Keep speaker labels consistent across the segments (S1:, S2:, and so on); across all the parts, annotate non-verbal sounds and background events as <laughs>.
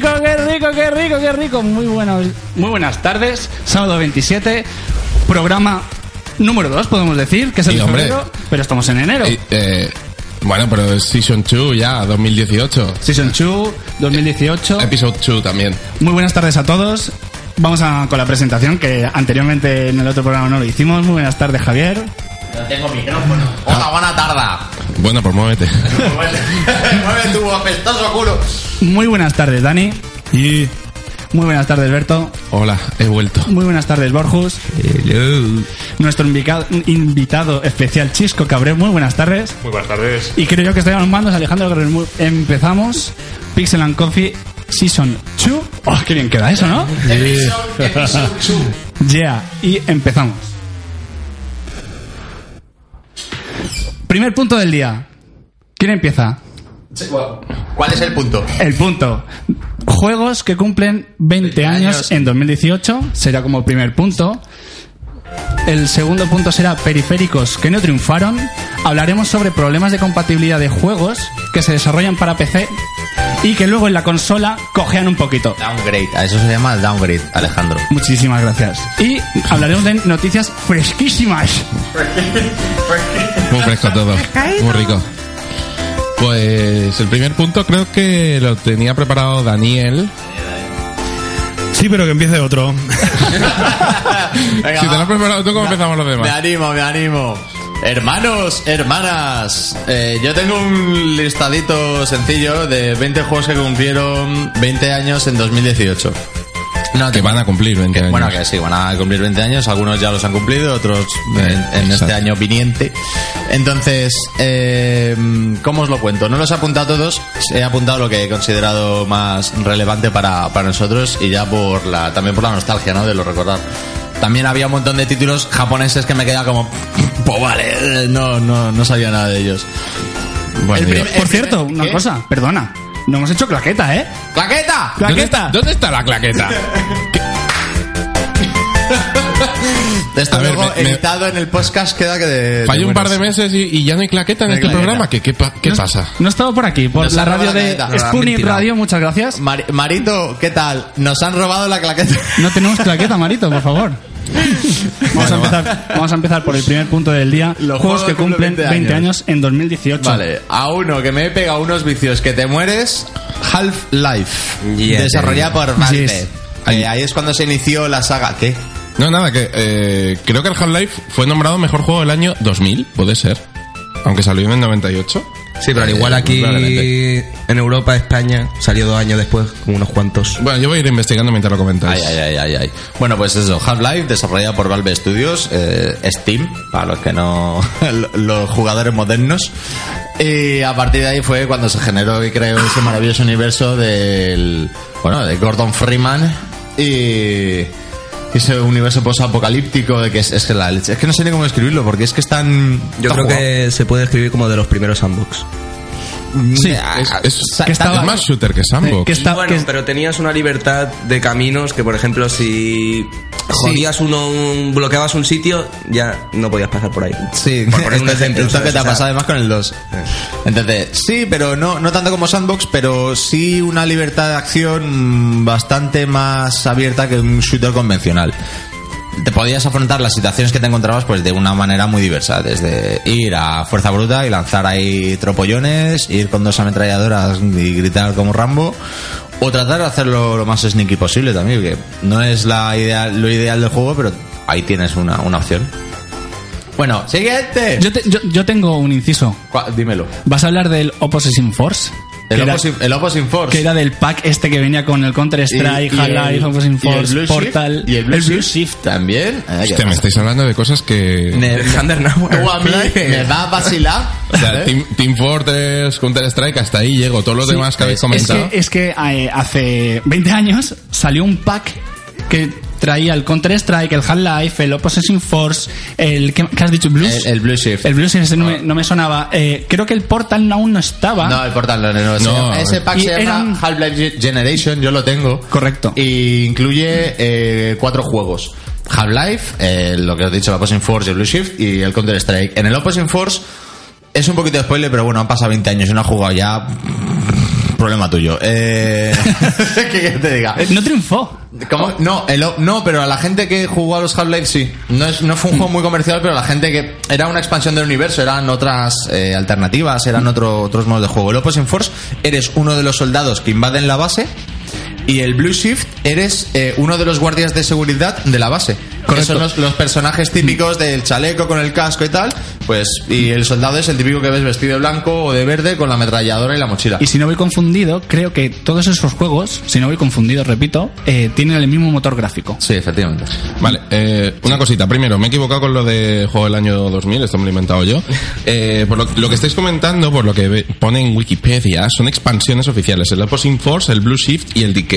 S1: rico, qué rico, qué rico. Muy, buenos, muy buenas tardes. Sábado 27, programa número 2, podemos decir, que es el
S2: Sí,
S1: de
S2: hombre.
S1: febrero, pero estamos en enero.
S2: Y, eh, bueno, pero es Season 2 ya, 2018.
S1: Season 2, 2018.
S2: Episode 2 también.
S1: Muy buenas tardes a todos. Vamos a, con la presentación que anteriormente en el otro programa no lo hicimos. Muy buenas tardes, Javier.
S3: No tengo micrófono. Hola, buena <laughs> tarde.
S2: Bueno, pues muévete. <laughs>
S3: Mueve mueve tu apestoso culo.
S1: Muy buenas tardes, Dani.
S2: Y...
S1: Muy buenas tardes, Berto.
S2: Hola, he vuelto.
S1: Muy buenas tardes, Borjus. Nuestro invicado- invitado especial, Chisco Cabré. Muy buenas tardes.
S4: Muy buenas tardes.
S1: Y creo yo que estoy a los mandos, Alejandro Guerrero. Mu- Empezamos Pixel and Coffee Season 2. ¡Oh, qué bien queda eso, no! Yeah, y empezamos. Primer punto del día. ¿Quién empieza?
S3: ¿Cuál es el punto?
S1: El punto. Juegos que cumplen 20 años en 2018 será como primer punto. El segundo punto será periféricos que no triunfaron. Hablaremos sobre problemas de compatibilidad de juegos que se desarrollan para PC y que luego en la consola cojean un poquito.
S3: Downgrade. A eso se llama el downgrade, Alejandro.
S1: Muchísimas gracias. Y hablaremos de noticias fresquísimas.
S2: Muy fresco todo. Muy rico. Pues el primer punto creo que lo tenía preparado Daniel.
S5: Sí, pero que empiece otro.
S3: Venga,
S2: si te lo
S3: va.
S2: has preparado tú, ¿cómo empezamos los
S3: Me
S2: demás?
S3: animo, me animo. Hermanos, hermanas, eh, yo tengo un listadito sencillo de 20 juegos que cumplieron 20 años en 2018. No,
S2: Que
S3: tengo-
S2: van a cumplir 20 años.
S3: Eh, Bueno, que sí, van a cumplir 20 años, algunos ya los han cumplido, otros en, en este
S2: Exacto.
S3: año viniente. Entonces, eh, ¿cómo os lo cuento? No los he apuntado a todos, he apuntado lo que he considerado más relevante para, para nosotros y ya por la también por la nostalgia, ¿no? De lo recordar. También había un montón de títulos japoneses que me queda como, <laughs> pues vale, no, no, no sabía nada de ellos.
S2: Bueno,
S3: el
S2: digo,
S3: primer-
S1: Por cierto,
S3: ¿Qué?
S1: una cosa, perdona. No hemos hecho claqueta, ¿eh?
S3: ¡Claqueta!
S2: ¿dónde,
S1: ¡Claqueta!
S2: ¿Dónde está la
S3: <laughs>
S2: claqueta?
S3: Esto
S2: A ver,
S3: luego
S2: me- me-
S3: editado en el podcast queda que de.
S2: Falló un par
S3: mueres.
S2: de meses y, y ya no hay claqueta en
S3: No hay
S2: este
S3: claqueta.
S2: programa. ¿Qué, qué, pa- qué
S1: No-
S2: pasa?
S1: No he estado por aquí, por
S3: Nos
S1: la
S3: han
S1: radio
S3: robado la
S1: de
S3: claqueta. Nos la han
S1: Spooning
S3: mentirado.
S1: Radio, muchas gracias.
S3: Mari- Marito, ¿qué tal? Nos han robado la claqueta.
S1: No tenemos claqueta, Marito, por
S3: <laughs>
S1: favor. Vamos, a empezar, vamos a empezar por el primer punto del día.
S3: Los
S1: juegos
S3: juegos
S1: que
S3: cumplen
S1: cumplen 20
S3: 20
S1: años, en 2018.
S3: Vale, a uno que me he pegado unos vicios que te mueres, Half-Life,
S6: Yeah,
S3: desarrollada por Valve.
S1: Yes.
S3: Eh, ahí es cuando se inició la saga. ¿Qué?
S2: No, nada, que eh, creo que el Half-Life fue nombrado mejor juego del año 2000, puede ser. Aunque salió en el 98.
S6: Sí, pero al
S2: Eh,
S6: igual aquí
S2: probablemente.
S6: en Europa, España, salió dos años después, como unos cuantos.
S2: Bueno, yo voy a ir investigando mientras lo comentas.
S6: Pues-
S3: Ay, ay, ay, ay, ay. Bueno, pues eso, Half-Life, desarrollada por Valve Studios, eh, Steam, para los que no. <laughs> lo- los jugadores modernos. Y a partir de ahí fue cuando se generó y creó ese maravilloso universo del. Bueno, de Gordon Freeman y. Ese universo posapocalíptico de que es, es que la leche- Es que no sé ni cómo escribirlo, porque es que están.
S6: Yo creo que se puede escribir como de los primeros sandbox.
S3: Sí,
S2: Es, es-
S1: que estaba-
S2: es más shooter que
S1: Eh,
S2: sandbox.
S1: que está-
S6: bueno,
S1: que-
S6: pero tenías una libertad de caminos que, por ejemplo, si jodías uno, un- bloqueabas un sitio, ya no podías pasar por ahí.
S3: Sí,
S6: por poner un
S3: <laughs> esto-
S6: ejemplo.
S3: esto que
S6: ¿sabes?
S3: te ha
S6: O sea,
S3: pasado
S6: <laughs>
S3: además con el 2. Entonces, sí, pero no, no tanto como sandbox, pero sí una libertad de acción mm, bastante más abierta que un shooter convencional. Te podías afrontar las situaciones que te encontrabas pues de una manera muy diversa, desde ir a fuerza bruta y lanzar ahí tropollones, ir con dos ametralladoras y gritar como Rambo, o tratar de hacerlo lo más sneaky posible también, que no es la idea, lo ideal del juego, pero ahí tienes una, una opción. Bueno, siguiente.
S1: yo, te- yo- yo tengo un inciso.
S3: Cua- Dímelo.
S1: ¿Vas a hablar del Opposition Force?
S3: El
S1: que, era,
S3: Opposing, el Opposing Force.
S1: que era del pack este que venía con el Counter-Strike, Half-Life, Opposing
S3: y el
S1: Force,
S3: Blue Shift,
S1: Portal.
S3: y el Blue,
S1: Blue
S3: Shift, también. Ay,
S2: Hostia, me estáis hablando de cosas que...
S6: Alexander Nauer.
S3: Tú a
S6: <laughs>
S3: mí me va a vacilar.
S2: O sea, Team, Team Fortress, Counter-Strike, hasta ahí llego. Todos los demás que habéis
S1: Es
S2: comentado.
S1: que, es que, eh, hace 20 años salió un pack que traía el Counter Strike, el Half-Life, el Opposition Force, el ¿qué, qué has dicho? Blues.
S3: El, el Blue Shift.
S1: El Blues ese no, me, no me sonaba. Eh, creo que el Portal aún no estaba.
S3: no, el portal no, no, no, se
S2: No.
S3: llama- Ese pack
S1: Y
S3: se llama
S1: eran-
S3: Half-Life Ge- Generation, yo lo tengo.
S1: Correcto.
S3: Y incluye eh, cuatro juegos. Half-Life, eh, lo que os he dicho, el Opposing Force, el Blue Shift y el Counter-Strike. En el Opposing Force es un poquito de spoiler, pero bueno, han pasado 20 años y no he jugado ya problema tuyo. Eh, <laughs> ¿Qué quieres que te diga?
S1: Eh, No triunfó.
S3: ¿Cómo? Oh, No, el o- no, pero a la gente que jugó a los Half-Life sí. No, es, no fue un juego muy comercial, pero la gente que. Era una expansión del universo, eran otras eh, alternativas, eran otro- otros modos de juego. El Opposing Force, eres uno de los soldados que invaden la base. Y el Blue Shift, eres eh, uno de los guardias de seguridad de la base. Que son los, los personajes típicos del chaleco con el casco y tal. Pues, y el soldado es el típico que ves vestido de blanco o de verde con la ametralladora y la mochila.
S1: Y si no voy confundido, creo que todos esos juegos, si no voy confundido, repito, eh, tienen el mismo motor gráfico.
S3: Sí, efectivamente.
S2: Vale, eh, una cosita. Primero, me he equivocado con lo de juego del año 2000, esto me lo he
S1: <laughs>
S2: inventado yo. Eh, por lo, lo que estáis comentando, por lo que ve- pone en Wikipedia, son expansiones oficiales. El Opposing Force, el Blue Shift y el Decay.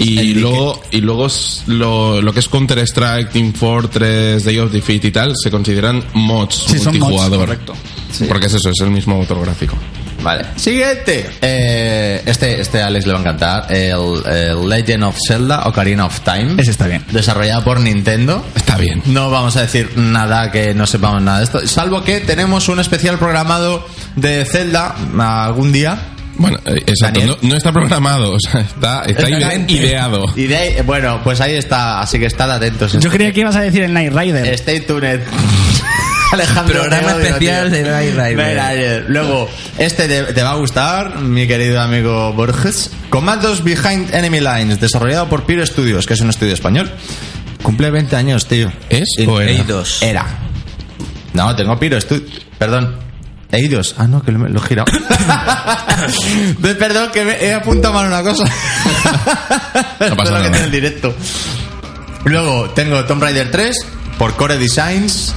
S2: Y luego, y luego s- lo, lo que es Counter-Strike, Team Fortress, Day of Defeat y tal, se consideran mods
S1: Sí, son mods,
S2: multijugador.
S1: correcto.
S2: Porque es eso, es el mismo motor gráfico.
S3: Vale. Siguiente. Eh, este, este a Alex le va a encantar. El, el Legend of Zelda Ocarina of Time.
S1: Ese está bien.
S3: Desarrollado por Nintendo.
S2: Está bien.
S1: Mm.
S3: No vamos a decir nada que no sepamos nada de esto. Salvo que tenemos un especial programado de Zelda algún día.
S2: Bueno, eh, exacto.
S3: Daniel.
S2: No, no está programado, <laughs> o sea, está, está ide-
S1: <laughs>
S2: ideado.
S3: Y de ahí- bueno, pues ahí está. Así que estad atentos.
S1: Yo creía que ibas a decir el Night Rider.
S3: Stay tuned. <laughs> Alejandro,
S6: Programa
S3: te odio,
S6: especial
S3: tío.
S6: de Night Rider.
S3: Night Rider. Luego, este te, te va a gustar, mi querido amigo Borges. Comandos Behind Enemy Lines, desarrollado por Pure Studios, que es un estudio español. Cumple 20 años, tío.
S2: ¿Es
S3: Y-
S2: o era?
S6: Eidos.
S3: Era. No, tengo Pure Studios. Perdón. Eidos. Ah, no, que lo, lo he girado. Pues Perdón, que me he apuntado mal una cosa.
S2: No pasa
S3: Espero que
S2: nada.
S3: tenga el directo. Luego tengo Tomb Raider 3 por Core Designs.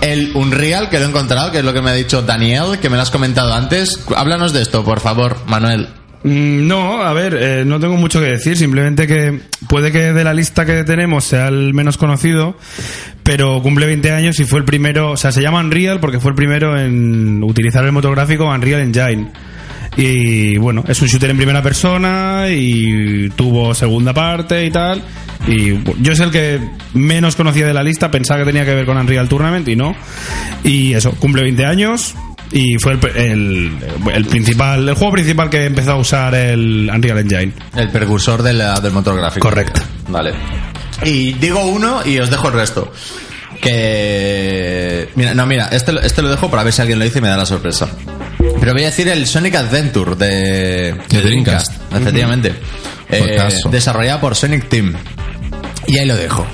S3: El Unreal, que lo he encontrado, que es lo que me ha dicho Daniel, que me lo has comentado antes. Háblanos de esto, por favor, Manuel.
S5: Mm, No, a ver, eh, no tengo mucho que decir, simplemente que puede que de la lista que tenemos sea el menos conocido, pero cumple 20 años y fue el primero, o sea, se llama Unreal porque fue el primero en utilizar el motor gráfico Unreal Engine. Y bueno, es un shooter en primera persona y tuvo segunda parte y tal. Y bu- yo es el que menos conocía de la lista, pensaba que tenía que ver con Unreal Tournament y no. Y eso, cumple 20 años, y fue el, el, el principal el juego principal que empezó a usar el Unreal Engine
S3: El precursor de la- del motor gráfico.
S5: Correcto.
S3: Vale. Y digo uno y os dejo el resto. Que. Mira, no, mira, este, lo- este lo dejo para ver si alguien lo dice y me da la sorpresa. Pero voy a decir el Sonic Adventure de,
S2: De Dreamcast.
S3: Efectivamente. Eh,
S2: Potazo.
S3: desarrollado por Sonic Team. Y ahí lo dejo.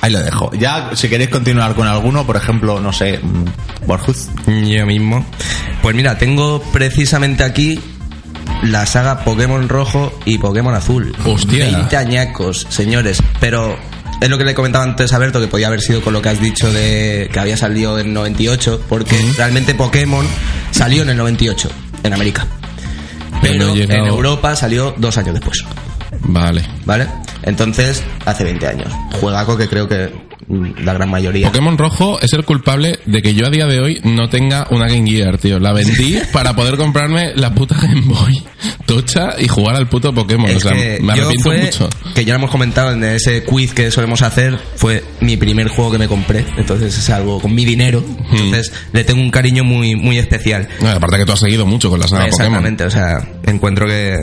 S3: Ahí lo dejo. Ya, si queréis continuar con alguno, por ejemplo, no sé, mm, <laughs> Borjuz.
S6: Yo mismo. Pues mira, tengo precisamente aquí la saga Pokémon Rojo y Pokémon Azul.
S2: Hostia.
S6: 20 añacos, señores. Pero es lo que le comentaba antes a Berto, que podía haber sido con lo que has dicho de que había salido en 98, porque realmente Pokémon salió en el 98, en América.
S2: Pero
S6: Pero
S2: no llegó.
S6: en Europa salió dos años después.
S2: Vale.
S6: ¿Vale? Entonces, hace 20 años. Juegaco que creo que mm, la gran mayoría.
S2: Pokémon Rojo es el culpable de que yo a día de hoy no tenga una Game Gear, tío. La
S6: <laughs>
S2: vendí para poder comprarme la puta Game Boy tocha y jugar al puto Pokémon.
S6: Es
S2: o sea,
S6: que
S2: me
S6: yo
S2: arrepiento
S6: fue-
S2: mucho.
S6: Que ya lo hemos comentado en ese quiz que solemos hacer, fue mi primer juego que me compré. Entonces es algo con mi dinero. Entonces le tengo un cariño muy, muy especial.
S2: No, aparte que tú has seguido mucho con la saga Ah, Pokémon.
S6: Exactamente, o sea, encuentro que.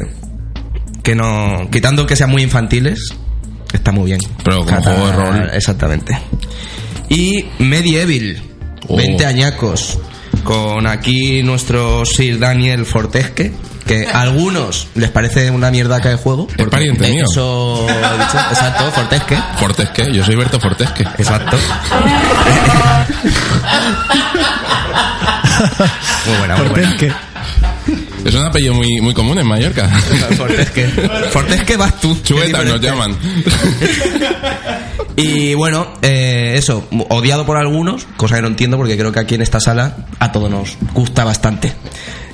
S6: Que no. Quitando que sean muy infantiles, está muy bien.
S2: Pero como juego de rol.
S6: Exactamente. Y Medieval,
S2: Oh.
S6: 20 añacos. Con aquí nuestro Sir Daniel Fortesque, que a algunos les parece una mierdaca de juego. porque
S2: pariente mío.
S6: Eso he dicho, exacto, Fortesque.
S2: Fortesque, yo soy Berto Fortesque.
S6: Exacto. muy buena, muy buena.
S1: Porque
S2: Es un apellido muy, muy común en
S6: <laughs>
S2: Mallorca.
S6: Fortesque. Fortesque vas tú.
S2: Chuetas nos
S6: Diferente.
S2: llaman.
S6: Y bueno, eh, eso, odiado por algunos, cosa que no entiendo porque creo que aquí en esta sala a todos nos gusta bastante.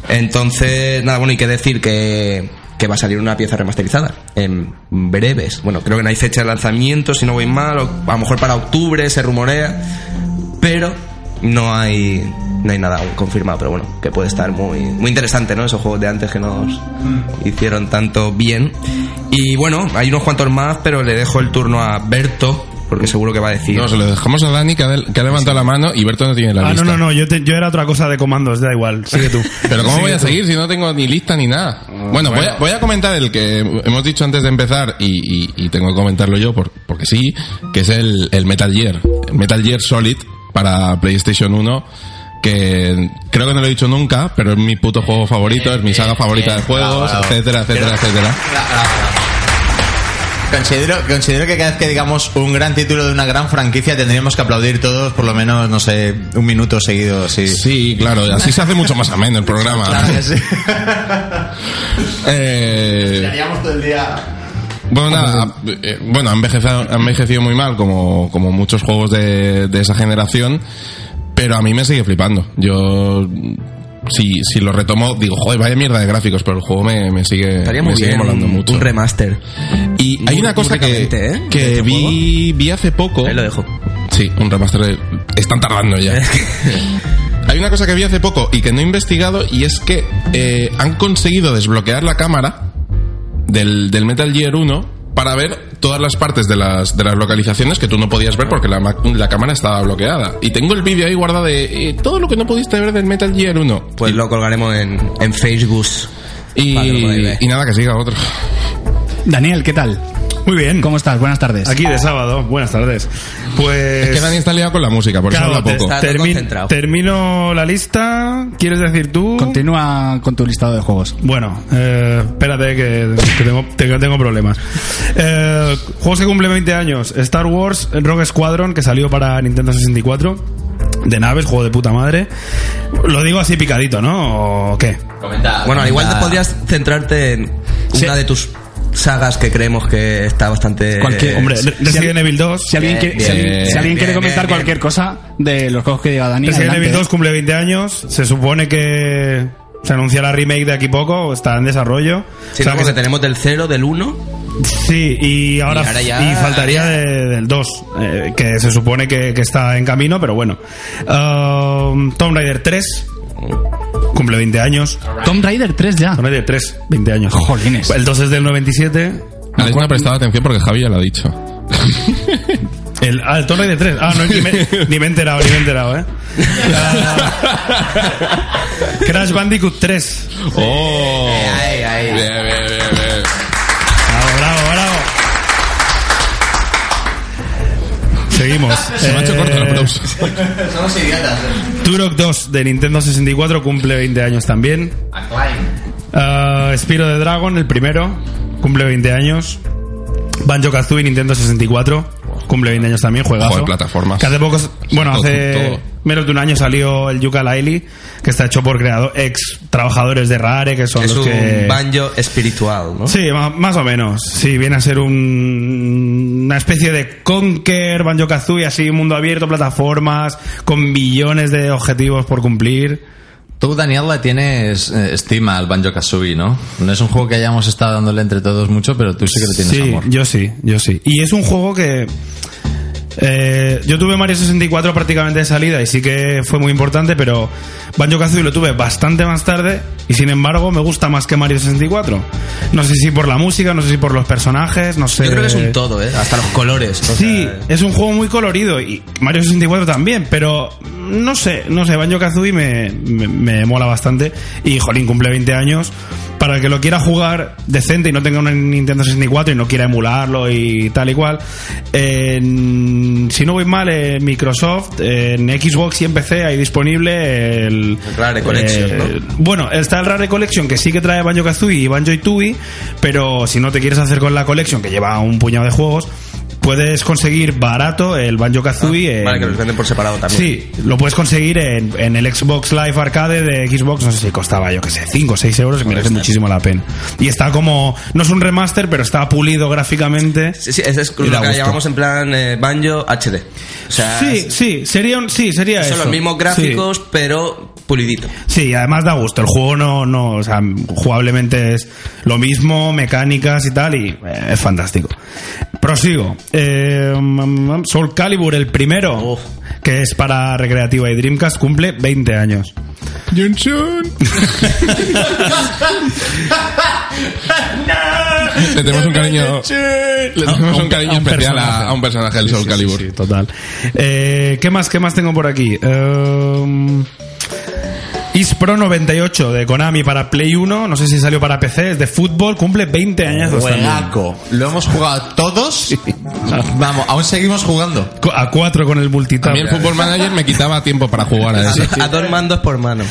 S6: Entonces, nada, bueno, hay que decir que, que va a salir una pieza remasterizada en breves. Bueno, creo que no hay fecha de lanzamiento, si no voy mal, o a lo mejor para octubre se rumorea, pero no hay no hay nada aún confirmado, pero bueno, que puede estar muy muy interesante, ¿no? Esos juegos de antes que nos hicieron tanto bien. Y bueno, hay unos cuantos más, pero le dejo el turno a Berto porque seguro que va a decir.
S2: No, se lo dejamos a Dani que ha, que ha levantado la mano y Berto no tiene la
S5: Ah, no,
S2: lista.
S5: no, no, yo, te- yo era otra cosa de comandos, da igual, sigue tú.
S2: <laughs> Pero ¿cómo
S5: Sigue
S2: voy a
S5: tú.
S2: seguir si no tengo ni lista ni nada? bueno, Voy, a, voy a comentar el que hemos dicho antes de empezar y, y- y tengo que comentarlo yo por- porque sí, que es el, el Metal Gear. Metal Gear Solid para PlayStation 1 que creo que no lo he dicho nunca, pero es mi puto juego favorito, es mi saga favorita de juegos,
S3: bravo.
S2: etcétera, etcétera, etcétera.
S3: Considero, considero que cada vez que digamos un gran título de una gran franquicia tendríamos que aplaudir todos por lo menos, no sé, un minuto seguido. Sí,
S2: Sí, claro, así se hace mucho más ameno el programa.
S3: Claro que sí. <laughs>
S2: Eh,
S3: Estaríamos todo el día...
S2: Bueno,
S6: Ah,
S2: nada,
S6: pues
S2: eh, bueno, ha envejecido, ha envejecido muy mal, como, como muchos juegos de, de esa generación, pero a mí me sigue flipando. Yo, mm, si, si lo retomo, digo, joder, vaya mierda de gráficos, pero el juego me, me sigue,
S6: Estaría
S2: me
S6: muy
S2: sigue
S6: bien
S2: molando
S6: un,
S2: mucho.
S6: un remaster.
S2: y hay
S6: muy-
S2: una cosa
S6: muy
S2: que,
S6: ricamente, ¿eh?
S2: que
S6: de este
S2: vi, vi hace poco.
S6: Ahí lo dejo.
S2: Sí, un remaster. de- Están tardando
S6: <laughs>
S2: ya. Hay una cosa que vi hace poco y que no he investigado y es que eh, han conseguido desbloquear la cámara del, del Metal Gear 1 para ver todas las partes de las, de las localizaciones que tú no podías ver porque la, ma- la cámara estaba bloqueada. Y tengo el vídeo ahí guardado de eh, todo lo que no pudiste ver del Metal Gear 1.
S6: Pues lo colgaremos en, en Facebook.
S2: Y,
S6: Para que lo podáis ver.
S2: y nada, que siga otro.
S1: Daniel, ¿qué tal?
S5: Muy bien.
S1: ¿Cómo estás? Buenas tardes.
S5: Aquí de sábado, buenas tardes. Pues...
S2: Es que Dani está liado con la música, por
S5: claro,
S2: eso habla
S5: te-
S2: poco.
S6: está-
S5: termi-
S6: concentrado.
S5: termino la lista, ¿quieres decir tú?
S1: Continúa con tu listado de juegos.
S5: Bueno, eh, espérate que, que tengo, te- que tengo problemas. Eh, juegos que cumplen 20 años. Star Wars Rogue Squadron, que salió para Nintendo 64. De naves, juego de puta madre. Lo digo así picadito, ¿no? ¿O qué?
S6: Bueno, al igual te podrías centrarte en
S1: Sí.
S6: una de tus sagas que creemos que está bastante.
S1: Cualquier-
S5: Hombre, Re- Resident Evil 2.
S1: Si Eh, alguien,
S6: Bien,
S1: quiere, si
S2: bien,
S1: alguien- si alguien
S6: bien,
S1: quiere
S6: bien,
S1: comentar
S6: bien.
S1: cualquier cosa de los juegos que lleva Dani,
S5: Resident Evil
S1: adelante.
S5: 2 cumple 20 años. Se supone que se anuncia la remake de aquí poco. o Está en desarrollo.
S6: Sí,
S5: O sea,
S6: no,
S5: que
S6: porque
S5: se-
S6: tenemos del 0, del 1.
S5: Sí, y ahora,
S6: Y ahora ya-
S5: y faltaría de- del 2, eh, que se supone que, que está en camino, pero bueno. Um, Tomb Raider 3, cumple 20 años.
S1: Tomb Raider 3 ya.
S5: Tomb Raider 3, 20 años.
S1: Jolines.
S5: El 2 es del 97.
S2: Alex no ha prestado atención porque Javi ya lo ha dicho.
S5: El, ah, el Tomb Raider 3. Ah, no, ni me, ni me he enterado, ni me he enterado, ¿eh? Ah, Crash Bandicoot 3.
S2: ¡Oh!
S6: Ay, ay.
S2: Bien, bien, bien, bien.
S5: Bravo, bravo, bravo. Seguimos.
S2: <laughs> Se me ha hecho
S5: Eh,
S2: corto el aplauso.
S5: <laughs>
S3: Somos idiotas. ¿eh?
S5: Turok 2 de Nintendo 64 cumple 20 años también. Ah, Spyro de Dragon, el primero, cumple 20 años. Banjo Kazooie Nintendo 64, cumple 20 años también, juegazo.
S2: Joder, plataformas.
S5: Que hace pocos, bueno,
S2: Todo,
S5: hace
S2: todo.
S5: menos de un año salió el Yuka Laili, que está hecho por creador, ex trabajadores de Rare, que son
S6: Es
S5: los
S6: un
S5: que.
S6: banjo espiritual, ¿no?
S5: Sí, ma- más o menos. Sí, viene a ser un- una especie de Conker, Banjo Kazooie, así, mundo abierto, plataformas, con billones de objetivos por cumplir.
S3: Tú, Daniel, la tienes eh, estima al Banjo Kazooie, ¿no? No es un juego que hayamos estado dándole entre todos mucho, pero tú sí que le tienes
S5: sí,
S3: amor.
S5: yo sí, yo sí. Y es un juego que... eh, yo tuve Mario 64 prácticamente de salida y sí que fue muy importante, pero Banjo Kazooie lo tuve bastante más tarde y sin embargo me gusta más que Mario 64. No sé si por la música, no sé si por los personajes, no sé.
S6: Yo creo que es un todo, ¿eh? Hasta los colores. o
S5: Sí,
S6: sea,
S5: es un juego muy colorido y Mario 64 también, pero no sé, no sé, Banjo Kazooie me, me, me mola bastante y jolín, cumple 20 años. Para el que lo quiera jugar decente y no tenga una Nintendo 64 y no quiera emularlo y tal y cual, en- si no voy mal, en Microsoft, en Xbox y en PC hay disponible el... eh,
S6: El Rare Collection, ¿no?
S5: Bueno, está el Rare Collection que sí que trae Banjo Kazooie y Banjo y Tui, pero si no te quieres hacer con la Collection, que lleva un puñado de juegos, puedes conseguir barato el Banjo Kazooie.
S6: Ah, Vale, que los venden por separado también.
S5: Sí, lo puedes conseguir en, en el Xbox Live Arcade de Xbox, no sé si costaba, yo que sé, 5 o 6 euros, y merece muchísimo la pena. Y está como, no es un remaster, pero está pulido gráficamente.
S6: Sí, sí, es, es
S5: Y da
S6: lo que
S5: gusto.
S6: llamamos en plan eh, banjo HD. O sea,
S5: sí, sí, sería un, sí, sería
S6: son
S5: eso.
S6: los mismos
S5: Sí.
S6: gráficos, pero pulidito.
S5: Sí, además da gusto. El juego no, no, o sea, jugablemente es lo mismo, mecánicas y tal, y eh, es fantástico. Prosigo. Eh, mm, Soul Calibur, el primero,
S6: Uf.
S5: que es para recreativa y Dreamcast, cumple 20 años.
S2: Johnson. Le tenemos un cariño. Le tenemos un cariño especial a, a un personaje del Soul
S5: Sí, sí,
S2: Calibur.
S5: sí, total. Eh, ¿Qué más? ¿Qué más tengo por aquí? Um, Ispro 98 de Konami para Play 1. No sé si salió para PC. Es de fútbol. Cumple 20 años.
S3: Juegaco. Lo hemos jugado todos. Vamos, aún seguimos jugando.
S5: A 4
S2: A
S5: con el
S2: mí el
S5: multitap.
S2: Football Manager me quitaba tiempo para jugar a eso.
S6: A dos mandos por
S5: <laughs>
S6: mano.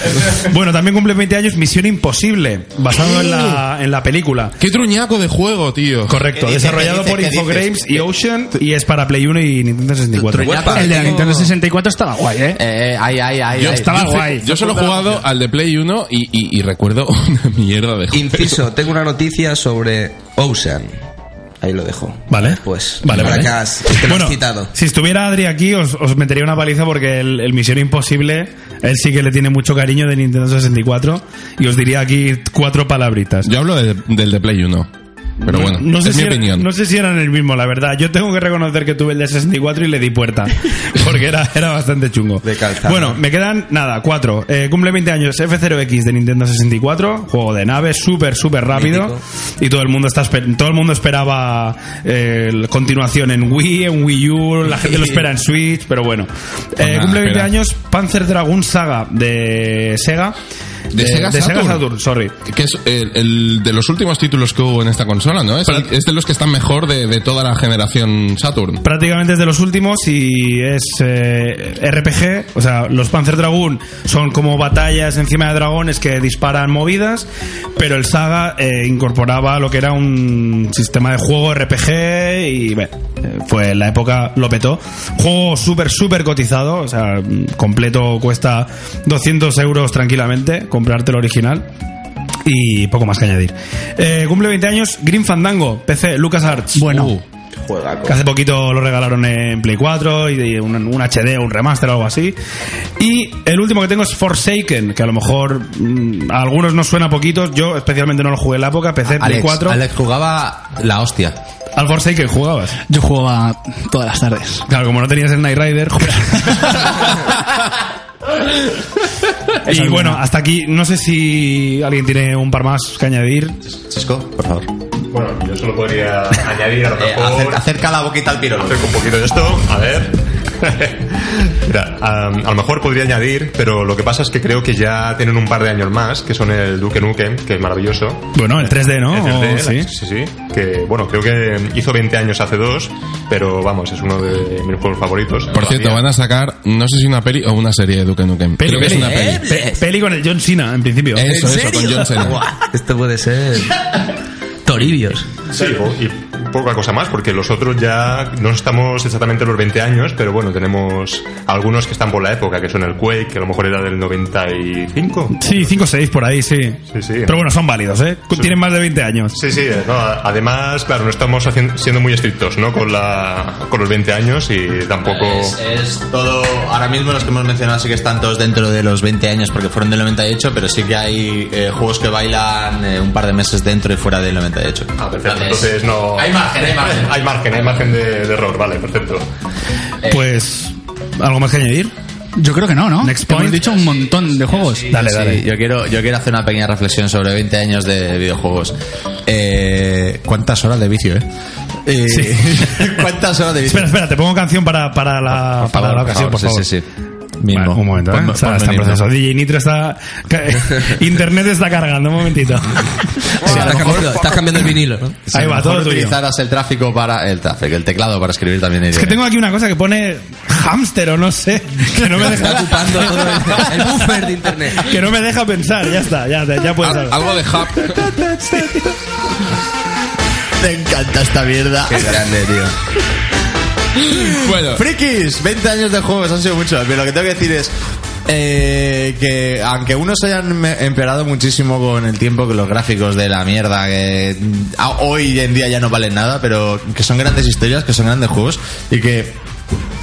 S5: Bueno, también cumple 20 años Misión Imposible. Basado en la, en la película.
S2: ¡Qué truñaco de juego, tío!
S5: Correcto.
S3: ¿Qué dices?
S5: Desarrollado
S3: ¿Qué
S5: por
S3: dices? ¿Qué
S5: Infogrames y Ocean. Y es para Play 1 y Nintendo 64.
S6: Uepa.
S1: El de la Nintendo 64 estaba guay, ¿eh?
S3: Eh, ay, ay, ay.
S2: Yo
S3: ay.
S1: estaba
S2: yo sé-
S1: guay.
S2: Yo solo he jugado al de Play 1 y, y- y recuerdo <laughs> una mierda de juego.
S6: Inciso, tengo una noticia sobre Ocean. Ahí lo dejo.
S5: Vale.
S6: Pues,
S5: Vale,
S6: para
S5: vale.
S6: que has- que lo has citado.
S5: si estuviera Adri aquí, os, os metería una paliza porque el, el Misión Imposible, él sí que le tiene mucho cariño de Nintendo 64 y os diría aquí cuatro palabritas.
S2: Yo hablo de- del de Play 1. Pero bueno,
S5: no sé
S2: es
S5: si
S2: mi
S5: era-
S2: opinión.
S5: no sé si eran el mismo, la verdad. Yo tengo que reconocer que tuve el de 64 y le di puerta. <laughs> Porque era, era bastante chungo.
S6: De calzado.
S5: Bueno, me quedan, nada, cuatro. Eh, cumple 20 años F0X de Nintendo 64. Juego de nave, súper, súper rápido.
S6: Mítico.
S5: Y todo el mundo está esper- todo el mundo esperaba eh, la continuación en Wii, en Wii U. La gente lo espera en Switch, pero bueno. Eh,
S2: Pues nada,
S5: cumple 20
S2: espera.
S5: años Panzer Dragoon Saga de Sega. Eh,
S2: ¿De Sega Saturn?
S5: Saturn, sorry.
S2: Que es el, el de los últimos títulos que hubo en esta consola, ¿no? Es, el- es de los que están mejor de, de toda la generación Saturn.
S5: prácticamente es de los últimos y es eh, RPG. O sea, los Panzer Dragoon son como batallas encima de dragones que disparan movidas, pero el Saga eh, incorporaba lo que era un sistema de juego RPG y bueno, eh, fue la época lo petó. Juego súper, súper cotizado, o sea, mm, completo cuesta 200 euros tranquilamente, comprarte el original. Y poco más que añadir. Eh, cumple 20 años Green Fandango, PC, LucasArts.
S1: Bueno.
S2: Uh,
S5: Que hace poquito lo regalaron en Play 4 y de un, un HD, un remaster o algo así. Y el último que tengo es Forsaken, que a lo mejor mm, a algunos nos suena poquitos. Yo especialmente no lo jugué en la época, PC, Play
S3: Alex,
S5: 4.
S3: Alex jugaba la hostia.
S5: Al Forsaken jugabas.
S1: Yo jugaba todas las tardes.
S5: Claro, como no tenías el Night Rider. <laughs> joder. y bueno, hasta aquí. No sé si alguien tiene un par más que añadir.
S3: Chisco, por favor.
S4: Bueno, yo solo podría <laughs> añadir a lo
S3: Eh,
S4: mejor-
S3: acer- acerca la boquita al piro.
S4: Acerco un poquito de esto, a ver. <laughs> Mira, am, a lo mejor podría añadir, pero lo que pasa es que creo que ya tienen un par de años más, que son el Duke Nukem, que es maravilloso.
S5: Bueno, el 3D, ¿no? Oh,
S4: El
S2: Oh,
S4: 3D,
S5: Sí.
S4: la- sí, sí, que bueno, creo que hizo 20 años hace dos, pero vamos, es uno de mis juegos favoritos.
S2: por cierto, van a sacar, no sé si una peli o una serie de Duke Nukem.
S5: Peli,
S2: Creo que es
S5: peli,
S2: una peli.
S6: ¿eh?
S5: Pe- peli con el John Cena, en principio.
S2: Eso, eso, con John Cena.
S6: Buah, Esto puede ser.
S5: <laughs>
S6: Toribios.
S4: Sí, po- y poca cosa más, porque los otros ya no estamos exactamente los 20 años, pero bueno, tenemos algunos que están por la época, que son el Quake, que a lo mejor era del 95.
S5: Sí, 5 o 6 por ahí, sí.
S4: Sí, sí.
S5: Pero bueno, son válidos, ¿eh? Tienen más de 20 años.
S4: Sí, sí, no, a- además, claro, no estamos haciendo- siendo muy estrictos, ¿no? Con, la, con los 20 años y tampoco...
S3: Es, es todo, ahora mismo los que hemos mencionado sí que están todos dentro de los 20 años porque fueron del 98, pero sí que hay eh, juegos que bailan eh, un par de meses dentro y fuera del 98.
S4: Ah, perfecto, entonces no...
S3: Hay margen, hay margen.
S4: <laughs> Hay margen, hay margen de, de error, vale, perfecto.
S5: Pues, ¿algo más que añadir?
S1: Yo creo que no, ¿no?
S5: Next
S1: Hemos
S5: point.
S1: dicho un montón de juegos.
S5: Dale,
S3: Sí,
S5: dale.
S3: Yo quiero, yo quiero hacer una pequeña reflexión sobre 20 años de videojuegos. Eh, ¿Cuántas horas de vicio, eh? Eh, <laughs> ¿Cuántas horas de vicio?
S5: Espera, espera, te pongo canción para, para la,
S3: Por favor,
S5: para la
S3: por
S5: ocasión,
S3: favor,
S5: por favor.
S3: Sí, sí, sí.
S5: Vale,
S3: Mismo. Pues
S5: un momento, ¿eh?
S3: Ponme-
S5: Está-
S3: ponme
S5: está en
S3: mismo.
S5: proceso. DJ Nitro está. Internet está cargando, un momentito.
S3: Sí, a lo
S6: estás,
S3: mejor-
S6: cambiando, estás cambiando el vinilo,
S5: <laughs>
S6: ¿no? <laughs>
S3: si
S5: Ahí
S3: a lo
S5: va,
S3: mejor
S5: todo tuyo.
S3: utilizaras el tráfico para el tráfico, el teclado para escribir también.
S5: Es que tengo aquí una cosa que pone hamster o no sé, que no me
S6: Está
S5: deja,
S6: ocupando todo el, el buffer de internet.
S5: <laughs> que no me deja pensar. Ya está, ya, ya puedes
S2: Al-
S5: hablar.
S2: algo de Hub. <laughs>
S3: Te encanta esta mierda.
S6: Qué grande, tío.
S2: Bueno,
S3: Frikis, 20 años de juegos han sido muchos, pero lo que tengo que decir es eh, que aunque unos hayan me- empeorado muchísimo con el tiempo, que los gráficos de la mierda, que a- hoy en día ya no valen nada, pero que son grandes historias, que son grandes juegos y que...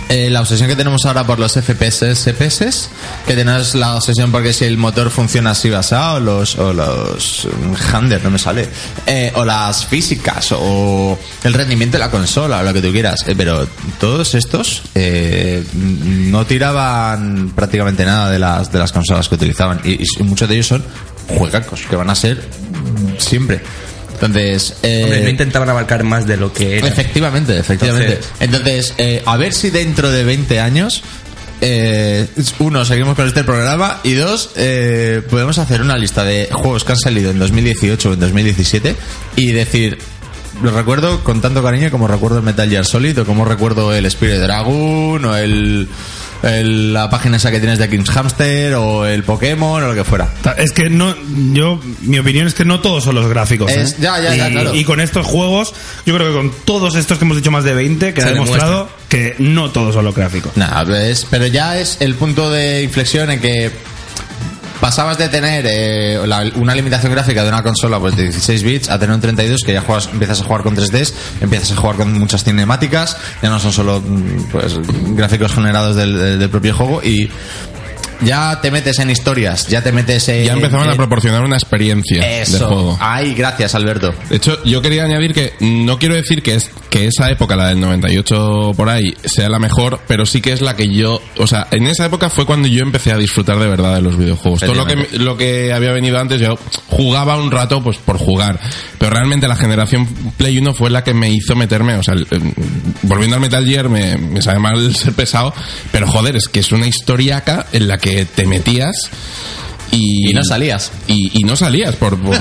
S3: eh, la obsesión que tenemos ahora por los FPS, SPS, que tenemos la obsesión porque si el motor funciona así basado, o los, o los mm, handler, no me sale, eh, o las físicas, o el rendimiento de la consola, o lo que tú quieras, eh, pero todos estos eh, mm, no tiraban prácticamente nada de las, de las consolas que utilizaban, y, y muchos de ellos son juegacos, que van a ser mm, siempre. Entonces, eh,
S6: Hombre, no intentaban abarcar más de lo que era.
S3: Efectivamente, efectivamente. Entonces,
S6: Entonces-
S3: eh, a ver si dentro de 20 años, eh, uno, seguimos con este programa y dos, eh, podemos hacer una lista de juegos que han salido en 2018 o en 2017 y decir... Lo recuerdo con tanto cariño como recuerdo el Metal Gear Solid o como recuerdo el Spirit Dragon o el, el- la página esa que tienes de King's Hamster o el Pokémon o lo que fuera.
S5: Ta- Es que no, yo, mi opinión es que no todos son los gráficos. ¿eh?
S3: Es- ya, ya, ya,
S5: y,
S3: claro.
S5: y con estos juegos, yo creo que con todos estos que hemos dicho más de 20, que
S6: Se
S5: ha demostrado que no todos son los gráficos.
S3: Nada, es- pero ya es el punto de inflexión en que pasabas de tener eh, la- una limitación gráfica de una consola pues, de 16 bits a tener un 32 que ya juegas, empiezas a jugar con 3Ds, empiezas a jugar con muchas cinemáticas, ya no son solo mm, pues, gráficos generados del, del- del propio juego y ya te metes en historias, ya te metes en...
S2: Ya empezaban a
S3: en-
S2: proporcionar una experiencia
S3: Eso.
S2: de juego.
S3: Ay, gracias Alberto.
S2: De hecho, yo quería añadir que no quiero decir que, es, que esa época, la del 98 por ahí, sea la mejor, pero sí que es la que yo... O sea, en esa época fue cuando yo empecé a disfrutar de verdad de los videojuegos. Todo lo que,
S3: Efectivamente.
S2: lo que había venido antes, yo jugaba un rato pues por jugar. Pero realmente la generación Play 1 fue la que me hizo meterme... O sea, el- em, volviendo al Metal Gear, me, me sabe mal <laughs> ser pesado, pero joder, es que es una historiaca en la que te metías... Y,
S3: Y no salías.
S2: y, y no salías por,
S3: <laughs>
S2: por,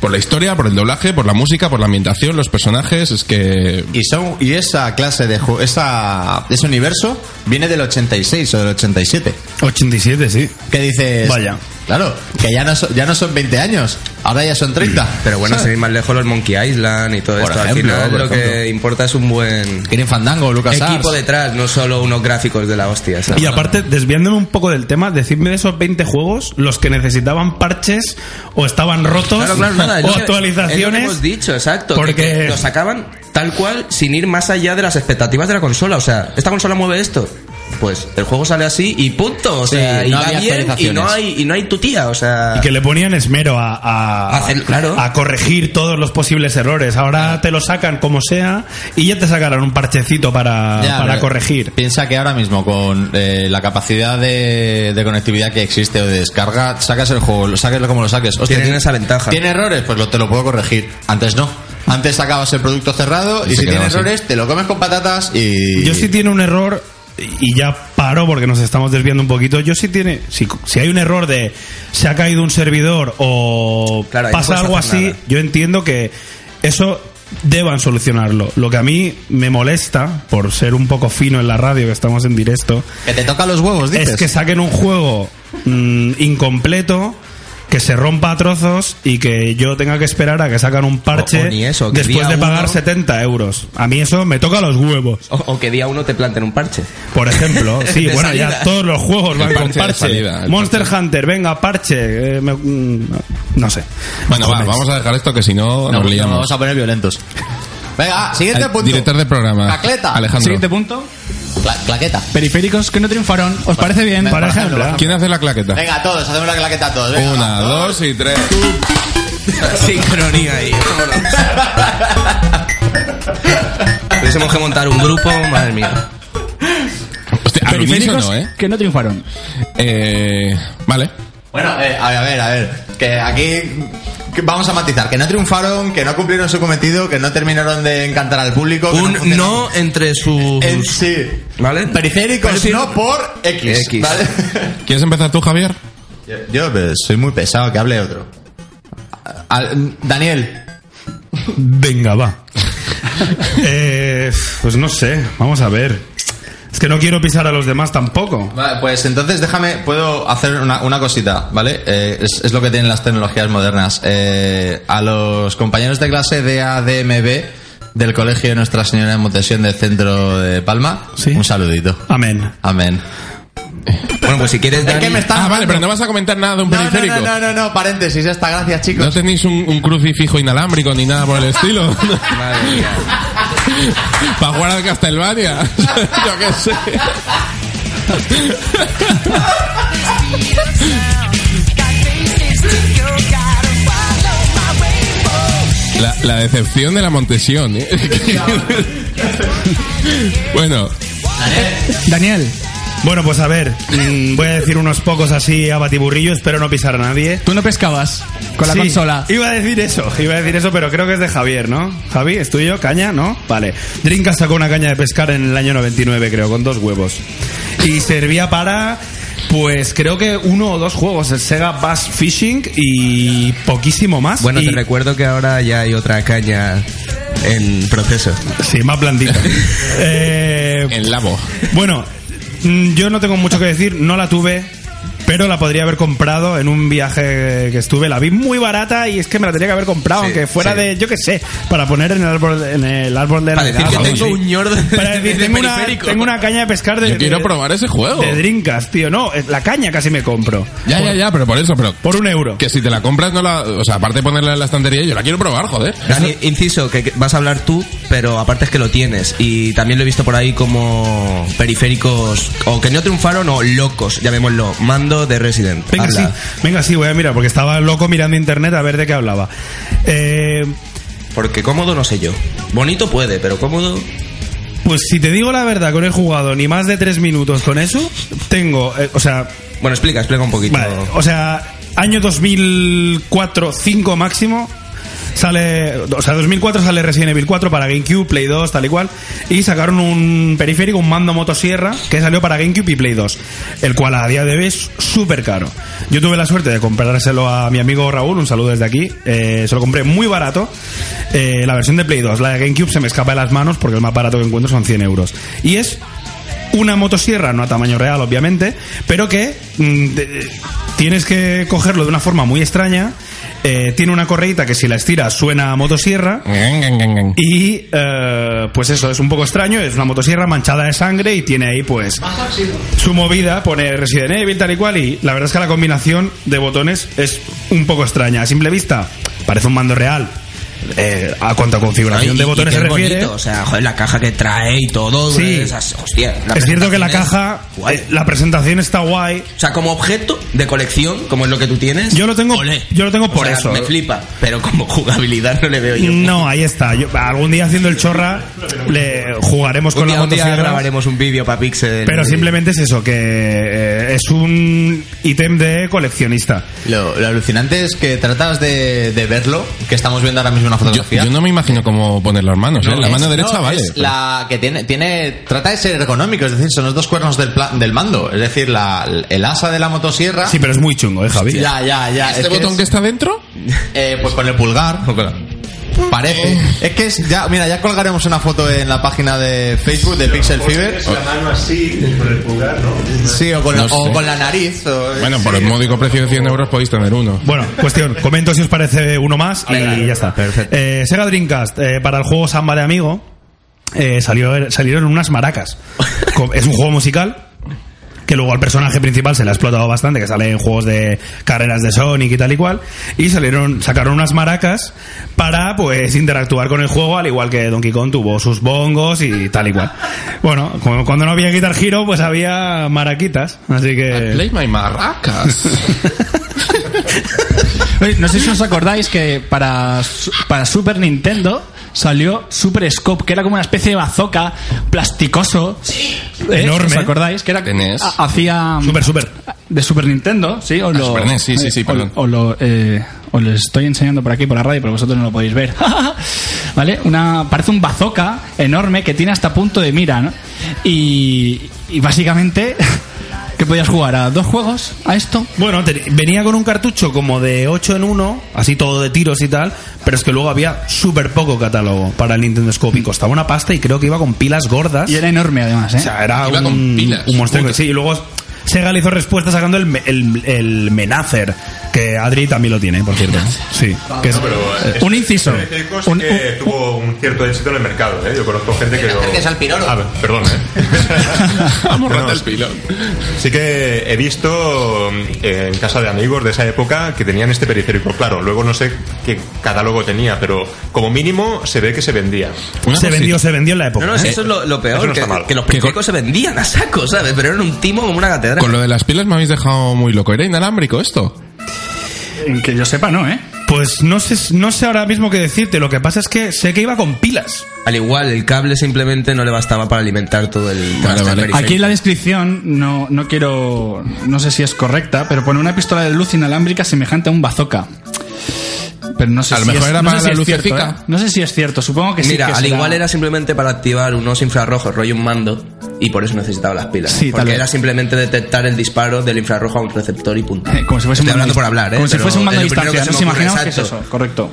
S2: por la historia, por el doblaje, por la música, por la ambientación, los personajes, es que...
S3: Y, son, y esa clase de... ju- Esa, ese universo viene del 86 o del 87.
S5: 87, sí.
S3: que dices
S5: Vaya.
S3: claro que ya no so- ya no son 20 años ahora ya son 30 <laughs>
S6: Pero bueno, sin
S3: ¿sabes?
S6: ir más lejos, los Monkey Island y todo
S3: Por
S6: esto.
S3: ejemplo,
S6: Al final,
S3: por
S6: lo que
S3: ejemplo.
S6: importa es un buen
S3: Green Fandango Lucas
S6: equipo detrás, no solo unos gráficos de la hostia. ¿sabes?
S5: Y aparte, desviándome un poco del tema, decidme de esos 20 juegos los que necesitaban parches o estaban rotos
S6: Claro, claro, nada, es
S5: o
S6: lo que- es lo que
S5: actualizaciones.
S6: hemos dicho, exacto. que-
S5: Porque-
S6: que lo sacaban tal cual sin ir más allá de las expectativas de la consola. O sea, esta consola mueve esto. Pues el juego sale así y punto. O sea,
S3: Sí,
S6: y
S3: no
S6: va
S3: había
S6: bien y no
S3: actualizaciones.
S6: hay, y no hay tutía. O sea,
S5: Y que le ponían esmero a, a,
S6: Hacer- claro.
S5: a corregir todos los posibles errores. Ahora te lo sacan como sea y ya te sacarán un parchecito para, para corregir.
S3: piensa que ahora mismo con eh, la capacidad de, de conectividad que existe o de descarga sacas el juego lo saques como lo saques Hostia,
S6: Tienen
S3: ¿tiene-
S6: esa ventaja.
S3: tiene errores pues lo, te lo puedo corregir antes no antes sacabas el producto cerrado y,
S2: se
S3: si tiene
S2: quedaba así.
S3: errores te lo comes con patatas y
S5: Yo sí tiene un error y ya paro porque nos estamos desviando un poquito. Yo sí tiene si, si hay un error de se ha caído un servidor o
S6: Claro, ahí no
S5: pasa
S6: puedes
S5: algo
S6: hacer
S5: así,
S6: nada.
S5: yo entiendo que eso deban solucionarlo. Lo que a mí me molesta por ser un poco fino en la radio que estamos en directo
S3: que te toca los huevos dices
S5: es que saquen un juego mm, incompleto que se rompa a trozos y que yo tenga que esperar a que sacan un parche
S6: O- o ni eso, que
S5: después
S6: día
S5: de pagar
S6: uno-
S5: 70 euros. A mí eso me toca los huevos.
S6: o, o que día uno te planten un parche. <laughs>
S5: Por ejemplo, sí,
S6: De
S5: bueno,
S6: salida.
S5: ya todos los juegos
S2: El
S5: van con
S2: parche de
S5: parche.
S2: salida, el
S5: Monster Hunter, venga, parche. eh, me- mm, no, no sé.
S2: Bueno, va,
S5: Joder.
S2: vamos a dejar esto que si no
S3: No,
S2: nos
S3: no,
S2: liamos.
S3: vamos a poner violentos pues venga ah, siguiente
S2: Al-
S3: punto
S2: Director del programa.
S3: Tacleta.
S2: Alejandro.
S1: Siguiente punto.
S3: Cla- claqueta
S1: Periféricos que no triunfaron. ¿Os parece bien?
S3: Venga,
S5: Por
S3: por
S5: ejemplo,
S3: ejemplo.
S2: ¿Quién hace la claqueta?
S3: Venga, todos, hacemos la claqueta a todos. venga.
S2: Una, dos y tres.
S6: Sincronía ahí. Tuviésemos que montar un grupo, madre mía.
S2: Hostia, al
S1: Periféricos
S2: unísono, ¿eh?
S1: que no triunfaron.
S2: Eh, Vale.
S3: Bueno, eh, a ver, a ver, a ver. Que aquí que vamos a matizar. Que no triunfaron, que no cumplieron su cometido, que no terminaron de encantar al público. que
S6: Un
S3: funcionaron.
S6: no entre sus.
S3: En sí.
S6: ¿Vale?
S3: Periféricos
S6: Periférico-
S3: no por X.
S6: X.
S3: ¿vale?
S2: ¿Quieres empezar tú, Javier?
S3: Yo pues, soy muy pesado, que hable otro. Al- Daniel.
S6: <laughs>
S5: Venga, va. Eh, pues no sé, vamos a ver. Es que no quiero pisar a los demás tampoco.
S3: Vale, pues entonces déjame, puedo hacer una, una cosita, ¿vale? Eh, es, es lo que tienen las tecnologías modernas. Eh, a los compañeros de clase de ADMB del Colegio de Nuestra Señora de Montesión del Centro de Palma,
S5: Sí.
S3: un saludito.
S5: Amén.
S3: Amén.
S6: Bueno, pues si quieres,
S3: Es que
S6: Dani.
S3: me está-
S2: Ah, vale, pero no vas a comentar nada de un
S3: No, no,
S2: periférico.
S3: no, no, no, no, paréntesis, hasta gracias, chicos.
S2: ¿No tenéis un, un crucifijo inalámbrico ni nada por el estilo. <laughs>
S6: Madre mía.
S2: Para jugar al Castlevania. <laughs> Yo qué sé. La, la decepción de la Montesión. ¿eh? <laughs> bueno,
S1: Daniel,
S5: Bueno, pues a ver, mm, voy a decir unos pocos así a batiburrillo, espero no pisar a nadie.
S1: Tú no pescabas con la
S5: Sí,
S1: consola.
S5: Iba a decir eso, iba a decir eso, pero creo que es de Javier, ¿no? Javi, ¿es tuyo? ¿Caña? ¿No? Vale. Drinka sacó una caña de pescar en el año 99, creo, con dos huevos. Y servía para, pues creo que uno o dos juegos, el Sega Bass Fishing y poquísimo más.
S6: Bueno,
S5: y,
S6: te recuerdo que ahora ya hay otra caña en proceso.
S5: Sí, más blandita. eh,
S2: En Labo.
S5: Bueno, mm, yo no tengo mucho que decir, no la tuve. Pero la podría haber comprado en un viaje que estuve. La vi muy barata y es que me la tenía que haber comprado,
S6: Sí,
S5: aunque fuera
S6: sí.
S5: de, yo qué sé, para poner en el árbol, en el árbol de
S6: Para
S5: Navidad
S6: decir
S5: o
S6: que
S5: algo
S6: tengo
S5: así.
S6: un ñordo este de, <laughs>
S5: Para decir,
S6: de
S5: tengo, una,
S6: periférico.
S5: tengo una caña de pescar de.
S2: Yo quiero
S5: de-
S2: probar ese juego.
S5: De drinkas, tío. No, es- la caña casi me compro.
S2: Ya, ya, ya, pero por eso, pero.
S5: Por un euro.
S2: Que si te la compras, no la. O sea, aparte de ponerla en la estantería, yo la quiero probar, joder.
S6: Dani, inciso, que que vas a hablar tú, pero aparte es que lo tienes. Y también lo he visto por ahí como periféricos, o que no triunfaron, o locos, llamémoslo. Mando de Resident.
S5: Venga,
S6: Habla.
S5: sí, venga, sí, voy a mirar, porque estaba loco mirando internet a ver de qué hablaba. Eh,
S6: Porque cómodo no sé yo. Bonito puede, pero cómodo.
S5: pues si te digo la verdad, que no he jugado ni más de tres minutos con eso, tengo, eh, o sea,
S6: Bueno, explica, explica un poquito.
S5: Vale, o sea, año 2004, 5 máximo. Sale, o sea, 2004 sale Resident Evil 4 para GameCube, Play 2, tal y cual. Y sacaron un periférico, un mando motosierra, que salió para GameCube y Play 2. El cual a día de hoy es súper caro. Yo tuve la suerte de comprárselo a mi amigo Raúl, un saludo desde aquí. Eh, se lo compré muy barato. Eh, la versión de Play 2, la de GameCube se me escapa de las manos porque el más barato que encuentro son 100 euros. Y es una motosierra, no a tamaño real, obviamente, pero que mm, de- tienes que cogerlo de una forma muy extraña. eh, tiene una correita que si la estiras suena a motosierra. Y eh, pues eso, es un poco extraño, es una motosierra manchada de sangre y tiene ahí pues su movida, pone Resident Evil tal y cual y la verdad es que la combinación de botones es un poco extraña. A simple vista parece un mando real. eh, a cuanto a configuración de botones se refiere.
S6: o sea, joder, la caja que trae y todo.
S5: Sí.
S6: eh, esas- hostia, la
S5: es cierto que la
S6: presentación
S5: caja,
S6: es guay.
S5: eh, la presentación está guay.
S6: O sea, como objeto de colección, como es lo que tú tienes.
S5: Yo lo tengo- yo lo tengo
S6: O
S5: por
S6: sea,
S5: eso.
S6: Me flipa, pero como <laughs> jugabilidad no le veo yo.
S5: No, ahí está. Yo- algún día haciendo el chorra le jugaremos
S6: Un
S5: con
S6: día,
S5: la
S6: un día
S5: motosierra.
S6: grabaremos un vídeo para Pixel.
S5: Pero simplemente es eso, que eh, es un ítem de coleccionista.
S3: Lo, lo alucinante es que tratas de, de verlo, que estamos viendo ahora mismo una
S2: Yo,
S3: fotografía.
S2: yo no me imagino cómo poner las manos, ¿eh? La
S3: Es-
S2: mano derecha
S3: no,
S2: vale.
S3: es la que tiene, tiene, trata de ser ergonómico, es decir, son los dos cuernos del, pla- del mando. Es decir, la, el asa de la motosierra.
S6: Ah.
S5: Sí, pero es muy chungo, ¿eh, Javi?
S3: ya, ya, ya.
S2: ¿Este
S3: es que
S2: botón
S3: es-
S2: que está dentro?
S3: Eh, pues con el pulgar. Parece. Es que es ya, mira, ya colgaremos una foto en la página de Facebook de Pixel Fever.
S4: la mano así, con el pulgar, ¿no?
S3: Sí, o con,
S2: No
S3: la, o
S2: sé.
S3: con la nariz. o-
S2: Bueno, por el módico precio de 100 euros podéis tener
S5: <laughs>
S2: uno.
S5: Bueno, cuestión, comento si os parece uno más y ya está. Eh, Sega Dreamcast, eh, para el juego Samba de Amigo, eh, salió, salieron unas maracas. Co- es un juego musical que luego al personaje principal se le ha explotado bastante, que sale en juegos de carreras de Sonic y tal y cual, y salieron, sacaron unas maracas para pues interactuar con el juego, al igual que Donkey Kong tuvo sus bongos y tal y cual. Bueno, como cuando no había Guitar Hero, pues había maraquitas, así
S3: Ah,
S5: que...
S2: Play my marracas.
S1: Oye, No sé si os acordáis que para, su- para Super Nintendo salió Super Scope, que era como una especie de bazooka plasticoso. ¿eh?
S5: Enorme.
S1: ¿Os acordáis? Que era,
S2: Tenés.
S1: ha- hacía...
S5: Super, super.
S1: De Super Nintendo, sí, o lo,
S2: Ah, Super NES, sí, sí, sí,
S1: eh, o-
S2: perdón.
S1: o lo, eh, os lo estoy enseñando por aquí por la radio, pero vosotros no lo podéis ver. <laughs> ¿Vale? Una, parece un bazooka enorme que tiene hasta punto de mira, ¿no? Y, y básicamente, <laughs> ¿qué podías jugar? ¿A dos juegos? ¿A esto?
S5: Bueno, te- venía con un cartucho como de 8 en 1, así todo de tiros y tal, pero es que luego había súper poco catálogo para el Nintendo Scope y costaba una pasta y creo que iba con pilas gordas.
S1: Y era enorme además, ¿eh?
S5: o sea, era
S2: Iba
S5: un,
S2: con pilas.
S5: un monstruo.
S2: Puta.
S5: Sí, y luego Sega le hizo respuesta sacando el, me- el, el Menacer, que Adri también lo tiene, por cierto. Sí,
S2: Ah,
S5: que es-
S4: Pero eh,
S1: Un inciso.
S4: Periféricos
S1: Un-
S4: que tuvo un cierto éxito en el mercado, ¿eh? Yo conozco gente que lo...
S3: Gracias al Pirolo.
S4: Ah, perdón, ¿eh?
S2: Vamos,
S4: No, no,
S2: rata el pilón.
S4: Sí que he visto mm, eh, en casa de amigos de esa época que tenían este periférico. Claro, luego no sé qué catálogo tenía, pero como mínimo se ve que se
S2: <laughs>
S4: vendía.
S2: Una
S5: se
S2: cosita.
S5: vendió, se vendió en la época.
S6: No, no,
S5: ¿eh?
S6: si eso es lo, lo peor,
S4: Eso no
S6: que,
S4: está mal.
S6: que los
S2: Que con-
S6: periféricos se vendían a saco, ¿sabes? Pero eran un timo como una catedral.
S2: Con lo de las pilas me habéis dejado muy loco. ¿Era inalámbrico esto?
S1: Que yo sepa, no, ¿eh?
S5: Pues no sé, no sé ahora mismo qué decirte. Lo que pasa es que sé que iba con pilas.
S6: Al igual, el cable simplemente no le bastaba para alimentar todo el.
S2: Vale, vale.
S6: transfer
S1: Aquí en la descripción, no, no quiero. No sé si es correcta, pero pone una pistola de luz inalámbrica semejante a un bazooka. Pero no sé
S2: A lo
S1: si
S2: mejor
S1: es,
S2: era
S1: no
S2: para
S1: sé si
S2: la
S1: es cierto,
S2: lucecica.
S1: ¿eh? No sé si es cierto, supongo que sí.
S6: Mira,
S1: que
S6: al
S1: será-
S6: igual era simplemente para activar unos infrarrojos, rollo un mando, y por eso necesitaba las pilas.
S1: Sí, tal
S6: porque
S1: vez.
S6: era simplemente detectar el disparo del infrarrojo a un receptor y punto.
S1: Eh, <laughs> Como si fuese
S6: Estoy
S1: un mando
S6: hablando
S1: a
S6: por
S1: dist-
S6: hablar, ¿eh?
S1: Como si
S6: Pero
S1: fuese un mando a
S6: es lo primero
S1: distancia.
S6: que se
S1: Nos
S6: me ocurre,
S1: imaginamos que es
S6: exacto.
S1: eso, correcto.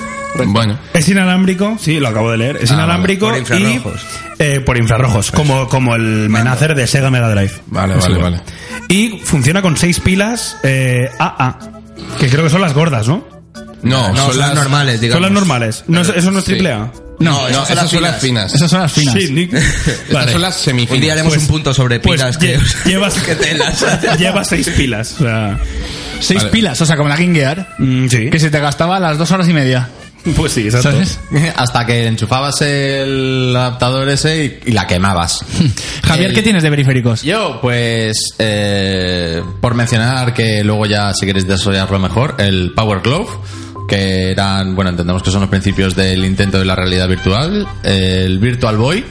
S2: Bueno,
S5: Es inalámbrico, sí, lo acabo de leer. Es
S2: Ah,
S5: inalámbrico
S6: vale, por infrarrojos.
S5: y eh, por infrarrojos, como, como el menacer de Sega Mega Drive.
S2: vale,
S5: Es
S2: vale,
S5: igual.
S2: vale.
S5: Y funciona con seis pilas eh, AA, que creo que son las gordas, ¿no?
S2: No,
S6: No, son las normales, digamos.
S5: Son las normales. No, es- eso no es
S2: sí.
S5: triple A.
S2: <laughs> No,
S6: No, esas son las
S2: son las
S6: finas.
S2: finas.
S1: Esas son las finas.
S5: Sí, <laughs> Nick.
S2: Estas
S5: Vale.
S2: son las
S6: Un día
S2: semifinas.
S6: haremos
S5: Pues-
S6: un punto sobre
S5: Pues
S1: <laughs>
S6: pilas
S5: lle-
S6: que,
S5: llevas,
S6: que telas.
S5: <laughs> llevas seis pilas. o sea,
S1: Seis
S2: Vale.
S1: pilas, o sea, como la King Gear,
S5: mm, sí.
S1: que se te gastaba a las dos horas y media.
S5: Pues sí, exacto.
S1: ¿Sabes?
S3: <laughs> Hasta que enchufabas el adaptador ese y, y la quemabas.
S1: Javier,
S3: El-
S1: ¿qué tienes de periféricos?
S3: Yo, pues, eh, por mencionar que luego ya, si queréis desarrollarlo mejor, el Power Glove, que eran, bueno, entendemos que son los principios del intento de la realidad virtual, el Virtual Boy,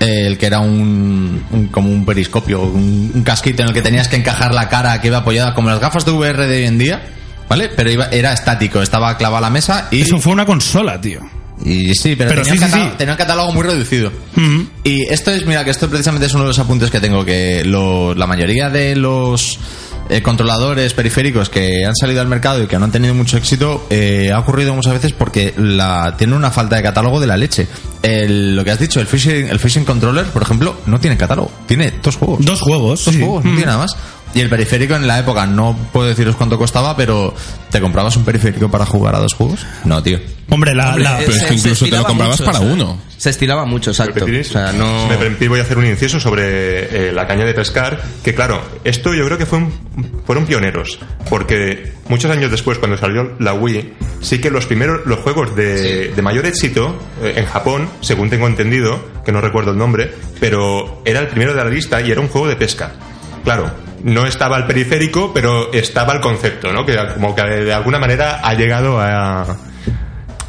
S3: el que era un, un- como un periscopio, un, un casquito en el que tenías que encajar la cara que iba apoyada como las gafas de VR de hoy en día, ¿vale? Pero iba- era estático, estaba clavada a la mesa y...
S5: Eso fue una consola, tío.
S3: Y sí, pero,
S5: Pero
S3: tenía,
S5: sí,
S3: un
S5: sí,
S3: catálogo,
S5: sí.
S3: tenía un catálogo muy reducido.
S5: Ujú.
S3: Y esto es, mira, que esto precisamente es uno de los apuntes que tengo, que lo- la mayoría de los eh, controladores periféricos que han salido al mercado y que no han tenido mucho éxito, eh, ha ocurrido muchas veces porque la, tienen una falta de catálogo de la leche. El- lo que has dicho, el Fishing, el fishing Controller, por ejemplo, no tiene catálogo, tiene dos juegos
S5: Dos juegos.
S3: dos
S5: sí. Mm.
S3: juegos, no tiene nada más. Y el periférico en la época, no puedo deciros cuánto costaba, pero ¿te comprabas un periférico para jugar a dos juegos? No, tío.
S5: Hombre, la,
S6: Hombre,
S5: la-
S6: eh,
S2: pero es
S6: se-
S2: que
S6: se
S2: incluso te lo
S6: estiraba
S2: comprabas para
S6: o sea,
S2: uno.
S6: Se estilaba mucho, exacto.
S4: ¿Me
S6: O
S4: permitís?
S6: sea,
S4: Si
S6: no...
S4: me permitís, voy a hacer un inciso sobre eh, la caña de pescar, que claro, esto yo creo que fue un- fueron pioneros, porque muchos años después, cuando salió la Wii, sí que los primeros, los juegos de, de mayor éxito eh, en Japón, según tengo entendido, que no recuerdo el nombre, pero era el primero de la lista y era un juego de pesca. Claro, no estaba el periférico, pero estaba el concepto, ¿no? Que como que de alguna manera ha llegado a...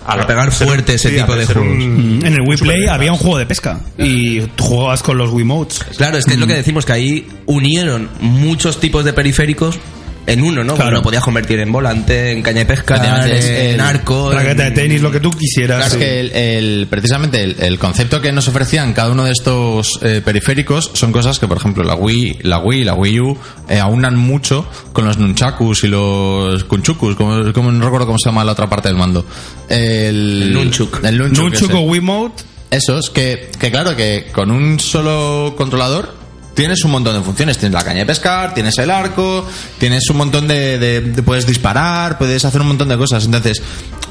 S4: A,
S6: A pegar
S4: ser un-
S6: fuerte ese
S4: sí,
S6: tipo
S4: a
S6: de
S4: ser un-
S6: juegos.
S5: Mm, en el Wii Play
S4: superventas.
S5: había un juego de pesca y jugabas con los Wiimotes.
S6: Claro, es que es lo que decimos, que ahí unieron muchos tipos de periféricos en uno, ¿no?
S5: Claro.
S6: Lo podías convertir en volante, en caña de pesca,
S3: Además, es
S6: en
S3: el-
S6: arco... en-
S5: Raqueta de tenis, lo que tú quisieras.
S3: Claro,
S5: sí.
S3: es que el, el- precisamente el, el concepto que nos ofrecían cada uno de estos eh, periféricos son cosas que, por ejemplo, la Wii, la Wii, la Wii U eh, aunan mucho con los nunchakus y los kunchukus, como, como- no recuerdo cómo se llama la otra parte del mando. El,
S6: El nunchuk.
S3: El nunchuk.
S5: Nunchuk
S3: ese.
S5: o Wiimote.
S3: Esos que, que claro, que con un solo controlador tienes un montón de funciones. Tienes la caña de pescar, tienes el arco, tienes un montón de, de- de- Puedes disparar, puedes hacer un montón de cosas. Entonces,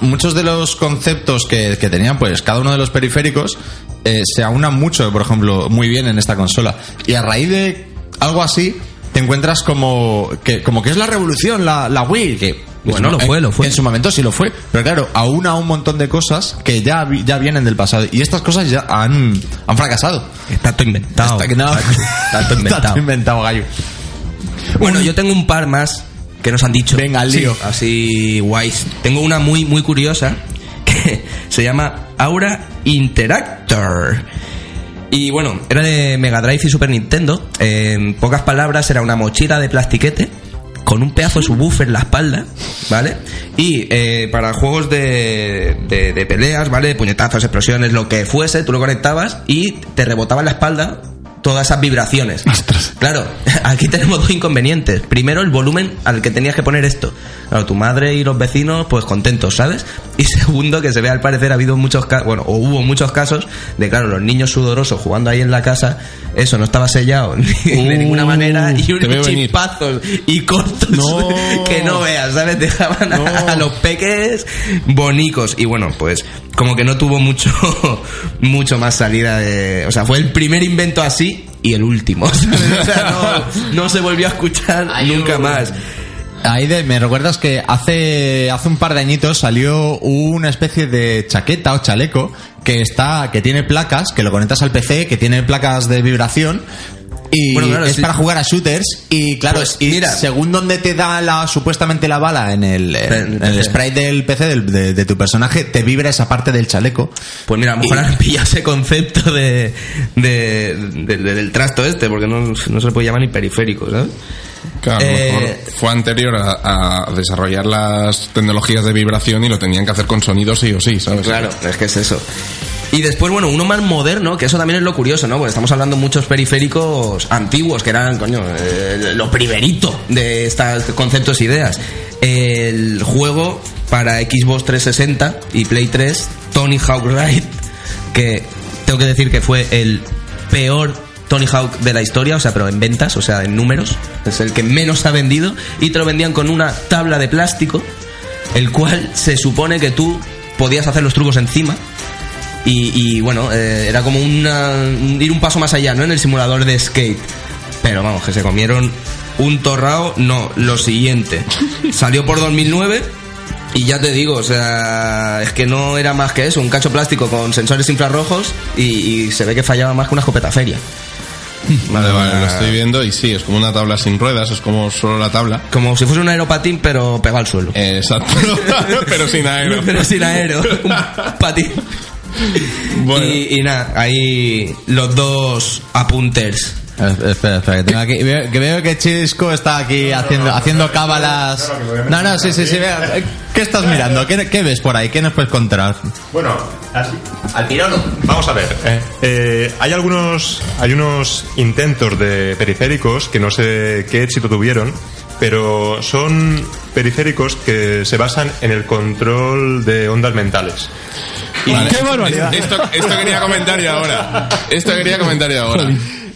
S3: muchos de los conceptos que, que tenían, pues, cada uno de los periféricos eh, se aunan mucho, por ejemplo, muy bien en esta consola. Y a raíz de algo así, te encuentras como que, como que es la revolución, la, la Wii, que...
S6: Bueno, lo
S3: en-
S6: fue, lo fue.
S3: en su momento sí lo fue, pero claro, aún a un montón de cosas que ya, vi- ya vienen del pasado y estas cosas ya han, han fracasado.
S6: Está todo inventado.
S3: Hasta que no- <laughs>
S6: Está todo
S3: Está
S6: inventado.
S3: todo inventado, gallo.
S6: Bueno, yo tengo un par más que nos han dicho.
S3: Venga, al lío.
S6: Sí, así guays. Tengo una muy, muy curiosa <laughs> que se llama Aura Interactor. Y bueno, era de Mega Drive y Super Nintendo. En pocas palabras, era una mochila de plastiquete con un pedazo de subwoofer en la espalda, ¿vale? Y eh, para juegos de, de, de peleas, ¿vale? De puñetazos, explosiones, lo que fuese, tú lo conectabas y te rebotaba en la espalda todas esas vibraciones. Claro, <laughs> aquí tenemos dos inconvenientes. Primero, el volumen al que tenías que poner esto. Claro, tu madre y los vecinos, pues contentos, ¿sabes? <laughs> Y segundo, que se ve al parecer ha habido muchos casos, bueno, o hubo muchos casos de, claro, los niños sudorosos jugando ahí en la casa, eso no estaba sellado <laughs> ni- de ninguna manera y
S2: Uh, te veo
S6: unos
S2: venir.
S6: chispazos y cortos
S2: No.
S6: <laughs> que no veas, ¿sabes? <laughs> Dejaban a, a los peques bonicos. Y bueno, pues como que no tuvo mucho, <laughs> mucho más salida de... O sea, fue el primer invento así y el último. <laughs> ¿sabes? O sea, no, no se volvió a escuchar nunca más.
S3: Ahí de, me recuerdas que hace, hace un par de añitos salió una especie de chaqueta o chaleco que está, que tiene placas, que lo conectas al PC, que tiene placas de vibración Y
S6: Bueno, claro,
S3: es
S6: sí.
S3: para jugar a shooters. Y claro,
S6: Pues,
S3: y
S6: mira.
S3: según donde te da la supuestamente la bala en el, en-
S6: En el
S3: en el
S6: PC.
S3: sprite del PC del- de, de tu personaje, te vibra esa parte del chaleco.
S6: Pues mira, a lo mejor han pillado ese concepto de, de- de- de- del trasto este, porque no, no se le puede llamar ni periférico, ¿sabes?
S2: Claro, a lo
S6: Eh,
S2: mejor fue anterior a, a desarrollar las tecnologías de vibración y lo tenían que hacer con sonido sí o sí, ¿sabes?
S6: Claro, es que es eso. Y después, bueno, uno más moderno, que eso también es lo curioso, ¿no? Porque estamos hablando muchos periféricos antiguos, que eran, coño, eh, lo primerito de estos conceptos e ideas. El juego para Xbox 360 y Play 3, Tony Hawk Ride, que tengo que decir que fue el peor Tony Hawk de la historia, o sea, pero en ventas, o sea, en números. Es el que menos ha vendido y te lo vendían con una tabla de plástico el cual se supone que tú podías hacer los trucos encima. Y, y, bueno, eh, era como una- un- ir un paso más allá, ¿no? En el simulador de skate. Pero vamos, que se comieron un torrao, no, lo siguiente. Salió por 2009 y ya te digo, o sea, es que no era más que eso, un cacho plástico con sensores infrarrojos y, y se ve que fallaba más que una escopeta feria.
S2: Vale, vale, lo estoy viendo y sí, es como una tabla sin ruedas, es como solo la tabla.
S6: Como si fuese un aeropatín, pero pegado al suelo.
S2: Eh, Exacto, <laughs> pero sin aero.
S6: <laughs> Pero sin aero.
S2: <laughs>
S6: Un patín.
S2: Bueno.
S6: Y, y nada, ahí los dos apunters.
S3: Eh, Espera, espera, que tengo aquí. veo- Que veo que Chisco está aquí haciendo, haciendo cábalas.
S4: no, no, que me voy a
S3: No, no,
S4: meter
S3: sí, sí, sí. vea, eh, ¿Qué estás mirando? ¿Qué, qué ves por ahí? ¿Qué nos puedes contar?
S4: Bueno, así.
S3: Al tirón.
S4: Vamos a ver. eh, eh, hay algunos, hay unos intentos de periféricos que no sé qué éxito tuvieron, pero son periféricos que se basan en el control de ondas mentales.
S2: Vale.
S1: ¡Qué barbaridad!
S2: Esto, esto quería comentar yo ahora. Esto quería comentar yo ahora.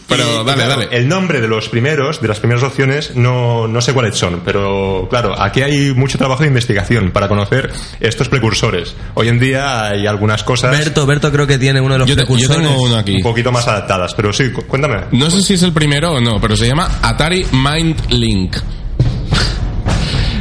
S2: Pero
S4: Y,
S2: dale,
S4: Eh, claro,
S2: dale.
S4: El nombre de los primeros, de las primeras opciones, no, no sé cuáles son, pero claro, aquí hay mucho trabajo de investigación para conocer estos precursores. Hoy en día hay algunas cosas
S6: Berto, Berto creo que tiene uno de los
S2: Yo, te- yo
S6: precursores.
S2: tengo uno aquí.
S4: un poquito más adaptadas, pero sí, cu- cuéntame.
S2: No sé si es el primero o no, pero se llama Atari Mind Link.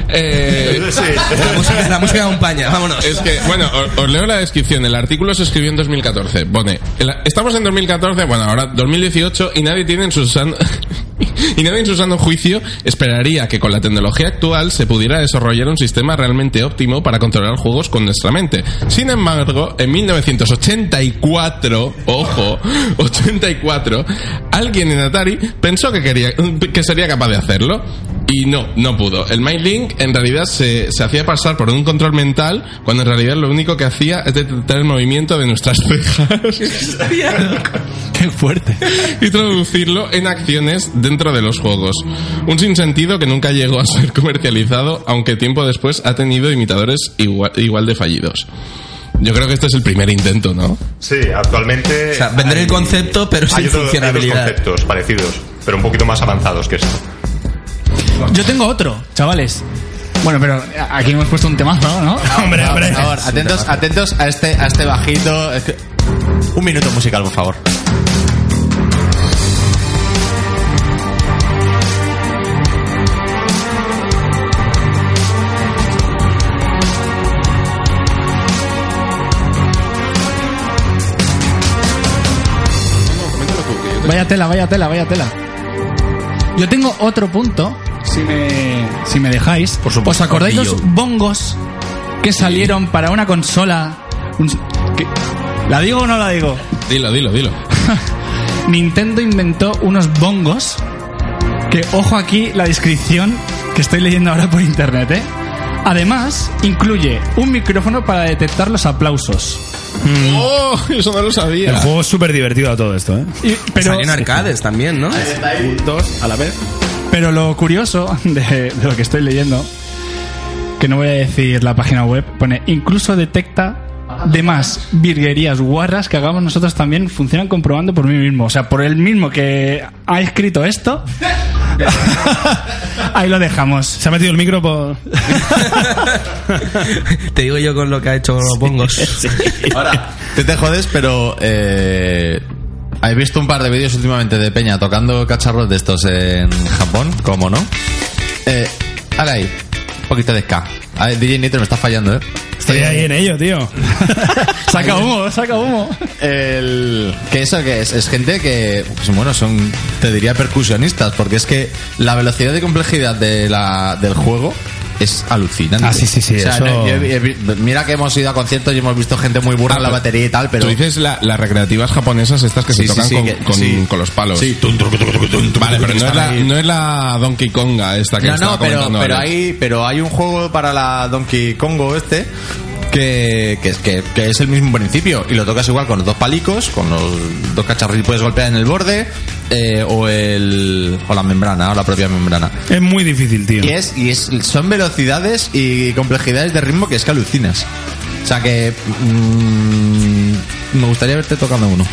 S2: Eh,
S4: Sí.
S6: La música, la música acompaña, vámonos.
S2: Es que, bueno, o- os leo la descripción. El artículo se escribió en 2014. Pone, el- estamos en 2014, bueno, ahora 2018 y nadie tiene en su san- <laughs> y nadie en su sano juicio esperaría que con la tecnología actual se pudiera desarrollar un sistema realmente óptimo para controlar juegos con nuestra mente. Sin embargo, en 1984, ojo, 84, alguien en Atari pensó que quería que sería capaz de hacerlo. Y no, no pudo. El Mind Link en realidad se, se hacía pasar por un control mental cuando en realidad lo único que hacía es detectar el movimiento de nuestras <laughs> cejas
S1: <laughs> ¡Qué fuerte!
S2: y traducirlo en acciones dentro de los juegos. Un sinsentido que nunca llegó a ser comercializado, aunque tiempo después ha tenido imitadores igual, igual de fallidos. Yo creo que este es el primer intento, ¿no?
S4: Sí,
S6: O
S4: actualmente.
S6: sea, vender el concepto, pero sin
S4: hay otro-
S6: funcionabilidad.
S4: Hay otros conceptos parecidos, pero un poquito más avanzados que este. esto.
S1: Yo tengo otro, chavales. Bueno, pero aquí hemos puesto un temazo, ¿no?
S5: Hombre, hombre.
S3: Por favor, atentos, atentos a este, a este bajito. Es que- Un minuto musical, por
S4: <laughs>
S3: favor.
S1: Vaya tela, vaya tela, vaya tela. Yo tengo otro punto, si me, si me dejáis.
S6: Por supuesto,
S1: ¿Os acordáis los
S6: Gordillo.
S1: bongos que salieron para una consola? Un- que- ¿La digo o no la digo?
S2: Dilo, dilo,
S5: <laughs>
S2: dilo.
S1: Nintendo inventó unos bongos que, ojo aquí, la descripción que estoy leyendo ahora por internet, ¿eh? Además, incluye un micrófono para detectar los aplausos.
S2: ¡Oh! Eso no lo
S5: El
S2: sabía.
S5: juego es súper divertido a todo esto, ¿eh?
S1: Y- pero,
S6: Salió en arcades también, ¿no? <laughs>
S5: Dos a la vez.
S1: pero lo curioso <laughs> de, de lo que estoy leyendo, que no voy a decir la página web, pone incluso detecta demás virguerías guarras que hagamos nosotros también funcionan comprobando por mí mismo. O sea, por el mismo que ha escrito esto. <laughs> Ahí lo dejamos.
S5: Se ha metido el micro por.
S6: Te digo yo con lo que ha hecho los bongos.
S3: Ahora, tú te jodes, pero eh, he visto un par de vídeos últimamente de Peña tocando cacharros de estos en Japón, ¿cómo no? Eh, ahora ahí, un poquito de ska. A ver, DJ Nitro me está fallando, ¿eh?
S5: Estoy ahí en ello, <laughs> tío.
S1: Saca humo, saca humo.
S3: El... ¿Qué eso que es? Es gente que, pues, bueno, son, te diría, percusionistas, porque es que la velocidad y complejidad de la, del juego es alucinante.
S5: Ah, sí, sí, sí,
S3: O sea,
S5: eso-
S3: no, yo he- he vi- mira que hemos ido a conciertos y hemos visto gente muy burra en la batería y tal, pero...
S2: Tú dices la- las recreativas japonesas estas que
S3: Sí,
S2: se
S3: sí,
S2: tocan
S3: sí,
S2: con,
S3: que-
S2: con-
S3: sí.
S2: con los palos.
S3: Sí, tum, tum, tum, tum, tum, tum, tum,
S2: Vale, pero no es,
S3: están
S2: la,
S3: ahí.
S2: no es la Donkey Konga esta que
S3: No,
S2: estaba
S3: no, pero,
S2: comentando
S3: pero,
S2: Alex.
S3: hay, pero hay un juego para la Donkey Kongo este que, que, es- que- que es el mismo principio y lo tocas igual con los dos palicos, con los dos cacharros y puedes golpear en el borde eh, o, el, o la membrana, o la propia membrana.
S5: Es muy difícil, tío.
S3: Y, es, y es, son velocidades y complejidades de ritmo que es que alucinas. O sea que mm, me gustaría verte tocando uno.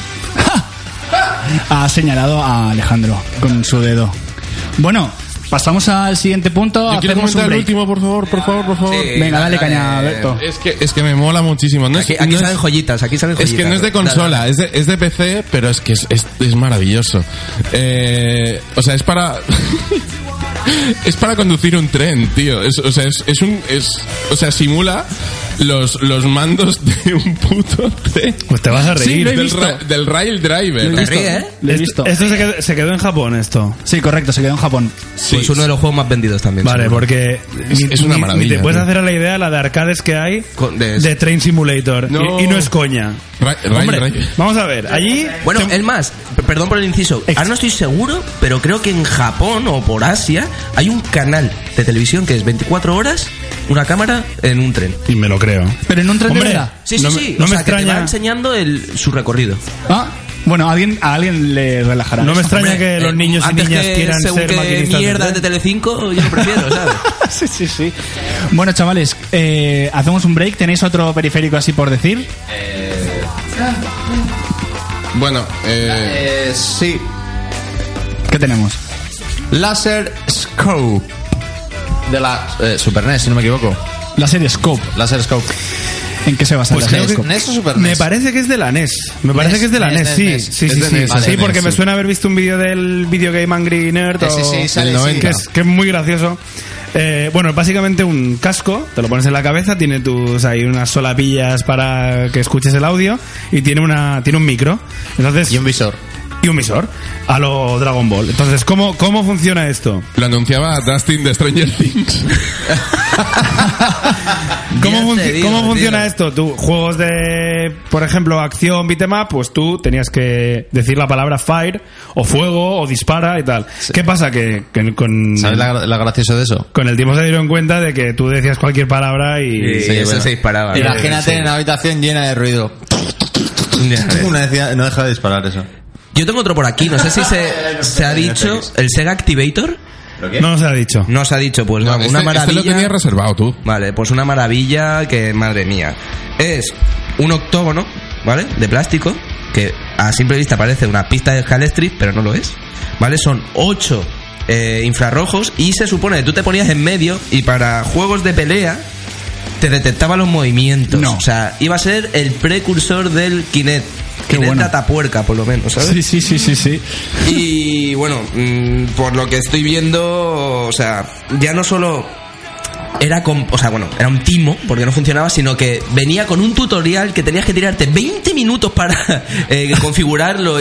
S1: Ha señalado a Alejandro con su dedo. Bueno, pasamos al siguiente punto.
S2: Yo quiero
S1: Hacemos un
S2: comentar el
S1: break.
S2: último, por favor, por favor, por favor.
S6: Sí.
S1: Venga, dale
S6: Dale.
S1: caña, Alberto.
S2: Es que, es que me mola muchísimo. No es-
S6: Aquí, aquí
S2: no
S6: salen
S2: es-
S6: joyitas, aquí salen
S2: Es
S6: joyitas.
S2: que no es de
S6: Dale,
S2: consola, es de, es de PC, pero es que es, es- es maravilloso. Eh, o sea, es para. <laughs> es para conducir un tren, tío. Es- o sea, es, es un. Es, o sea, simula los, los mandos <laughs> de un puto tren.
S5: Pues te vas a reír.
S1: Sí, lo he
S2: del,
S1: visto.
S2: ra- del Rail
S1: Lo he
S2: Driver.
S6: Me
S1: visto.
S6: ríe, ¿eh?
S1: Lo he
S5: Esto,
S1: visto.
S5: esto se, quedó, se quedó en Japón, esto.
S1: Sí, correcto, se quedó en Japón.
S2: Sí,
S6: pues uno de los juegos más vendidos también.
S5: Vale,
S6: seguro.
S5: porque
S2: Es- es una maravilla,
S5: te puedes
S2: tío.
S5: hacer a la idea la de arcades que hay
S6: Con- de-
S5: de, Train Simulator. Y-
S2: No.
S5: Y, no es coña.
S2: Ra- Rail
S5: Hombre,
S2: Driver.
S5: vamos a ver, allí.
S6: Bueno, es más, p- perdón por el inciso, ahora no estoy seguro, pero creo que en Japón o por Asia hay un canal de televisión que es 24 horas, una cámara en un tren.
S5: Y me lo creo.
S1: Pero en un tren de
S5: Hombre.
S1: verdad.
S6: Sí, sí,
S5: No me-
S6: sí.
S5: no
S6: o
S5: me
S6: sea, que te va
S5: extraña.
S6: enseñando el, su recorrido.
S1: Ah, bueno, a alguien, a alguien le relajará.
S5: No me
S1: eso.
S5: extraña que
S6: Eh,
S5: los niños y
S6: antes
S5: niñas
S6: que
S5: quieran
S6: según
S5: ser
S6: qué
S5: maquinistas. de
S6: mierdas de
S5: tren.
S6: Telecinco, yo lo prefiero, ¿sabes?
S1: <laughs> sí, sí, sí. Bueno, chavales, eh, hacemos un break. ¿Tenéis otro periférico así por decir?
S2: Bueno, eh,
S3: sí,
S1: ¿Qué tenemos?
S3: Laser Scope de la eh, Super NES, si no me equivoco.
S1: La serie Scope.
S3: Laser Scope.
S1: ¿En qué se basa
S5: Pues
S1: la
S5: creo
S1: serie
S5: que-
S1: Scope?
S3: ¿NES E o Super
S5: Me
S3: NES?
S5: parece que es de la NES. Me parece
S3: NES,
S5: que es de la
S3: NES,
S5: NES, sí.
S3: NES.
S5: Sí,
S3: Es
S5: sí,
S3: de
S5: sí.
S3: NES, vale,
S5: sí, porque
S3: NES,
S5: me
S3: sí.
S5: suena haber visto un vídeo del Video Game Angry Nerd
S3: Eh, sí,
S5: o-
S3: sí, sale,
S5: del
S3: sí.
S5: 90, que, es, que es muy gracioso. Eh, bueno, básicamente un casco, te lo pones en la cabeza, tiene tus ahí unas solapillas para que escuches el audio y tiene una tiene un micro. Entonces
S3: Y un visor.
S5: y un visor a lo Dragon Ball. Entonces, ¿cómo cómo funciona esto?
S2: lo anunciaba Dustin de Stranger <laughs> Things.
S5: ¿Cómo,
S6: Bien
S5: funci-
S6: te digo,
S5: cómo
S6: tío.
S5: funciona esto? Tú, juegos de, por ejemplo, acción, beat'em up, pues tú tenías que decir la palabra fire, o fuego, o dispara y tal. ¿Qué pasa? Que, que con,
S3: ¿Sabes la, la gracioso de eso?
S5: con el tiempo se dieron cuenta de que tú decías cualquier palabra
S6: Y
S5: y...
S6: eso
S3: bueno.
S6: se disparaba.
S5: Eh,
S3: Imagínate en una habitación llena de ruido. <laughs>
S6: Ya ves.
S3: No, decía- no deja de disparar eso.
S6: Yo tengo otro por aquí, no sé si se,
S3: <laughs>
S6: se ha dicho el Sega Activator.
S5: No se ha dicho. <laughs>
S6: No se ha dicho, pues
S2: No,
S6: una
S2: este- este,
S6: maravilla.
S2: lo tenía reservado tú.
S6: Vale, pues una maravilla que, madre mía. Es un octógono, ¿vale? De plástico, que a simple vista parece una pista de Halestris, pero no lo es. ¿Vale? Son ocho eh, infrarrojos y se supone que tú te ponías en medio y para juegos de pelea te detectaba los movimientos.
S1: No.
S6: O sea, iba a ser el precursor del Kinect.
S1: Qué
S6: Kinect
S1: bueno.
S6: Atapuerca, por lo menos, ¿sabes?
S1: Sí, sí, sí, sí, sí.
S6: Y bueno, mm, por lo que estoy viendo, o sea, ya no solo era con, o sea, bueno, era un timo porque no funcionaba, sino que venía con un tutorial que tenías que tirarte 20 minutos para <laughs> eh, configurarlo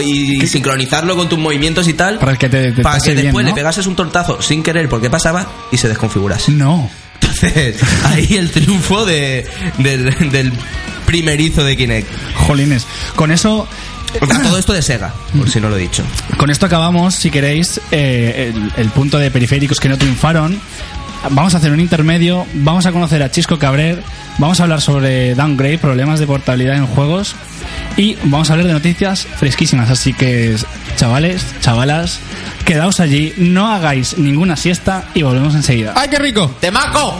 S1: <laughs>
S6: y sincronizarlo con tus movimientos y tal,
S1: Para que te detectase
S6: para que
S1: bien,
S6: después
S1: ¿no?
S6: le pegases un tortazo sin querer porque pasaba y se desconfigurase.
S1: No. <laughs>
S6: Entonces, ahí el triunfo de, del, del primerizo
S1: <coughs>
S6: de Kinect.
S1: Jolines. Con eso,
S6: O sea, todo esto de Sega, por si no lo he dicho.
S1: con esto acabamos, si queréis, eh, el, el punto de periféricos que no triunfaron. Vamos a hacer un intermedio, vamos a conocer a Chisco Cabrer, vamos a hablar sobre downgrade, problemas de portabilidad en juegos y vamos a hablar de noticias fresquísimas. Así que, chavales, chavalas, quedaos allí, no hagáis ninguna siesta y volvemos enseguida.
S2: ¡Ay, qué rico!
S3: ¡Temaco!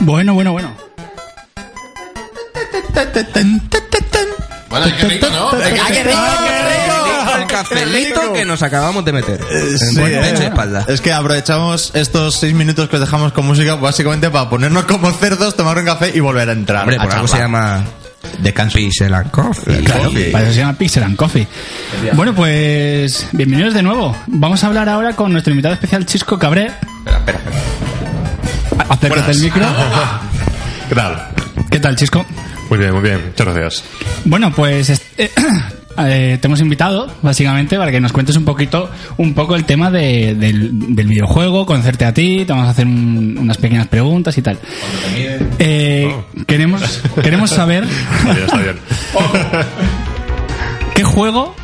S1: Bueno, bueno,
S3: <laughs> Ah,
S6: cafelito que nos acabamos de meter.
S3: Eh,
S6: En
S3: sí,
S6: buen
S3: eh.
S6: pecho y espalda.
S3: Es que aprovechamos estos seis minutos que os dejamos con música básicamente para ponernos como cerdos, tomar un café y volver a entrar.
S6: Hombre,
S3: a
S6: por algo se
S3: charlar.
S6: llama
S3: Descanso.
S6: Pixel and Coffee.
S1: Eh, Claro, para eso se llama Pixel and Coffee. Bueno, pues bienvenidos de nuevo. Vamos a hablar ahora con nuestro invitado especial, Chisco Cabré. A- Acércate el micro.
S4: <laughs> ¿Qué tal?
S1: ¿Qué tal, Chisco?
S4: Muy bien, muy bien. Muchas <laughs> gracias.
S1: Bueno, pues est- eh, <clears throat> eh, te hemos invitado, básicamente, para que nos cuentes un poquito, un poco el tema de- del, del videojuego, conocerte a ti, te vamos a hacer un- unas pequeñas preguntas y tal. Eh, queremos, queremos
S4: <laughs>
S1: saber
S4: Está bien, está bien.
S1: qué juego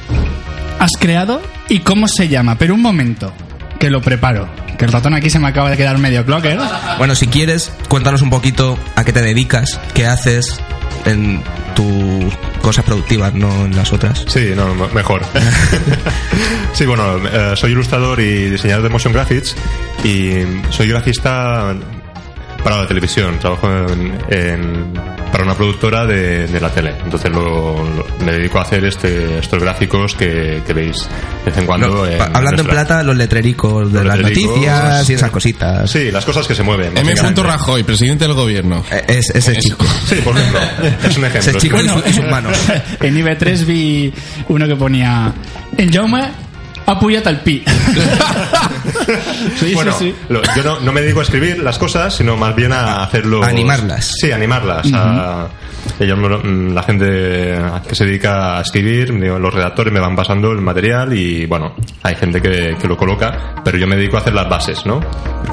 S1: has creado y cómo se llama. Pero un momento, que lo preparo. Que el ratón aquí se me acaba de quedar medio clocker. <laughs>
S6: Bueno, si quieres, cuéntanos un poquito a qué te dedicas, qué haces en tus cosas productivas, no en las otras.
S4: Sí, no, me- <laughs> mejor. sí, bueno, eh, soy ilustrador y diseñador de motion graphics y soy grafista para la televisión. Trabajo en, en- para una productora de, de la tele. Entonces lo- lo- me dedico a hacer este, estos gráficos que, que veis de vez en cuando.
S6: No,
S4: pues, en
S6: pa- hablando en
S4: nuestra-
S6: plata, los letrericos de
S4: Los eh.
S6: las
S4: letrericos,
S6: noticias y esas
S4: sí.
S6: cositas.
S4: Sí, las cosas que se mueven.
S2: M.
S4: básicamente.
S2: Rajoy, presidente del gobierno.
S6: Eh, Es, ese
S2: <laughs>
S6: chico.
S4: Sí, por
S1: <laughs>
S4: ejemplo. Es un ejemplo.
S6: Ese chico
S4: Bueno,
S6: y, su- y sus manos.
S1: En IB3 vi uno que ponía En Jaume apóyate al pi <laughs> Sí,
S4: Bueno,
S1: sí, sí
S4: lo- yo no, no me dedico a escribir las cosas, sino más bien a hacerlo.
S6: A animarlas.
S4: Sí, animarlas. a- ellos me lo- mm, la gente que se dedica a escribir, digo, los redactores me van pasando el material y bueno, hay gente que, que lo coloca, pero yo me dedico a hacer las bases, ¿no?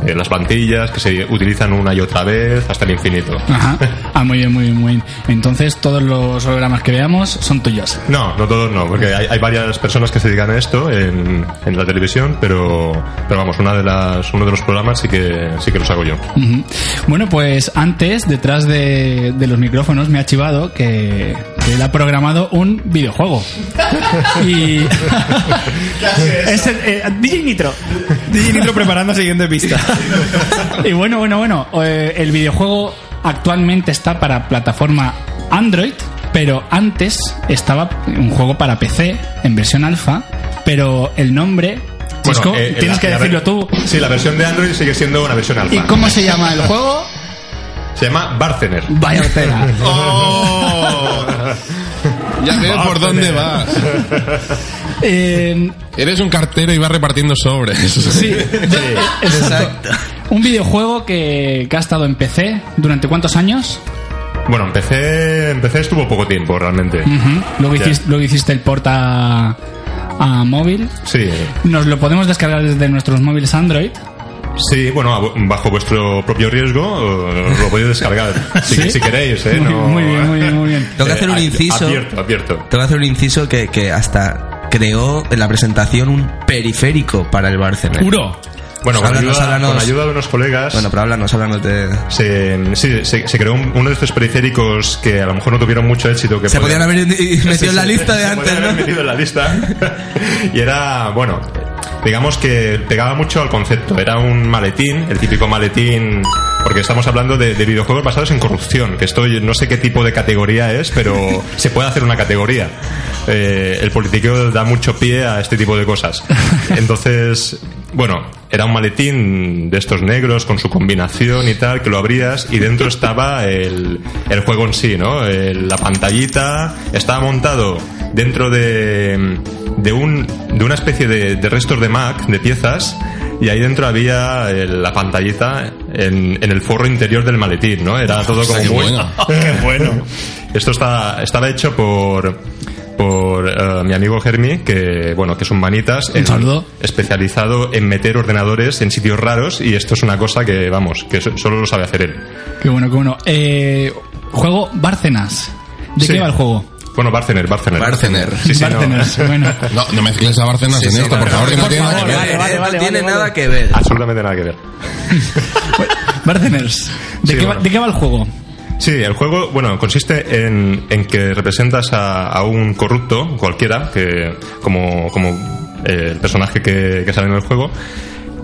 S4: Eh, las plantillas que se utilizan una y otra vez hasta el infinito.
S1: Ajá. Ah, muy bien, muy bien, muy bien. Entonces todos los hologramas que veamos son tuyos.
S4: No, no todos no, porque hay, hay varias personas que se dedican a esto en, en la televisión, pero, pero vamos, una de las, uno de los programas sí que, sí que los hago yo.
S1: Ujú. Bueno, pues antes, detrás de, de los micrófonos, me ha chivado que, que él ha programado un videojuego. Y... es el, eh, DJ Nitro.
S5: DJ Nitro preparando la siguiente pista.
S1: <laughs> Y bueno, bueno, bueno, eh, el videojuego actualmente está para plataforma Android, pero antes estaba un juego para PC en versión alfa, pero el nombre,
S4: Bueno,
S1: Chisco,
S4: eh,
S1: tienes
S4: la-
S1: que
S4: la
S1: decirlo
S4: ver-
S1: tú.
S4: Sí, la versión de Android sigue siendo una versión alfa.
S1: ¿Y cómo se llama el juego?
S4: Se llama Barcener.
S1: Vaya tela.
S2: Ya veo por dónde vas.
S1: Eh,
S2: Eres un cartero y vas repartiendo sobres.
S1: sí, exacto. Un videojuego que, que ha estado en PC durante cuántos años?
S4: Bueno, empecé, empecé estuvo poco tiempo realmente.
S1: Ujú. luego,
S4: Ya.
S1: hiciste, luego hiciste el porta a móvil.
S4: Sí,
S1: Nos lo podemos descargar desde nuestros móviles Android.
S4: sí, bueno, a vu- bajo vuestro propio riesgo eh, lo
S1: <laughs>
S4: podéis descargar si,
S1: ¿Sí?
S4: si queréis, ¿eh? No-
S1: Muy bien, muy bien, muy bien.
S6: Tengo que hacer un
S4: Eh,
S6: inciso.
S4: Advierto, advierto.
S6: Te voy a hacer un inciso que, que hasta creó en la presentación un periférico para el Barcelona.
S1: Uro.
S4: Bueno, con
S6: Pues Háblanos,
S4: ayuda,
S6: háblanos.
S4: con ayuda de unos colegas.
S6: Bueno, pero háblanos, háblanos de...
S4: se, sí, se, se creó un- uno de estos periféricos que a lo mejor no tuvieron mucho éxito. Que
S6: Se podían
S4: podían-
S6: haber i- i- metido en la
S4: Sí, sí,
S6: lista de
S4: se podía
S6: antes,
S4: haber
S6: ¿no?
S4: metido en la lista. y era, bueno, digamos que pegaba mucho al concepto. Era un maletín, el típico maletín. Porque estamos hablando de, de videojuegos basados en corrupción, que esto yo no sé qué tipo de categoría es, pero se puede hacer una categoría. Eh, el politiqueo da mucho pie a este tipo de cosas. Entonces, bueno, era un maletín de estos negros con su combinación y tal, que lo abrías y dentro estaba el, el juego en sí, ¿no? El- la pantallita estaba montado dentro de, de, un, de una especie de, de restos de Mac, de piezas, y ahí dentro había el- la pantallita en, en el forro interior del maletín, ¿no? Era todo como
S2: <laughs> qué
S4: muy-
S2: bueno.
S4: <laughs> esto está, estaba hecho por, por eh, mi amigo Germi, que bueno, que es un manitas,
S1: Un
S4: en-
S1: saludo.
S4: especializado en meter ordenadores en sitios raros y esto es una cosa que vamos, que so- solo lo sabe hacer él.
S1: Qué bueno, qué bueno. Eh, juego Bárcenas. ¿De
S4: Sí.
S1: qué va el juego?
S4: Bueno, Barcener, Barcener.
S2: Barcener.
S4: Sí, sí, no.
S1: Bárcenas,
S4: <laughs>
S1: bueno.
S2: No, no mezcles a Barcenas en esto, por favor, que no tiene nada que ver.
S1: vale, vale,
S6: No
S1: vale,
S6: tiene
S1: vale.
S6: nada que ver.
S4: Absolutamente nada que ver.
S1: Bárcenas. ¿De, qué
S4: Sí,
S1: va,
S4: bueno.
S1: de qué va el juego?
S4: Sí, el juego, bueno, consiste en, en que representas a, a un corrupto cualquiera, que como, como eh, el personaje que, que sale en el juego,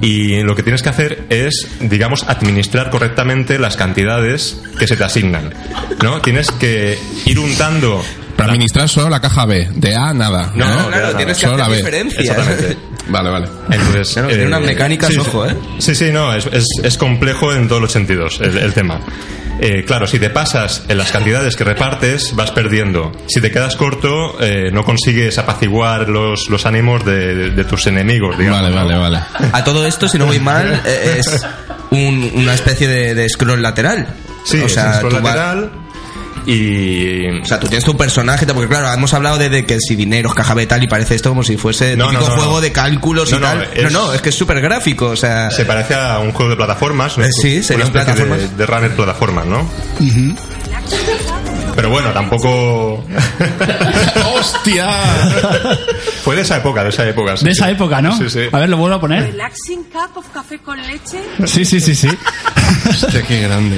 S4: y lo que tienes que hacer es, digamos, administrar correctamente las cantidades que se te asignan, ¿no? Tienes que ir untando
S2: Para administrar solo la caja B. De A, nada.
S6: No,
S4: No,
S6: claro,
S4: no,
S6: tienes que
S2: solo
S6: hacer
S2: la B.
S6: diferencia.
S4: Exactamente.
S2: Vale, vale.
S4: Entonces,
S6: Claro, tiene unas mecánicas,
S4: sí, sí.
S6: ojo, ¿eh?
S4: Sí, sí, no, es, es, es complejo en todos los sentidos el, el tema. Eh, claro, si te pasas en las cantidades que repartes, vas perdiendo. Si te quedas corto, eh, no consigues apaciguar los, los ánimos de, de tus enemigos, digamos.
S2: Vale, vale, vale.
S6: A todo esto, si no voy mal, eh, es un- una especie de, de scroll lateral.
S4: Sí,
S6: o sea,
S4: es un scroll
S6: tú vas-
S4: lateral y...
S6: O sea, tú tienes tu personaje, porque claro, hemos hablado de, de que si dineros, caja B, tal, y parece esto como si fuese
S4: No,
S6: típico
S4: no, no,
S6: juego
S4: no.
S6: de cálculos
S4: No,
S6: y
S4: no,
S6: tal.
S4: es-
S6: No, no, es que es súper gráfico, o sea...
S4: se parece a un juego de plataformas.
S6: Eh, sí, sería
S4: una
S6: un
S4: especie de-
S6: plataformas.
S4: De, runner plataformas, ¿no? Pero bueno, tampoco...
S2: <laughs> ¡Hostia!
S4: Fue de esa época, de esa época. sí,
S1: De
S4: sí.
S1: esa época, ¿no?
S4: Sí, sí.
S1: A ver, lo vuelvo a poner.
S7: Relaxing cup of café con leche.
S4: <laughs>
S1: Sí, sí, sí, sí.
S2: Hostia, qué grande.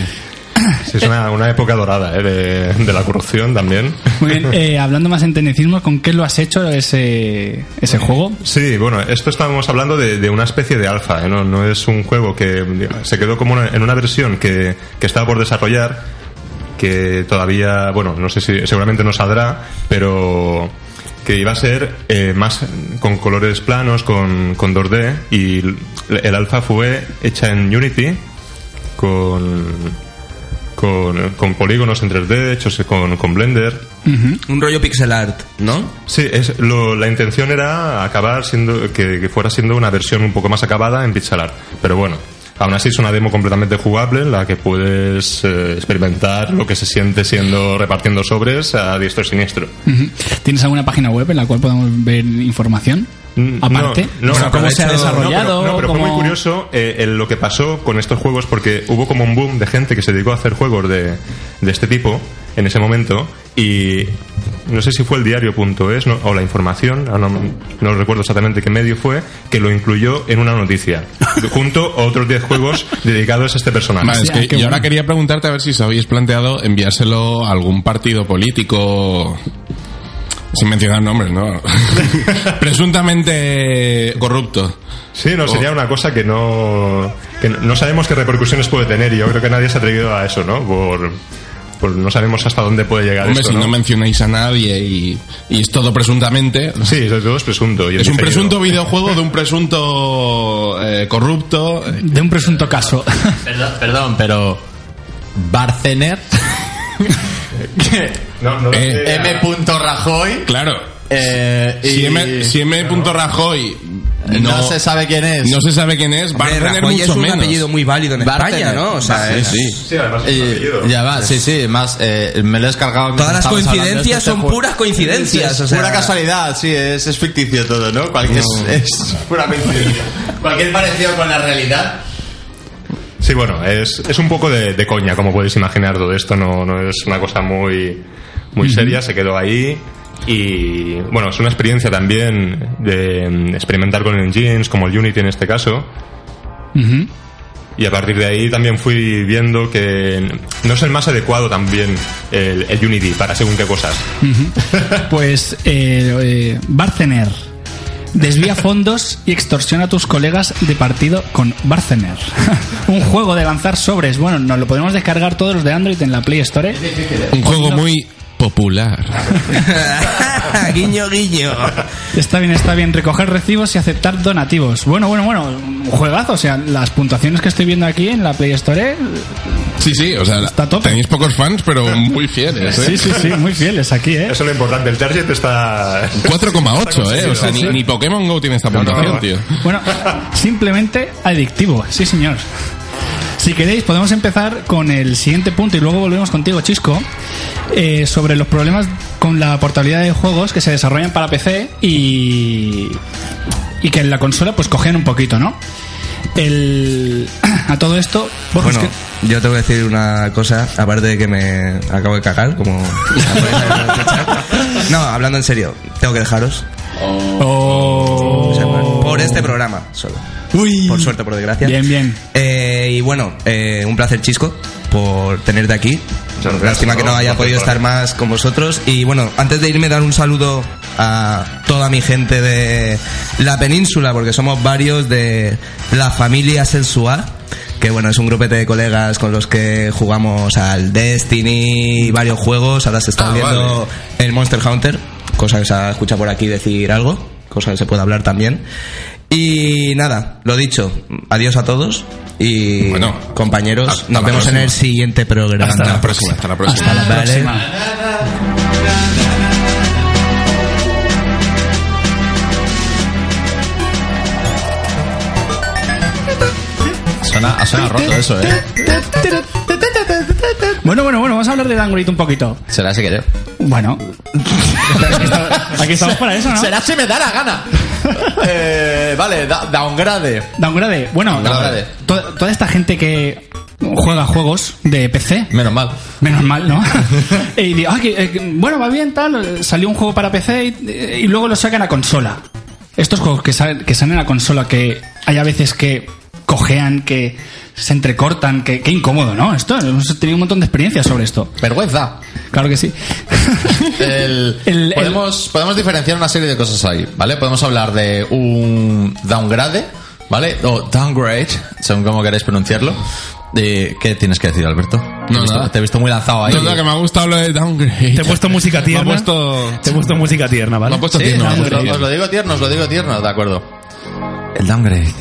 S4: Sí, es una, una época dorada, ¿eh? De, de la corrupción también.
S1: Muy bien, eh, hablando más en tecnicismos, ¿con qué lo has hecho ese, ese juego?
S4: Sí, bueno, esto estábamos hablando de, de una especie de alfa, ¿eh? no, no es un juego que digamos, se quedó como una- en una versión que, que estaba por desarrollar, que todavía, bueno, no sé si seguramente no saldrá, pero que iba a ser eh, más con colores planos, con, con 2D, y el, el alfa fue hecha en Unity con... Con, con polígonos en 3D, hechos con, con Blender.
S6: Un rollo pixel art, ¿no?
S4: Sí, es, lo- la intención era acabar siendo que, que fuera siendo una versión un poco más acabada en pixel art. Pero bueno, aún así es una demo completamente jugable en la que puedes eh, experimentar lo que se siente siendo repartiendo sobres a diestro y siniestro.
S1: Ujú. ¿Tienes alguna página web en la cual podamos ver información?
S4: Mm,
S1: Aparte,
S4: no, no,
S1: O sea,
S4: no,
S1: ¿cómo
S4: pero
S1: se ha
S4: de hecho-
S1: desarrollado?
S4: No, pero, no, pero fue
S1: ¿Cómo-
S4: muy curioso eh, el- lo que pasó con estos juegos porque hubo como un boom de gente que se dedicó a hacer juegos de, de este tipo en ese momento y no sé si fue el diario.es no, o la información, ah, no, no recuerdo exactamente qué medio fue, que lo incluyó en una noticia <laughs> junto a otros 10 juegos dedicados a este personaje.
S2: Vale, es
S1: Hostia,
S2: que
S1: qué
S2: yo ahora
S1: bueno.
S2: quería preguntarte a ver si os habéis planteado enviárselo a algún partido político. Sin mencionar nombres, ¿no? <laughs> Presuntamente corrupto.
S4: Sí, no, sería una cosa que no, que no- no sabemos qué repercusiones puede tener y yo creo que nadie se ha atrevido a eso, ¿no? Por, por no sabemos hasta dónde puede llegar
S2: Hombre,
S4: esto,
S2: si no
S4: ¿no?
S2: mencionáis a nadie y, y es todo presuntamente.
S4: Sí, sobre todo es presunto. y
S2: Es un
S4: diferido.
S2: presunto videojuego de un presunto eh, corrupto.
S1: De un presunto
S4: <laughs>
S1: caso.
S3: Perdón, perdón, pero. Barcener.
S4: No, no,
S2: Eh,
S4: eh,
S3: M. Rajoy.
S2: Claro.
S3: eh, y-
S2: Si M. Si M. Rajoy no,
S3: no, se sabe quién es.
S2: no se sabe quién es, va a
S6: Hombre,
S2: tener
S6: Rajoy
S2: mucho
S6: es un
S2: menos.
S6: apellido muy válido en
S3: Bartener.
S6: España, ¿no? O sea,
S3: Bartener.
S6: es-
S4: Sí, además es un apellido.
S3: Y, ya va, sí, sí, más eh, me lo he descargado.
S6: Todas las
S3: Estabas hablando de
S6: coincidencias
S3: este
S6: son
S3: juego.
S6: puras coincidencias,
S3: Es,
S6: o sea-
S3: pura casualidad, sí, es, es ficticio todo, ¿no? Cualquier, Es, <laughs> es pura coincidencia. Cualquier parecido con la realidad.
S4: Sí, bueno, es, es un poco de, de coña, como podéis imaginar todo esto. No, no es una cosa muy, muy seria, se quedó ahí. Y bueno, es una experiencia también de mm, experimentar con engines, como el Unity en este caso.
S1: Ujú.
S4: Y a partir de ahí también fui viendo que no es el más adecuado también el, el Unity para según qué cosas.
S1: Pues eh, eh, Barcener desvía fondos y extorsiona a tus colegas de partido con Barcener. <laughs> Un juego de lanzar sobres. Bueno, nos lo podemos descargar todos los de Android en la Play Store. ¿eh?
S2: Un juego muy popular.
S6: <laughs> guiño, guiño.
S1: Está bien, está bien. Recoger recibos y aceptar donativos. Bueno, bueno, bueno. Un juegazo. O sea, las puntuaciones que estoy viendo aquí en la Play Store. ¿eh?
S2: Sí, sí, o sea,
S1: Está a tope.
S2: tenéis pocos fans, pero muy fieles. ¿eh?
S1: Sí, sí, sí. Muy fieles aquí, ¿eh?
S4: Eso es lo importante. El target está.
S2: 4,8, ¿eh? O sea, ni,
S4: Sí, sí.
S2: ni Pokémon Go tiene esta puntuación,
S4: no, no.
S2: tío.
S1: Bueno, simplemente adictivo, sí señor. Si queréis, podemos empezar con el siguiente punto y luego volvemos contigo, Chisco, eh, sobre los problemas con la portabilidad de juegos que se desarrollan para PC y, y que en la consola pues cogen un poquito, ¿no? El, <clears throat> a todo esto, Borja, es
S6: Bueno,
S1: que-
S6: yo tengo que decir una cosa, aparte de que me acabo de cagar, como... No, hablando en serio, tengo que dejaros. O sea, por- Por este programa, solo.
S1: Uy.
S6: Por suerte, por desgracia.
S1: Oh. Bien, bien.
S6: Eh, y bueno, eh, un placer, Chisco, por tenerte aquí.
S4: Muchas gracias,
S6: Lástima que no
S4: ¿no?
S6: haya
S4: Gracias
S6: podido
S4: por-
S6: estar más con vosotros. Y bueno, antes de irme, dar un saludo a toda mi gente de la península, porque somos varios de la familia Sensual, que bueno, es un grupete de colegas con los que jugamos al Destiny y varios juegos. Ahora se está
S2: Ah,
S6: viendo
S2: vale.
S6: el Monster Hunter, cosa que se ha escuchado por aquí decir algo, cosa que se puede hablar también. Y nada, lo dicho, adiós a todos y
S2: Bueno,
S6: compañeros,
S2: hasta
S6: nos
S2: la
S6: vemos en
S2: próxima.
S6: el siguiente programa.
S2: Hasta la próxima, hasta la próxima.
S1: Hasta la
S6: Vale.
S1: próxima.
S3: Suena, ha sonado roto eso, ¿eh?
S1: Bueno, bueno, bueno, vamos a hablar de Dangurit un poquito.
S3: Será si que yo.
S1: Bueno. <laughs> Aquí estamos para eso, ¿no?
S3: <laughs> Será si me da la gana. <laughs> Eh, vale, da- downgrade.
S1: Downgrade. Bueno,
S3: Downgrade.
S1: to- toda esta gente que juega juegos de PC,
S3: Menos mal.
S1: menos mal, <laughs> ¿no? y digo, ah, que- eh, que- bueno, va bien, tal, eh, salió un juego para PC y, eh, y luego lo sacan a consola. Estos juegos que salen, que salen a consola, que hay a veces que cojean, que se entrecortan, que, que incómodo, ¿no? Esto, hemos tenido un montón de experiencias sobre esto.
S3: Vergüenza.
S1: Claro que sí. <laughs>
S3: El-
S1: El- el-
S3: podemos, podemos diferenciar una serie de cosas ahí, ¿vale? Podemos hablar de un downgrade, ¿vale? O downgrade, según como queráis pronunciarlo. Eh, ¿Qué tienes que decir, Alberto? te, he visto-
S2: nada.
S3: te he visto muy lanzado ahí.
S2: No, no, que me ha gustado lo de Downgrade.
S5: Te he puesto música tierna.
S2: Me ha puesto...
S5: Te he puesto música tierna,
S2: Me
S5: ¿vale?
S2: ha puesto
S3: Sí,
S2: tierno, me ha puesto
S3: os, lo, os
S2: tierno.
S3: lo digo tierno, os lo digo tierno, de acuerdo. El downgrade.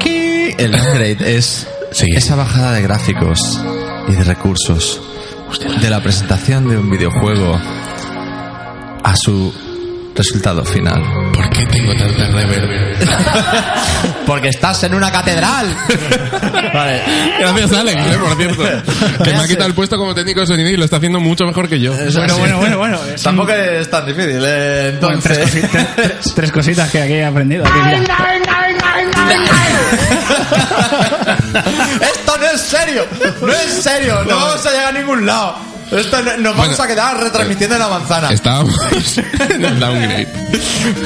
S3: ¿Qué? El downgrade es esa bajada de gráficos y de recursos de la presentación de un videojuego a su resultado final.
S2: ¿Por qué tengo tanta reverb?
S3: Porque estás en una catedral. <laughs> vale.
S2: Gracias, Alex, eh, por cierto. Que me ha quitado el puesto como técnico de sonido y lo está haciendo mucho mejor que yo.
S1: Bueno, bueno, bueno, bueno. <laughs> es un-
S3: Tampoco es tan difícil, eh,
S1: Bueno, tres,
S3: entonces. <laughs>
S1: cosi- tres- tres cositas que aquí he aprendido. Aquí, mira.
S3: <laughs> Esto no es serio, no es serio, no vamos a llegar a ningún lado. Esto no- nos vamos
S2: Bueno,
S3: a quedar retransmitiendo la manzana.
S2: Estábamos <laughs> en el Downgrade.
S3: <laughs>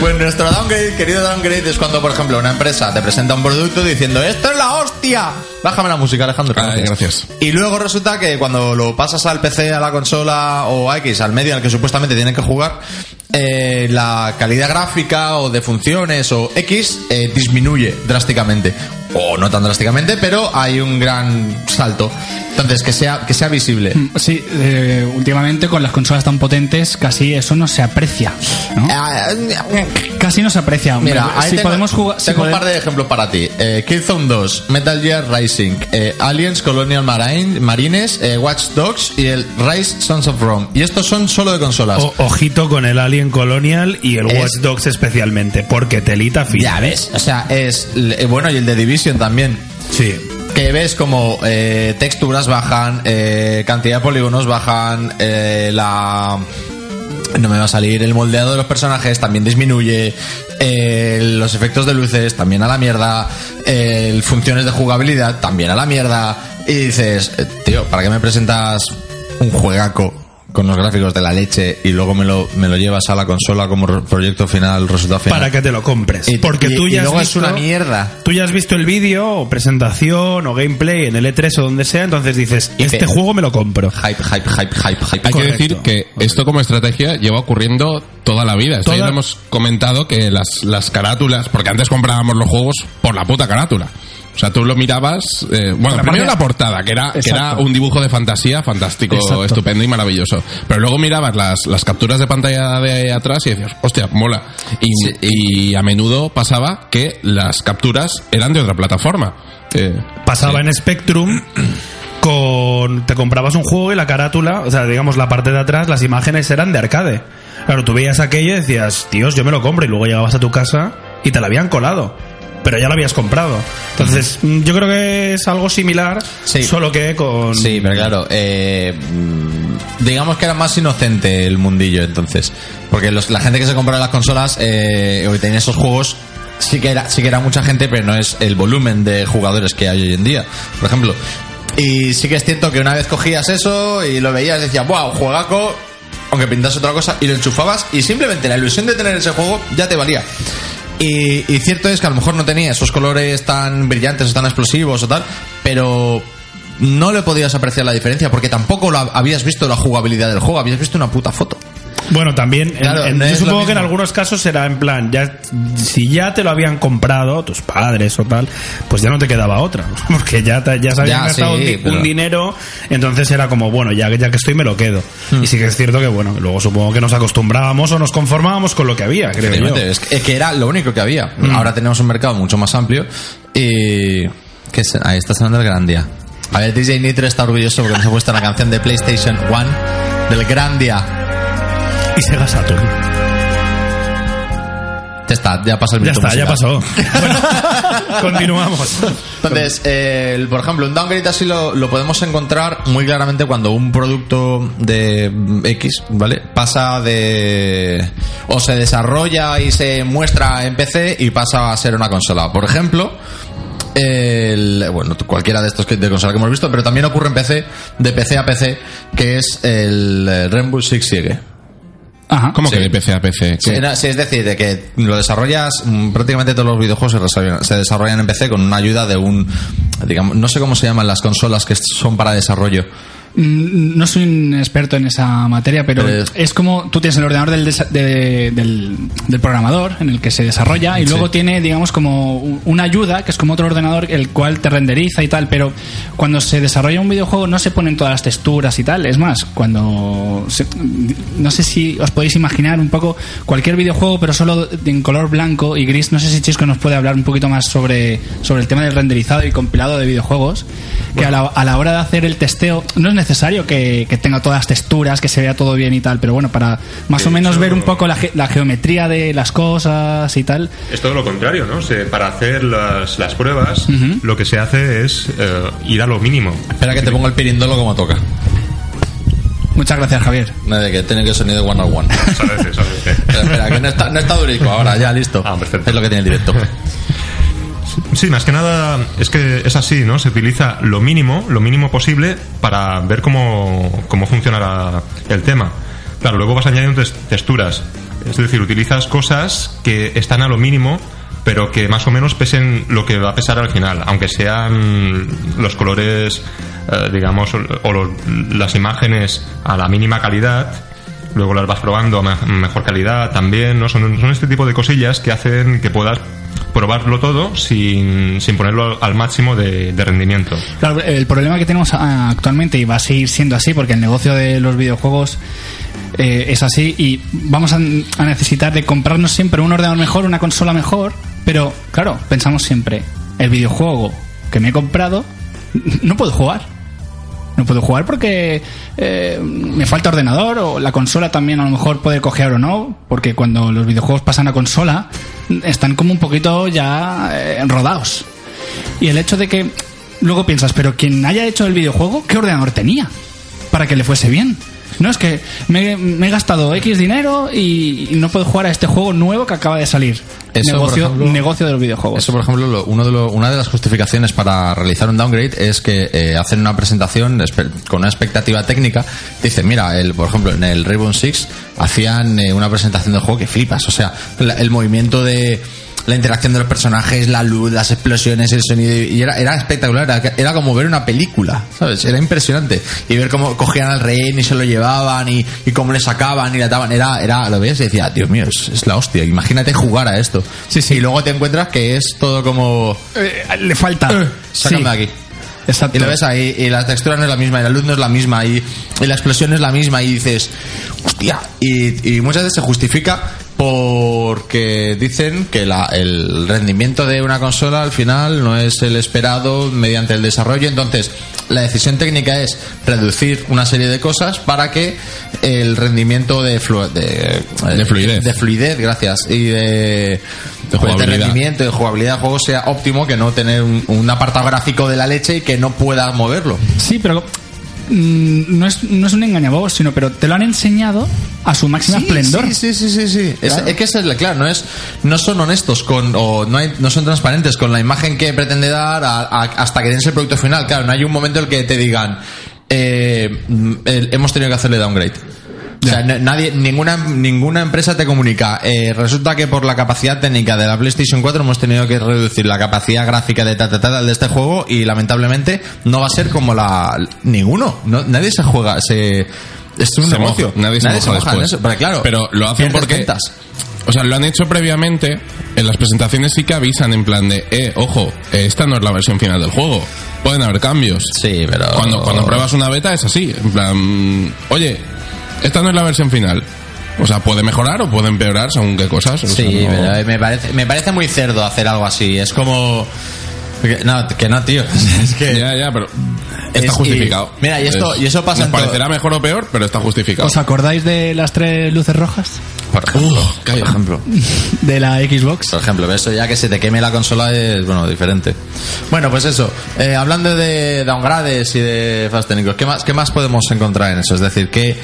S3: Pues nuestro downgrade, querido downgrade, es cuando, por ejemplo, una empresa te presenta un producto diciendo ¡Esto es la hostia! Bájame la música, Alejandro.
S2: Ay, gracias.
S3: Y luego resulta que cuando lo pasas al PC, a la consola o a X, al medio al que supuestamente tienen que jugar, eh, la calidad gráfica o de funciones o X eh, disminuye drásticamente. O no tan drásticamente, pero hay un gran salto. Entonces, que sea, que sea visible.
S1: Sí, eh, últimamente con las consolas tan potentes casi eso no se aprecia. ¿no?
S3: Ah,
S1: Casi no se aprecia. hombre.
S3: Mira, ahí
S1: si
S3: tengo,
S1: podemos jugar, si
S3: tengo un
S1: pode-
S3: par de ejemplos para ti. Eh, Killzone 2, Metal Gear Rising, eh, Aliens Colonial Marine, Marines, eh, Watch Dogs y el Rise Sons of Rome. Y estos son solo de consolas.
S1: Oh,
S5: O- ojito con el Alien Colonial y el
S3: Es-
S5: Watch Dogs especialmente, porque telita fina.
S3: Ya ves, o sea, es eh, bueno y el de Division también.
S5: Sí.
S3: Que ves como eh, texturas bajan, eh, cantidad de polígonos bajan, eh, la no me va a salir el moldeado de los personajes también disminuye, eh, los efectos de luces también a la mierda, eh, funciones de jugabilidad también a la mierda y dices eh, tío para qué me presentas un juegaco con los gráficos de la leche y luego me lo, me lo llevas a la consola como re- proyecto final, resultado final.
S5: Para que te lo compres.
S3: Y-
S5: porque
S3: y-
S5: tú
S3: y
S5: ya has
S3: luego es
S5: visto-
S3: una mierda.
S5: Tú ya has visto el vídeo, o presentación, o gameplay en el E3 o donde sea, entonces dices,
S3: Y
S5: este
S3: te-
S5: juego me lo compro.
S3: hype, hype, hype, hype, hype.
S2: Hay que
S5: Correcto,
S2: decir que esto como estrategia lleva ocurriendo toda la vida. Esto ya
S5: Toda-
S2: lo hemos comentado que las, las carátulas, porque antes comprábamos los juegos por la puta carátula. O sea, tú lo mirabas, eh, bueno,
S1: la
S2: primero
S1: parte-
S2: la portada, que era, que era
S1: Exacto.
S2: un dibujo de fantasía fantástico,
S1: Exacto.
S2: estupendo y maravilloso. Pero luego mirabas las, las capturas de pantalla de atrás y decías, hostia, mola. Y, y a menudo pasaba que las capturas eran de otra plataforma. Eh,
S5: Pasaba en Spectrum con te comprabas un juego y la carátula, o sea, digamos la parte de atrás, las imágenes eran de arcade. Claro, tú veías aquello y decías, "Dios, yo me lo compro" y luego llegabas a tu casa y te la habían colado. Pero ya lo habías comprado. Entonces, mm, yo creo que es algo similar,
S3: Sí.
S5: solo que con
S3: Sí, pero claro, eh, mm, digamos que era más inocente el mundillo entonces, porque los- la gente que se compraba las consolas eh, o tenía esos juegos sí que era sí que era mucha gente, pero no es el volumen de jugadores que hay hoy en día, por ejemplo. Y sí que es cierto que una vez cogías eso y lo veías, decías, wow, juegaco, aunque pintas otra cosa y lo enchufabas y simplemente la ilusión de tener ese juego ya te valía. Y, y cierto es que a lo mejor no tenía esos colores tan brillantes o tan explosivos o tal, pero no le podías apreciar la diferencia porque tampoco lo hab- habías visto la jugabilidad del juego, habías visto una puta foto.
S5: Bueno, también, en-
S3: Claro,
S5: en-
S3: no
S5: yo
S3: es lo
S5: supongo que en
S3: mismo.
S5: algunos casos será en plan, ya si ya te lo habían comprado tus padres o tal, pues ya no te quedaba otra, <laughs> porque ya, te- ya se habían
S3: Ya,
S5: gastado un
S3: sí,
S5: di- un,
S3: pero-
S5: dinero, entonces era como, bueno, ya, ya que estoy me lo quedo.
S3: Hmm.
S5: Y sí que es cierto que, bueno, luego supongo que nos acostumbrábamos o nos conformábamos con lo que había, creo yo.
S3: Efectivamente, es, que, es que era lo único que había.
S5: Mm.
S3: Ahora tenemos un mercado mucho más amplio y... ¿qué es? Ahí está sonando el Grandia. A ver, DJ Nitro está orgulloso porque nos ha puesto la canción de PlayStation 1 del Grandia.
S5: Y Sega Saturn.
S3: Ya está, ya pasa el
S5: Ya
S3: minuto
S5: está, ya
S3: musical.
S5: pasó.
S3: <laughs>
S5: Bueno, <laughs> continuamos.
S3: Entonces, eh, el- por ejemplo, un downgrade así lo, lo podemos encontrar muy claramente cuando un producto de X, ¿vale? Pasa de... o se desarrolla y se muestra en PC y pasa a ser una consola. Por ejemplo... el- bueno, cualquiera de estos que- de consola que hemos visto, pero también ocurre en PC, de PC a PC, que es el eh, Rainbow Six Siege.
S1: Ajá.
S2: ¿Cómo que
S3: Sí.
S2: de PC a PC?
S3: Sí, no, sí, es decir, de que lo desarrollas, mm, prácticamente todos los videojuegos se desarrollan, se desarrollan en PC con una ayuda de un, digamos, no sé cómo se llaman las consolas que son para desarrollo.
S1: Mm, No soy un experto en esa materia, pero,
S3: Pero es-
S1: es... como tú tienes el ordenador del, desa- de- del, del programador en el que se desarrolla y luego tiene, digamos, como u- una ayuda, que es como otro ordenador el cual te renderiza y tal, pero cuando se desarrolla un videojuego no se ponen todas las texturas y tal, es más, cuando... se- no sé si os podéis imaginar un poco cualquier videojuego, pero solo en color blanco y gris, no sé si Chisco nos puede hablar un poquito más sobre, sobre el tema del renderizado y compilado de videojuegos, que a la, a la hora de hacer el testeo no es necesario que, que tenga todas las texturas, que se vea todo bien y tal, pero bueno, para más o
S4: De
S1: menos
S4: hecho-
S1: ver un poco la, ge- la geometría de las cosas y tal.
S4: Es todo lo contrario, ¿no? Se- para hacer las, las pruebas, lo que se hace es eh, ir a lo mínimo.
S3: Espera que te pongo el pirindolo como toca.
S1: Muchas gracias, Javier.
S3: No, de que tiene que sonido one on one.
S4: A veces, a veces.
S3: Espera, <laughs> espera, que no está, no está durico ahora, ya listo.
S4: Ah, perfecto.
S3: Es lo que tiene el directo.
S4: Sí, más que nada es que es así, ¿no? Se utiliza lo mínimo, lo mínimo posible para ver cómo, cómo funcionará el tema. Claro, luego vas añadiendo tes- texturas. Es decir, utilizas cosas que están a lo mínimo, pero que más o menos pesen lo que va a pesar al final, aunque sean los colores, eh, digamos, o, o los- las imágenes a la mínima calidad, luego las vas probando a me- mejor calidad también, ¿no? Son, son este tipo de cosillas que hacen que puedas probarlo todo sin, sin ponerlo al, al máximo de, de rendimiento.
S1: Claro, el problema que tenemos ah, actualmente, y va a seguir siendo así, porque el negocio de los videojuegos eh, es así, y vamos a, a necesitar de comprarnos siempre un ordenador mejor, una consola mejor, pero claro, pensamos siempre, el videojuego que me he comprado, <laughs> n- no puedo jugar. No puedo jugar porque eh, me falta ordenador o la consola también a lo mejor puede cojear o no, porque cuando los videojuegos pasan a consola están como un poquito ya eh, rodados. Y el hecho de que luego piensas, pero quien haya hecho el videojuego, ¿qué ordenador tenía? Para que le fuese bien. No, es que me, me he gastado X dinero y, y no puedo jugar a este juego nuevo que acaba de salir.
S3: Eso, por
S1: negocio,
S3: ejemplo-
S1: negocio de los videojuegos.
S3: Eso, por ejemplo, lo- uno de lo- una de las justificaciones para realizar un downgrade es que eh, hacen una presentación espe- con una expectativa técnica. Dicen, mira, el, por ejemplo, en el Rainbow Six hacían eh, una presentación del juego que flipas. O sea, la- el movimiento de la interacción de los personajes, la luz, las explosiones, el sonido. Y era, era espectacular. Era, era como ver una película, ¿sabes? Era impresionante. Y ver cómo cogían al rehén y se lo llevaban y, y cómo le sacaban y le ataban. Era, era, lo veías y decía, Dios mío, es, es la hostia. Imagínate jugar a esto.
S1: Sí, sí.
S3: Y luego te encuentras que es todo como.
S1: Eh, le falta.
S3: Sácame de aquí.
S1: Exacto.
S3: Y lo ves ahí, y la textura no es la misma, y la luz no es la misma, y, y la explosión no es la misma, y dices, hostia. Y, y muchas veces se justifica porque dicen que la- el rendimiento de una consola al final no es el esperado mediante el desarrollo. Entonces, la decisión técnica es reducir una serie de cosas para que el rendimiento de, flu- de,
S2: De fluidez.
S3: de fluidez, gracias, y de, pues,
S2: jugabilidad.
S3: rendimiento rendimiento, de jugabilidad del juego sea óptimo que no tener un, un apartado gráfico de la leche y que no pueda moverlo.
S1: Sí, pero mm, no, es, no es un engañabobos, sino pero te lo han enseñado a su máxima esplendor.
S3: Sí, sí, sí, sí, sí. Es, es que esa es la claro, no es no son honestos con o no hay- no son transparentes con la imagen que pretende dar a- a- hasta que dense el producto final. Claro, no hay un momento en el que te digan eh, mm, el- hemos tenido que hacerle downgrade. O sea, na- nadie, ninguna, ninguna empresa te comunica. eh, resulta que por la capacidad técnica de la PlayStation 4 hemos tenido que reducir la capacidad gráfica de ta, ta, ta, de este juego y lamentablemente no va a ser como la ninguno. No- nadie se juega, se es un
S2: se
S3: negocio.
S2: moja, nadie se moja
S3: en
S2: después.
S3: eso. Pero claro,
S2: Pero lo hacen
S3: pierdes
S2: porque.
S3: ventas.
S2: O sea, lo han hecho previamente. En las presentaciones sí que avisan en plan de, eh, ojo, eh, esta no es la versión final del juego. Pueden haber cambios.
S3: Sí, pero.
S2: Cuando, cuando pruebas una beta es así. En plan, oye, esta no es la versión final. O sea, puede mejorar o puede empeorar según qué cosas. O sea,
S3: Sí,
S2: no-
S3: pero me parece, me parece muy cerdo hacer algo así. Es como. que- No, que no, tío. <laughs> Es que.
S2: Ya, ya, pero
S3: Es-
S2: está justificado.
S3: y- mira, y esto- y eso pasa
S2: Nos
S3: en todo.
S2: parecerá mejor o peor, pero está justificado.
S1: ¿Os acordáis de las tres luces rojas?
S2: por ejemplo, calla.
S3: Por ejemplo.
S1: De la Xbox.
S3: Por ejemplo, eso ya que se te queme la consola es, bueno, diferente. Bueno, pues eso. eh, hablando de downgrades y de fasténicos, ¿qué más, ¿qué más podemos encontrar en eso? Es decir, ¿qué,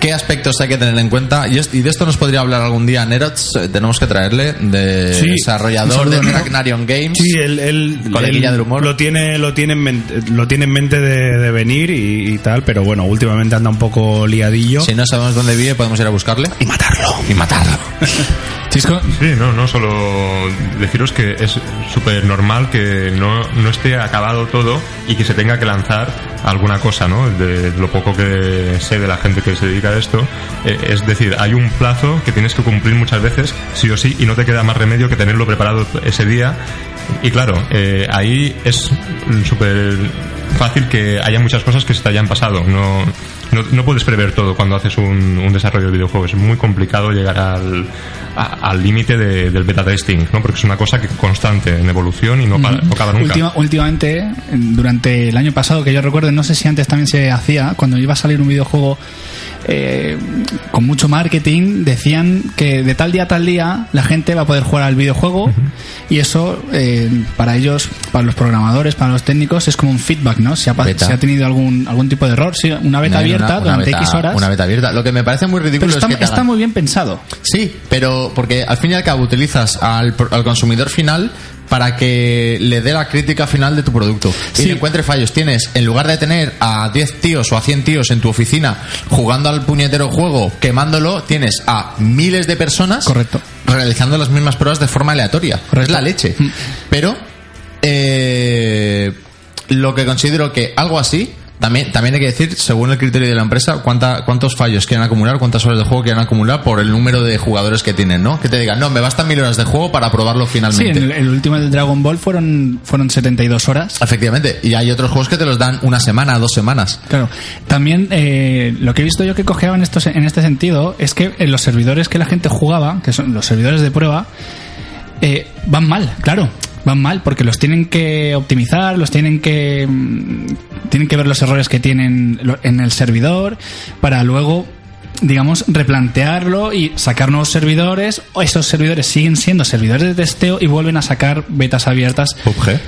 S3: qué aspectos hay que tener en cuenta? Y, es- y de esto nos podría hablar algún día Nerots. eh, tenemos que traerle, de
S5: Sí,
S1: un
S3: desarrollador
S1: saludo,
S3: de
S1: Nero.
S3: Cracknarion Games.
S5: Sí, él, él-
S3: Coleguilla
S5: él
S3: del humor.
S5: lo tiene, lo tiene en mente, lo tiene en mente de, de venir y, y tal, pero bueno, últimamente anda un poco liadillo.
S3: Si no sabemos dónde vive, podemos ir a buscarle. Y matarlo. Y matarlo.
S1: <laughs> Chisco,
S4: Sí, no, no, solo deciros que es súper normal que no, no esté acabado todo y que se tenga que lanzar alguna cosa, ¿no? De, lo poco que sé de la gente que se dedica a esto. Eh, es decir, hay un plazo que tienes que cumplir muchas veces, sí o sí, y no te queda más remedio que tenerlo preparado ese día. Y claro, eh, ahí es súper fácil que haya muchas cosas que se te hayan pasado. No, no, no puedes prever todo cuando haces un, un desarrollo de videojuegos. Es muy complicado llegar al a- al límite de- del beta testing, ¿no? Porque es una cosa que constante en evolución y no, para, no acaba nunca.
S1: Última- últimamente, durante el año pasado, que yo recuerdo, no sé si antes también se hacía, cuando iba a salir un videojuego eh, con mucho marketing, decían que de tal día a tal día la gente va a poder jugar al videojuego y eso eh, para ellos, para los programadores, para los técnicos, es como un feedback, ¿no? Si ha, pa-
S3: Beta.
S1: si ha tenido algún, algún tipo de error, sí, una beta
S3: No hay
S1: abierta
S3: una- una
S1: durante
S3: beta-
S1: X horas.
S3: Una beta abierta. Lo que me parece muy ridículo
S1: pero está,
S3: es que te
S1: está
S3: hagan-
S1: muy bien pensado.
S3: Sí, pero porque al fin y al cabo utilizas al, pro- al consumidor final para que le dé la crítica final de tu producto y
S1: Sí.
S3: le encuentre fallos. Tienes, en lugar de tener a 10 tíos o a 100 tíos en tu oficina jugando al puñetero juego, quemándolo, tienes a miles de personas
S1: Correcto.
S3: realizando las mismas pruebas de forma aleatoria. Es la leche.
S1: Mm.
S3: Pero eh, lo que considero que algo así también, también hay que decir, según el criterio de la empresa, cuánta, cuántos fallos quieren acumular, cuántas horas de juego quieren acumular por el número de jugadores que tienen, ¿no? Que te digan, no, me bastan mil horas de juego para probarlo
S1: Sí,
S3: finalmente.
S1: en el, el último del Dragon Ball fueron, fueron 72 horas.
S3: Efectivamente. Y hay otros juegos que te los dan una semana, dos semanas.
S1: Claro, también eh, lo que he visto yo que cojeaba en, estos, en este sentido es que en los servidores que la gente jugaba, que son los servidores de prueba, eh, van mal, claro, van mal porque los tienen que optimizar, los tienen que mm, tienen que ver los errores que tienen lo- en el servidor para luego digamos replantearlo y sacar nuevos servidores o esos servidores siguen siendo servidores de testeo y vuelven a sacar betas abiertas
S3: PUBG.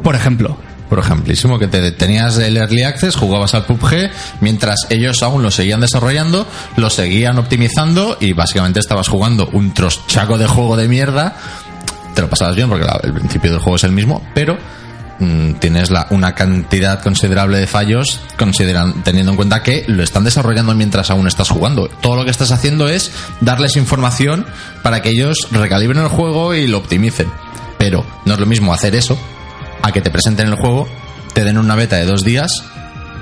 S1: por ejemplo
S3: Por ejemplísimo, que te tenías el Early Access, jugabas al PUBG, mientras ellos aún lo seguían desarrollando, lo seguían optimizando y básicamente estabas jugando un troschaco de juego de mierda. Te lo pasabas bien porque la- el principio del juego es el mismo, pero mm, tienes la, una cantidad considerable de fallos consideran, teniendo en cuenta que lo están desarrollando mientras aún estás jugando. Todo lo que estás haciendo es darles información para que ellos recalibren el juego y lo optimicen. Pero no es lo mismo hacer eso a que te presenten el juego, te den una beta de dos días,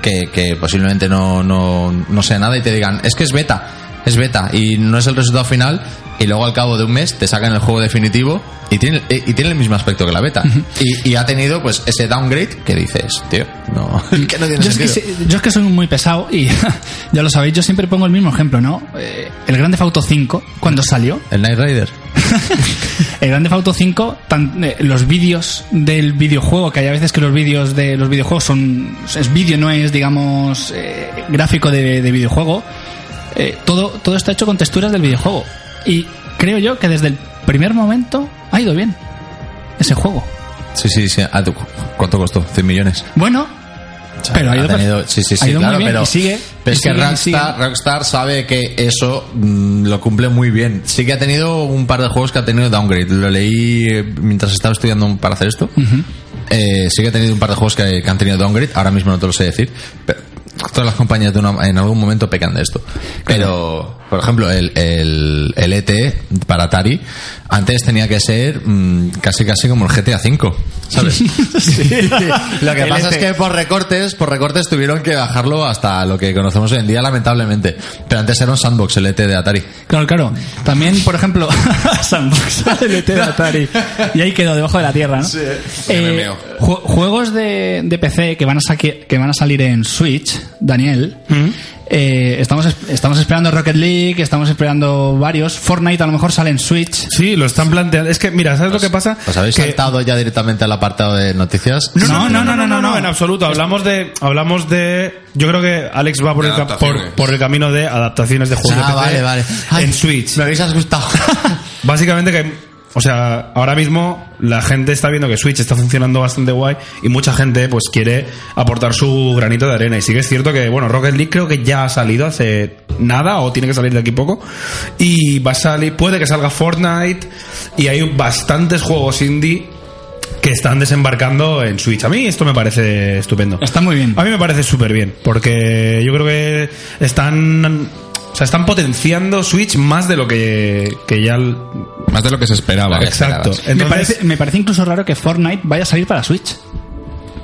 S3: que, que posiblemente no, no, no sea nada, y te digan, es que es beta, es beta, y no es el resultado final, y luego al cabo de un mes te sacan el juego definitivo y tiene, eh, y tiene el mismo aspecto que la beta. y, y ha tenido pues ese downgrade que dices, tío, no, <laughs> que no tiene
S1: yo es que,
S3: sentido.
S1: sí- yo es que soy muy pesado y <laughs> ya lo sabéis, yo siempre pongo el mismo ejemplo, ¿no? Eh, el Grande Auto 5, cuando salió,
S3: El Night Rider.
S1: el Grande Auto 5, tan- eh, los vídeos del videojuego, que hay a veces que los vídeos de los videojuegos son. es vídeo, no es, digamos, eh, gráfico de, de videojuego. Eh, todo, todo está hecho con texturas del videojuego. Y creo yo que desde el primer momento ha ido bien ese juego.
S3: Sí, sí, sí. Ah, tú, ¿Cuánto costó? 100 millones. <laughs>
S1: Bueno, pero ha ido,
S3: Ha tenido- sí, sí,
S1: ha
S3: sí,
S1: ido
S3: claro,
S1: muy bien
S3: pero,
S1: y sigue.
S3: pero
S1: y
S3: es que
S1: sigue, y sigue.
S3: Rockstar, Rockstar sabe que eso mm, lo cumple muy bien. Sí que ha tenido un par de juegos que ha tenido downgrade. Lo leí eh, mientras estaba estudiando un- para hacer esto. Eh, sí que ha tenido un par de juegos que, que han tenido downgrade. Ahora mismo no te lo sé decir. Pero todas las compañías de una- en algún momento pecan de esto. Pero Por ejemplo, el, el, el ET para Atari antes tenía que ser mm, casi casi como el GTA V, ¿sabes?
S1: <laughs>
S3: <laughs> Lo que pasa es que por recortes, por recortes tuvieron que bajarlo hasta lo que conocemos hoy en día, lamentablemente. Pero antes era un sandbox el ET de Atari.
S1: Claro, claro. También, por ejemplo, <laughs>
S5: <laughs>
S1: Sandbox del
S5: E
S1: ET de Atari. Y ahí quedó, debajo de la tierra, ¿no? Eh, ju- juegos de, de PC que van, a saque- que van a salir en Switch, Daniel.
S5: Mm.
S1: Eh, estamos, es- estamos esperando Rocket League, estamos esperando varios. Fortnite a lo mejor sale en Switch.
S5: Sí, lo están planteando. Es que, mira, ¿sabes lo que pasa?
S3: ¿Os habéis
S5: Que-
S3: saltado ya directamente al apartado de noticias?
S5: No, no, no, no, no, no, en absoluto. Hablamos de, hablamos de. Yo creo que Alex va por el, ca- por,
S2: Adaptaciones.
S5: por el camino de adaptaciones de juegos
S3: Ah,
S5: de PC
S3: vale, vale. Ay,
S5: en Switch.
S3: Me habéis asustado.
S5: Básicamente que, o sea, ahora mismo la gente está viendo que Switch está funcionando bastante guay y mucha gente pues quiere aportar su granito de arena. Y sí que es cierto que, bueno, Rocket League creo que ya ha salido hace nada o tiene que salir de aquí poco. Y va a salir, puede que salga Fortnite y hay bastantes juegos indie que están desembarcando en Switch. A mí esto me parece estupendo.
S1: Está muy bien.
S5: A mí me parece súper bien, porque yo creo que están... O sea, están potenciando Switch más de lo que, que ya... el-
S2: Más de lo que se esperaba.
S5: Exacto.
S1: me,
S5: Entonces,
S1: parece, me parece incluso raro que Fortnite vaya a salir para Switch.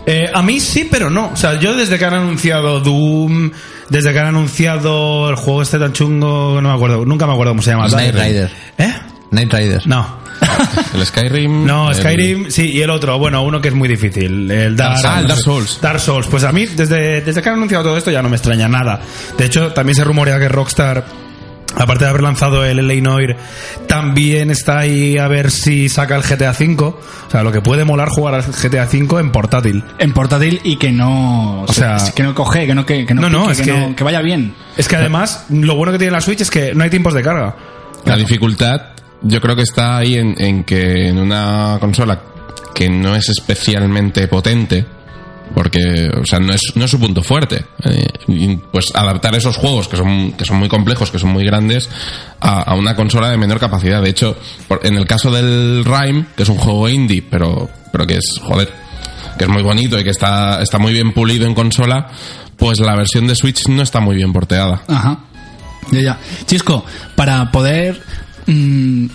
S5: eh, a mí sí, pero no. O sea, yo desde que han anunciado Doom, desde que han anunciado el juego este tan chungo, no me acuerdo, nunca me acuerdo cómo se llama.
S3: Knight Rider.
S5: ¿Eh?
S3: Night Rider.
S5: No.
S2: El Skyrim.
S5: No,
S2: el-
S5: Skyrim, sí, y el otro, bueno, uno que es muy difícil, el Dark,
S2: Ah, el Dark Souls.
S5: Dark Souls, pues a mí desde, desde que han anunciado todo esto ya no me extraña nada. De hecho, también se rumorea que Rockstar, aparte de haber lanzado el LA Noir, también está ahí a ver si saca el GTA V. O sea, lo que puede molar jugar al GTA V en portátil.
S1: En portátil y que no.
S5: O sea-
S1: que no coge, que no, que, que no,
S5: No, no,
S1: pique,
S5: es
S1: que,
S5: que-
S1: no- que vaya bien.
S5: Es que además, lo bueno que tiene la Switch es que no hay tiempos de carga.
S2: La dificultad, yo creo que está ahí en, en que en una consola que no es especialmente potente, porque, o sea, no es, no es su punto fuerte. eh, y, pues adaptar esos juegos que son, que son muy complejos, que son muy grandes, a, a una consola de menor capacidad. De hecho, por- en el caso del Rime, que es un juego indie, pero, pero que es, joder, que es muy bonito y que está, está muy bien pulido en consola, pues la versión de Switch no está muy bien porteada.
S1: Ajá. Ya, ya. Chisco, para poder, mm,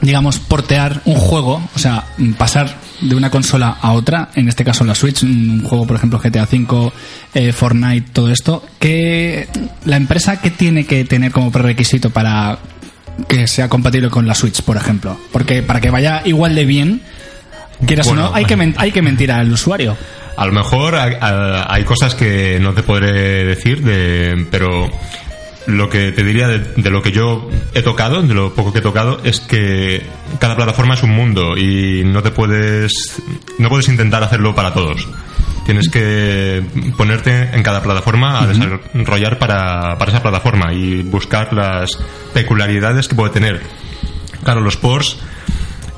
S1: digamos, portear un juego, o sea, mm, pasar de una consola a otra, en este caso la Switch, un juego, por ejemplo, GTA V, eh, Fortnite, todo esto, ¿qué, ¿la empresa que tiene que tener como prerequisito para que sea compatible con la Switch, por ejemplo? Porque para que vaya igual de bien, quieras o
S4: Bueno,
S1: no, hay que, men- hay que mentir al usuario.
S4: A lo mejor a- a- hay cosas que no te podré decir, de, pero lo que te diría de, de lo que yo he tocado, de lo poco que he tocado, es que cada plataforma es un mundo y no te puedes, no puedes intentar hacerlo para todos. Tienes que ponerte en cada plataforma a desarrollar para, para esa plataforma y buscar las peculiaridades que puede tener. Claro, los ports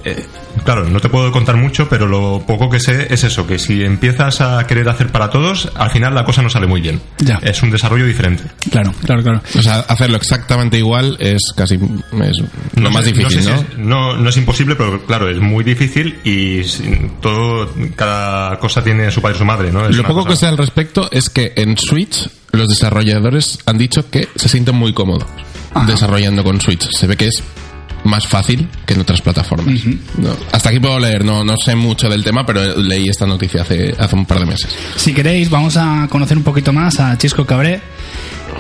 S4: eh, Claro, no te puedo contar mucho, pero lo poco que sé es eso, que si empiezas a querer hacer para todos, al final la cosa no sale muy bien.
S1: Ya.
S4: Es un desarrollo diferente.
S1: Claro, claro, claro.
S2: O sea, hacerlo exactamente igual es casi es lo más
S4: sé-
S2: difícil,
S4: sé
S2: ¿no?
S4: si es- no, no es imposible, pero claro, es muy difícil y sin- todo, cada cosa tiene su padre y su madre, ¿no? Es
S2: Lo
S4: una
S2: poco
S4: cosa-
S2: que sé al respecto es que en Switch los desarrolladores han dicho que se sienten muy cómodos desarrollando con Switch. Se ve que es más fácil que en otras plataformas. No, hasta aquí puedo leer, no, no sé mucho del tema, pero leí esta noticia hace, hace un par de meses.
S1: Si queréis, vamos a conocer un poquito más a Chisco Cabré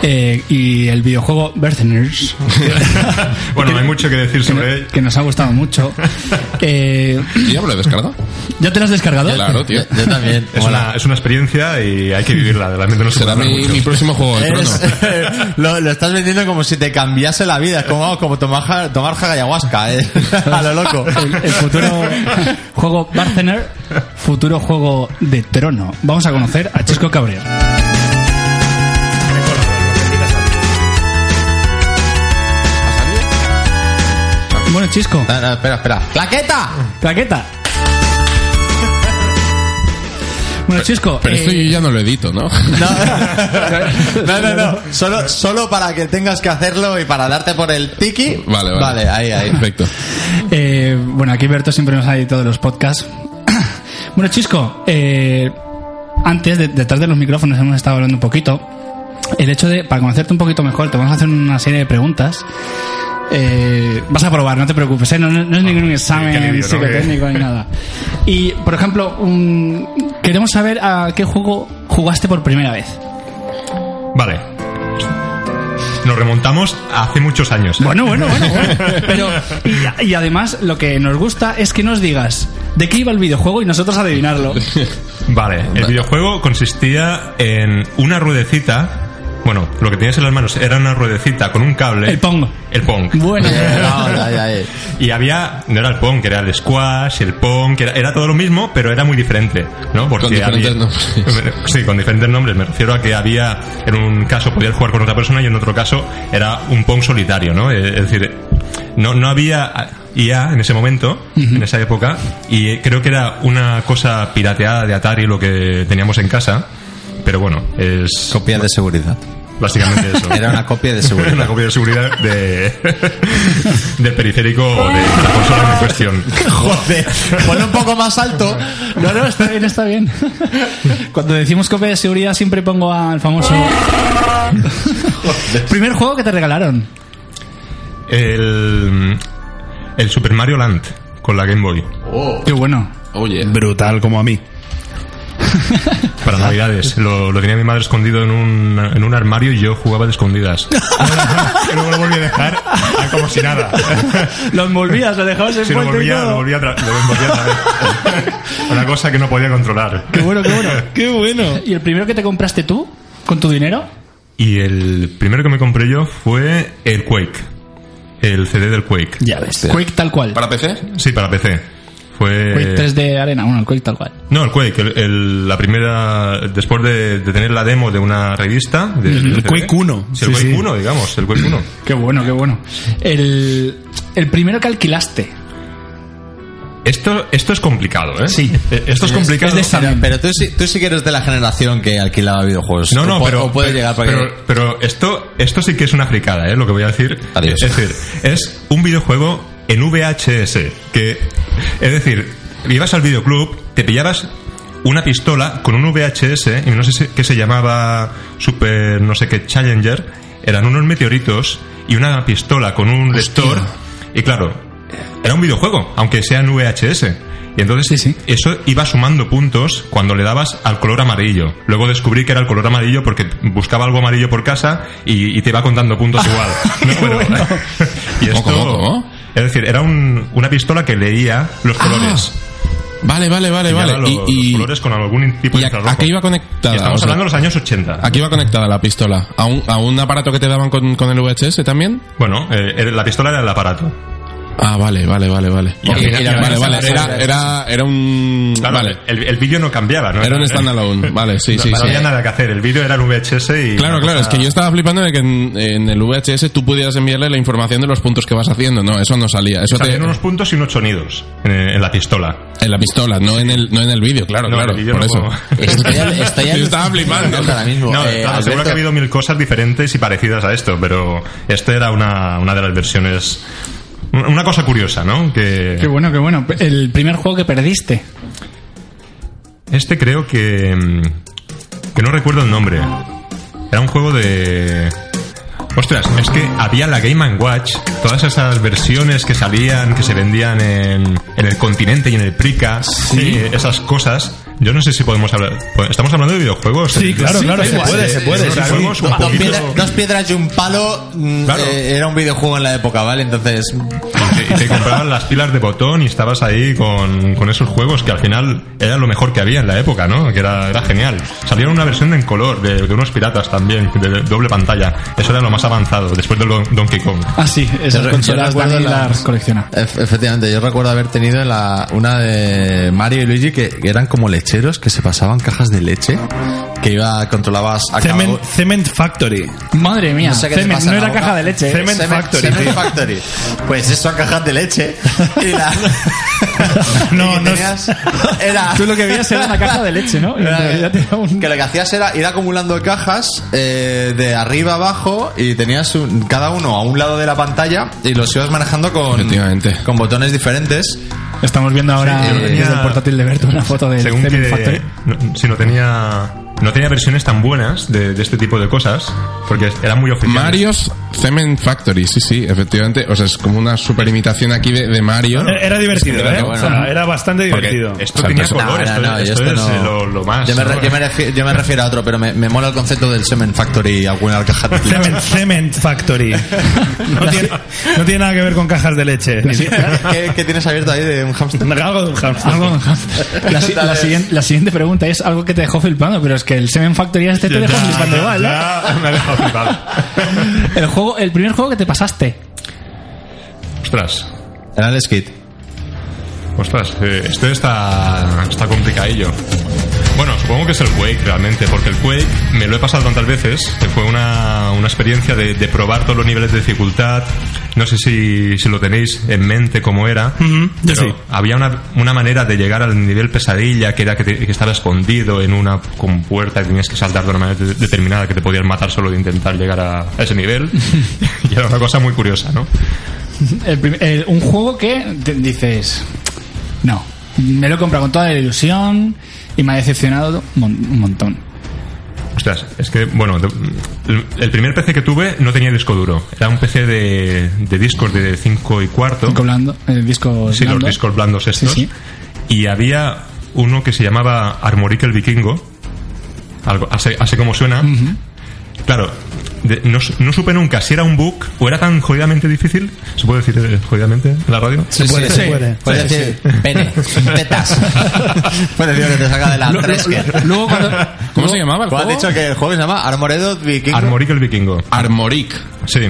S1: eh, y el videojuego Bertheners,
S4: <laughs> Bueno, hay mucho que decir
S1: que, no-
S4: sobre él.
S1: que nos ha gustado mucho. Eh,
S2: ¿Y ya me lo he descargado?
S1: ¿Ya te lo has descargado?
S2: Claro, tío.
S3: Yo también.
S4: Es una, es una experiencia y hay que vivirla, realmente no se
S2: Será
S4: puede hablar
S2: mi,
S4: mucho.
S2: mi próximo juego de trono.
S3: Eres- <laughs> lo, lo estás vendiendo como si te cambiase la vida. Es como, como tomar, ja- tomar jaga ayahuasca, ¿eh? <laughs> A lo loco.
S1: El, el futuro juego Barcener, futuro juego de trono. Vamos a conocer a Chisco Cabré. Bueno, Chisco,
S3: No, no, espera, espera. ¡Plaqueta!
S1: plaqueta. Bueno, Chisco,
S2: Pero
S1: eh,
S2: esto yo ya no lo edito, ¿no?
S3: No, no, no. no. Solo, solo para que tengas que hacerlo y para darte por el tiki.
S2: <laughs> Vale, vale.
S3: Vale, ahí, ahí.
S2: Perfecto.
S1: Eh, bueno, aquí Berto siempre nos ha editado los podcasts. <coughs> bueno, Chisco, eh, antes, de- detrás de los micrófonos hemos estado hablando un poquito. el hecho de, para conocerte un poquito mejor, te vamos a hacer una serie de preguntas. Eh, vas a probar, no te preocupes, ¿eh? no, no- no
S2: Ah,
S1: es ningún examen
S4: qué alivio, ¿no?
S1: psicotécnico
S2: <laughs>
S1: ni nada. Y, por ejemplo, mm, queremos saber a qué juego jugaste por primera vez.
S4: Vale. Nos remontamos a hace muchos años.
S1: Bueno, bueno, bueno, bueno. Pero, y, y además, lo que nos gusta es que nos digas de qué iba el videojuego y nosotros adivinarlo.
S4: Vale, el videojuego consistía en una ruedecita. Bueno, lo que tenías en las manos era una ruedecita con un cable.
S1: El Pong.
S4: El Pong.
S1: Bueno,
S3: No, ya, ya, ya.
S4: Y había, no era el Pong, que era el squash, el Pong, que era, era todo lo mismo, pero era muy diferente, ¿no? Porque
S2: Con diferentes
S4: había-
S2: nombres.
S4: Sí, con diferentes nombres. Me refiero a que había, en un caso podías jugar con otra persona y en otro caso era un Pong solitario, ¿no? Eh, Es decir, no, no había IA en ese momento, en esa época, y creo que era una cosa pirateada de Atari lo que teníamos en casa, pero bueno, es
S3: Copia de seguridad.
S4: básicamente
S2: <laughs>
S4: eso.
S3: Era una copia de seguridad.
S4: <laughs> Una copia de seguridad de, <laughs> del periférico o de la consola en cuestión.
S3: Joder, ponlo un poco más alto.
S1: no, no, está bien, está bien. Cuando decimos copia de seguridad siempre pongo al famoso... Primer juego que te regalaron.
S4: El, el Super Mario Land con la Game Boy
S1: Qué bueno.
S2: Oye.
S5: Brutal como a mí.
S4: para Navidades. Lo, lo tenía mi madre escondido en un, en un armario y yo jugaba
S1: <laughs>
S4: de escondidas. Y luego lo volví a dejar ah, como
S1: <laughs>
S4: si nada.
S1: Lo envolvías, lo dejabas en
S4: Si lo
S1: fuente y
S4: volvía,
S1: todo.
S4: lo volvía, a tra- lo volvía otra
S1: <laughs>
S4: vez. Una cosa que no podía controlar.
S1: Qué bueno, qué
S3: <laughs>
S1: bueno. Qué bueno. ¿Y el primero que te compraste tú? ¿Con tu dinero?
S4: Y el primero que me compré yo fue el Quake. El CD del Quake.
S1: Ya ves. Quake tal cual.
S2: ¿Para PC?
S4: Sí, para PC. Fue...
S1: Quake 3D Arena, bueno, el Quake tal cual.
S4: No, el Quake, el- el- la primera, después de, de tener la demo de una revista. de- del CD.
S5: Quake 1,
S4: Sí, el
S5: sí,
S4: Quake
S5: sí.
S4: 1, digamos, el Quake 1.
S1: Qué bueno, qué bueno. El, el primero que alquilaste.
S4: Esto, esto es complicado, ¿eh?
S1: Sí.
S4: Eh, Esto es complicado.
S1: Es de esta-
S3: Pero, pero tú, sí, tú sí que eres de la generación que alquilaba videojuegos.
S4: No,
S3: Pues O
S4: no,
S3: pu-
S4: pero,
S3: o puede
S4: pero-
S3: llegar para
S4: pero,
S3: que-
S4: pero esto, esto sí que es una fricada, ¿eh? Lo que voy a decir.
S3: Adiós.
S4: Es decir, es un videojuego en VHS. Que, es decir, ibas al videoclub, te pillabas una pistola con un VHS, y no sé si- qué se llamaba Super, no sé qué, Challenger. Eran unos meteoritos y una pistola con un lector. Y claro, era un videojuego, aunque sea en VHS. Y entonces
S1: Sí, sí.
S4: eso iba sumando puntos cuando le dabas al color amarillo. Luego descubrí que era el color amarillo porque buscaba algo amarillo por casa y, y te iba contando puntos igual. No, bueno. <laughs> y esto,
S2: ¿Cómo, cómo, cómo?
S4: Es decir, era un- una pistola que leía los colores.
S2: Vale, vale, vale, eh, vale.
S4: Pillaba lo-
S2: y,
S4: los
S2: y-
S4: colores con algún tipo
S2: y
S4: de
S2: a,
S4: infrarrojo.
S2: a qué iba
S4: Y
S2: conectada?
S4: estamos
S2: O sea,
S4: hablando de los años 80.
S2: ¿A qué iba conectada la pistola? ¿A un, ¿A un aparato que te daban con, con el VHS también?
S4: Bueno, eh, era- la pistola era el aparato.
S2: Ah, vale, vale, vale, vale.
S4: Y al
S2: Ok,
S4: final-
S2: vale,
S4: y al
S2: vale,
S4: final-
S2: era, era, era un...
S4: Claro,
S2: vale,
S4: el, el vídeo no cambiaba, ¿no?
S2: era un standalone, vale, sí, sí,
S4: no
S2: sí.
S4: había nada que hacer. El vídeo era el VHS y...
S2: Claro, claro, es que yo estaba flipando de que en, en el VHS tú pudieras enviarle la información de los puntos que vas haciendo, no, eso no salía, eso te,
S4: Salían unos puntos y unos sonidos en, en la pistola.
S2: en la pistola, no en el, no en el vídeo, claro,
S4: No, en el
S2: claro,
S4: vídeo
S2: por
S4: no
S2: eso. <laughs>
S4: puedo.
S3: Estoy, al- estoy
S2: Yo estaba flipando.
S3: <laughs> ahora mismo.
S4: No,
S3: Eh,
S4: claro, seguro
S3: Alberto,
S4: que ha habido mil cosas diferentes y parecidas a esto, pero esta era una, una de las versiones. Una cosa curiosa, ¿no? Que
S1: Qué bueno, qué bueno. El primer juego que perdiste.
S4: este creo que. mm, que no recuerdo el nombre. Era un juego de. Ostras, es que había la Game Watch, todas esas versiones que salían, que se vendían en, en el continente y en el Prica, eh, esas cosas. Yo no sé si podemos hablar. ¿Estamos hablando de videojuegos? Sí,
S5: claro, claro, se puede, se puede, sí, sí.
S4: Juegos un
S3: Dos,
S4: poquito-
S3: piedra- dos piedras y un palo mm,
S4: Claro.
S3: eh, era un videojuego en la época, ¿vale? Entonces,
S4: Y te, y te compraban las pilas de botón y estabas ahí con, con esos juegos que al final era lo mejor que había en la época, ¿no? Que era, era genial. Salieron una versión en color de, de unos piratas también, de doble pantalla. Eso era lo más avanzado, después del Don- Donkey Kong.
S1: Ah, sí, esas
S3: Yo re-
S1: consolas
S3: yo recuerdo
S1: Dani
S3: la-
S1: las colecciona.
S3: Ef- Efectivamente, yo recuerdo haber tenido la, una de Mario y Luigi que que eran como lecheros que se pasaban cajas de leche que iba controlabas a
S5: Cement,
S3: cabo-
S5: Cement Factory.
S1: Madre mía,
S3: No sé qué te
S1: Cement,
S3: pasa en
S1: no
S3: la
S1: era
S3: boca.
S1: caja de leche. ¿eh?
S5: Cement Factory,
S3: Cement
S5: tío.
S3: Factory. Pues eso a cajas de leche. Y
S1: <laughs>
S3: la...
S5: No,
S3: y que
S5: no
S3: tenías- Era...
S1: Tú lo que veías era una caja de leche,
S3: <laughs>
S1: ¿no? Y en
S3: Era-
S1: realidad era un-
S3: Que lo que hacías era ir acumulando cajas eh, de arriba abajo y tenías un- cada uno a un lado de la pantalla y los ibas manejando con,
S2: Efectivamente.
S3: con botones diferentes.
S1: Estamos viendo ahora
S3: Sí, yo lo
S1: desde
S4: tenía-
S1: el portátil de Berto una foto de
S3: ¿eh?
S4: Según
S1: Cement
S4: que-
S1: Factory.
S4: no- si no tenía no tenía versiones tan buenas de, de este tipo de cosas, porque eran muy oficiales.
S2: Mario's Cement Factory, sí, sí, efectivamente. O sea, es como una super imitación aquí de, de
S4: <laughs>
S2: Mario.
S5: Era divertido,
S2: Es que,
S5: ¿eh?
S2: bueno,
S5: o sea, era bastante
S4: Porque
S5: divertido.
S4: Esto
S2: O sea,
S4: tenía
S2: pues-
S4: color, esto,
S3: yo
S4: esto
S3: esto
S4: es eh,
S3: no-
S4: lo, lo más.
S3: Yo me, re-
S4: ¿no?
S3: yo me refi- yo me refiero a otro, pero me, me mola el concepto del Semen Factory alguna alcajata.
S5: Cement,
S1: <laughs>
S5: Cement Factory. No tiene, no tiene nada que ver con cajas de leche. Ni-
S3: ¿Qué, qué tienes abierto ahí de un hamster?
S5: Algo de un
S3: <laughs>
S5: hamster.
S1: Algo- la, si- la siguiente, la siguiente pregunta es algo que te dejó flipando, pero es que el Semen Factory este te dejó flipando igual, ¿no?
S4: Ya, me ha dejado flipado.
S1: <laughs> El, juego, el primer juego que te pasaste.
S4: Ostras,
S3: Era el skit.
S4: ostras, eh, esto está, está complicadillo. Bueno, supongo que es el Quake realmente, porque el Quake me lo he pasado tantas veces que fue una, una experiencia de, de probar todos los niveles de dificultad. No sé si, si lo tenéis en mente cómo era,
S5: yo
S4: pero
S5: sí.
S4: había una, una manera de llegar al nivel pesadilla que era que, te- que estaba escondido en una compuerta y tenías que saltar de una manera de- determinada que te podías matar solo de intentar llegar a, a ese nivel. <laughs> y era una cosa muy curiosa, ¿no?
S1: El prim- el- un juego que te- dices, no, me lo he comprado con toda la ilusión y me ha decepcionado mon- un montón.
S4: Ostras, es que, bueno, de- el- el primer PC que tuve no tenía disco duro. Era un PC de, de discos de 5 y cuarto.
S1: Disco blando, el disco
S4: sí,
S1: blando.
S4: los discos blandos estos.
S1: Sí, sí.
S4: Y había uno que se llamaba Armorique el Vikingo. Algo, así, así como suena. Claro, de- no, su- no supe nunca si era un bug o era tan jodidamente difícil. ¿Se puede decir eh, jodidamente en la radio?
S3: Se puede,
S5: se puede.
S2: Pues
S3: Puedes Pues decir pene, tetas. Puedes decir que te saca de la fresca.
S1: Luego cuando...
S2: ¿Cómo se llamaba el
S3: ¿Cuál has
S2: juego?
S3: dicho que el juego se llama Armoredo Viking?
S4: Armorique el Vikingo.
S2: Armoric.
S4: Sí.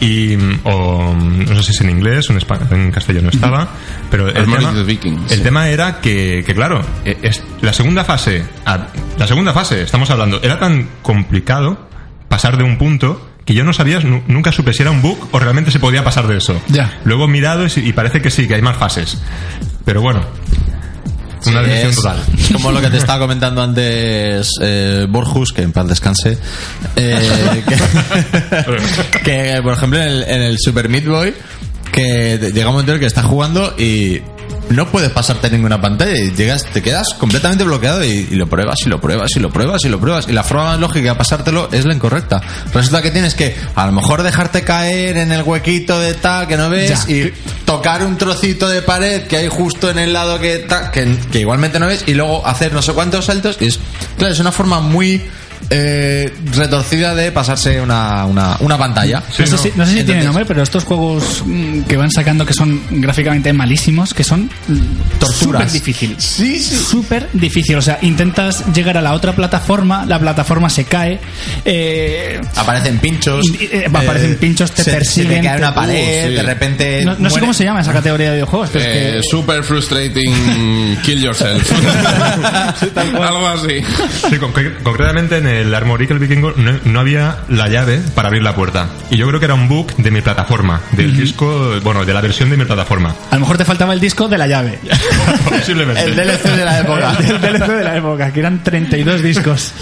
S4: Y, mm, o, mm, no sé si es en inglés o en, espa- en castellano estaba, pero el,
S2: Armored
S4: tema,
S2: Viking,
S4: el
S2: sí.
S4: tema era que, que, claro, eh, es, la segunda fase, a- la segunda fase, estamos hablando, era tan complicado pasar de un punto que yo no sabía, nu- nunca supe si era un bug o realmente se podía pasar de eso.
S1: Ya.
S4: Luego he mirado y, sí- y parece que sí, que hay más fases. Pero bueno, una decisión
S3: Es
S4: total.
S3: Como lo que te estaba comentando antes eh, Borjus, que en paz descanse. eh, que, <laughs> que, por ejemplo, en el, en el Super Meat Boy, que te- llega un momento en el que estás jugando y no puedes pasarte ninguna pantalla y llegas, te quedas completamente bloqueado y, y lo pruebas y lo pruebas y lo pruebas y lo pruebas. Y la forma más lógica de pasártelo es la incorrecta. Resulta que tienes que a lo mejor dejarte caer en el huequito de tal que no ves
S1: Ya.
S3: y tocar un trocito de pared que hay justo en el lado que, ta- que, que igualmente no ves y luego hacer no sé cuántos saltos y es claro es una forma muy eh, retorcida de pasarse una, una, una pantalla
S1: no, sé si, no sé si tiene
S3: Entonces-
S1: nombre, pero estos juegos mm, que van sacando que son gráficamente malísimos, que son
S3: Torturas.
S1: súper difícil.
S3: Sí, sí.
S1: Súper difícil. O sea, intentas llegar a la otra plataforma, la plataforma se cae. Eh,
S3: aparecen pinchos
S1: Y- y- eh, aparecen pinchos, te
S3: se- se
S1: persiguen,
S3: te cae
S1: te-
S3: una pared
S2: Uh, sí.
S3: de repente
S6: Eh,
S1: no no sé
S3: muere-
S1: cómo se llama esa categoría de videojuegos, pero es que-
S2: Eh, super frustrating <laughs> kill yourself. <laughs> Algo así.
S4: Sí, concre- concretamente en el Armoric el Vikingo no, no había la llave para abrir la puerta. Y yo creo que era un bug de mi plataforma, del disco, bueno, de la versión de mi plataforma.
S1: a lo mejor te faltaba el disco de la llave.
S4: Posiblemente.
S3: el DLC de la época
S1: <laughs> El DLC de la época, que eran 32 discos.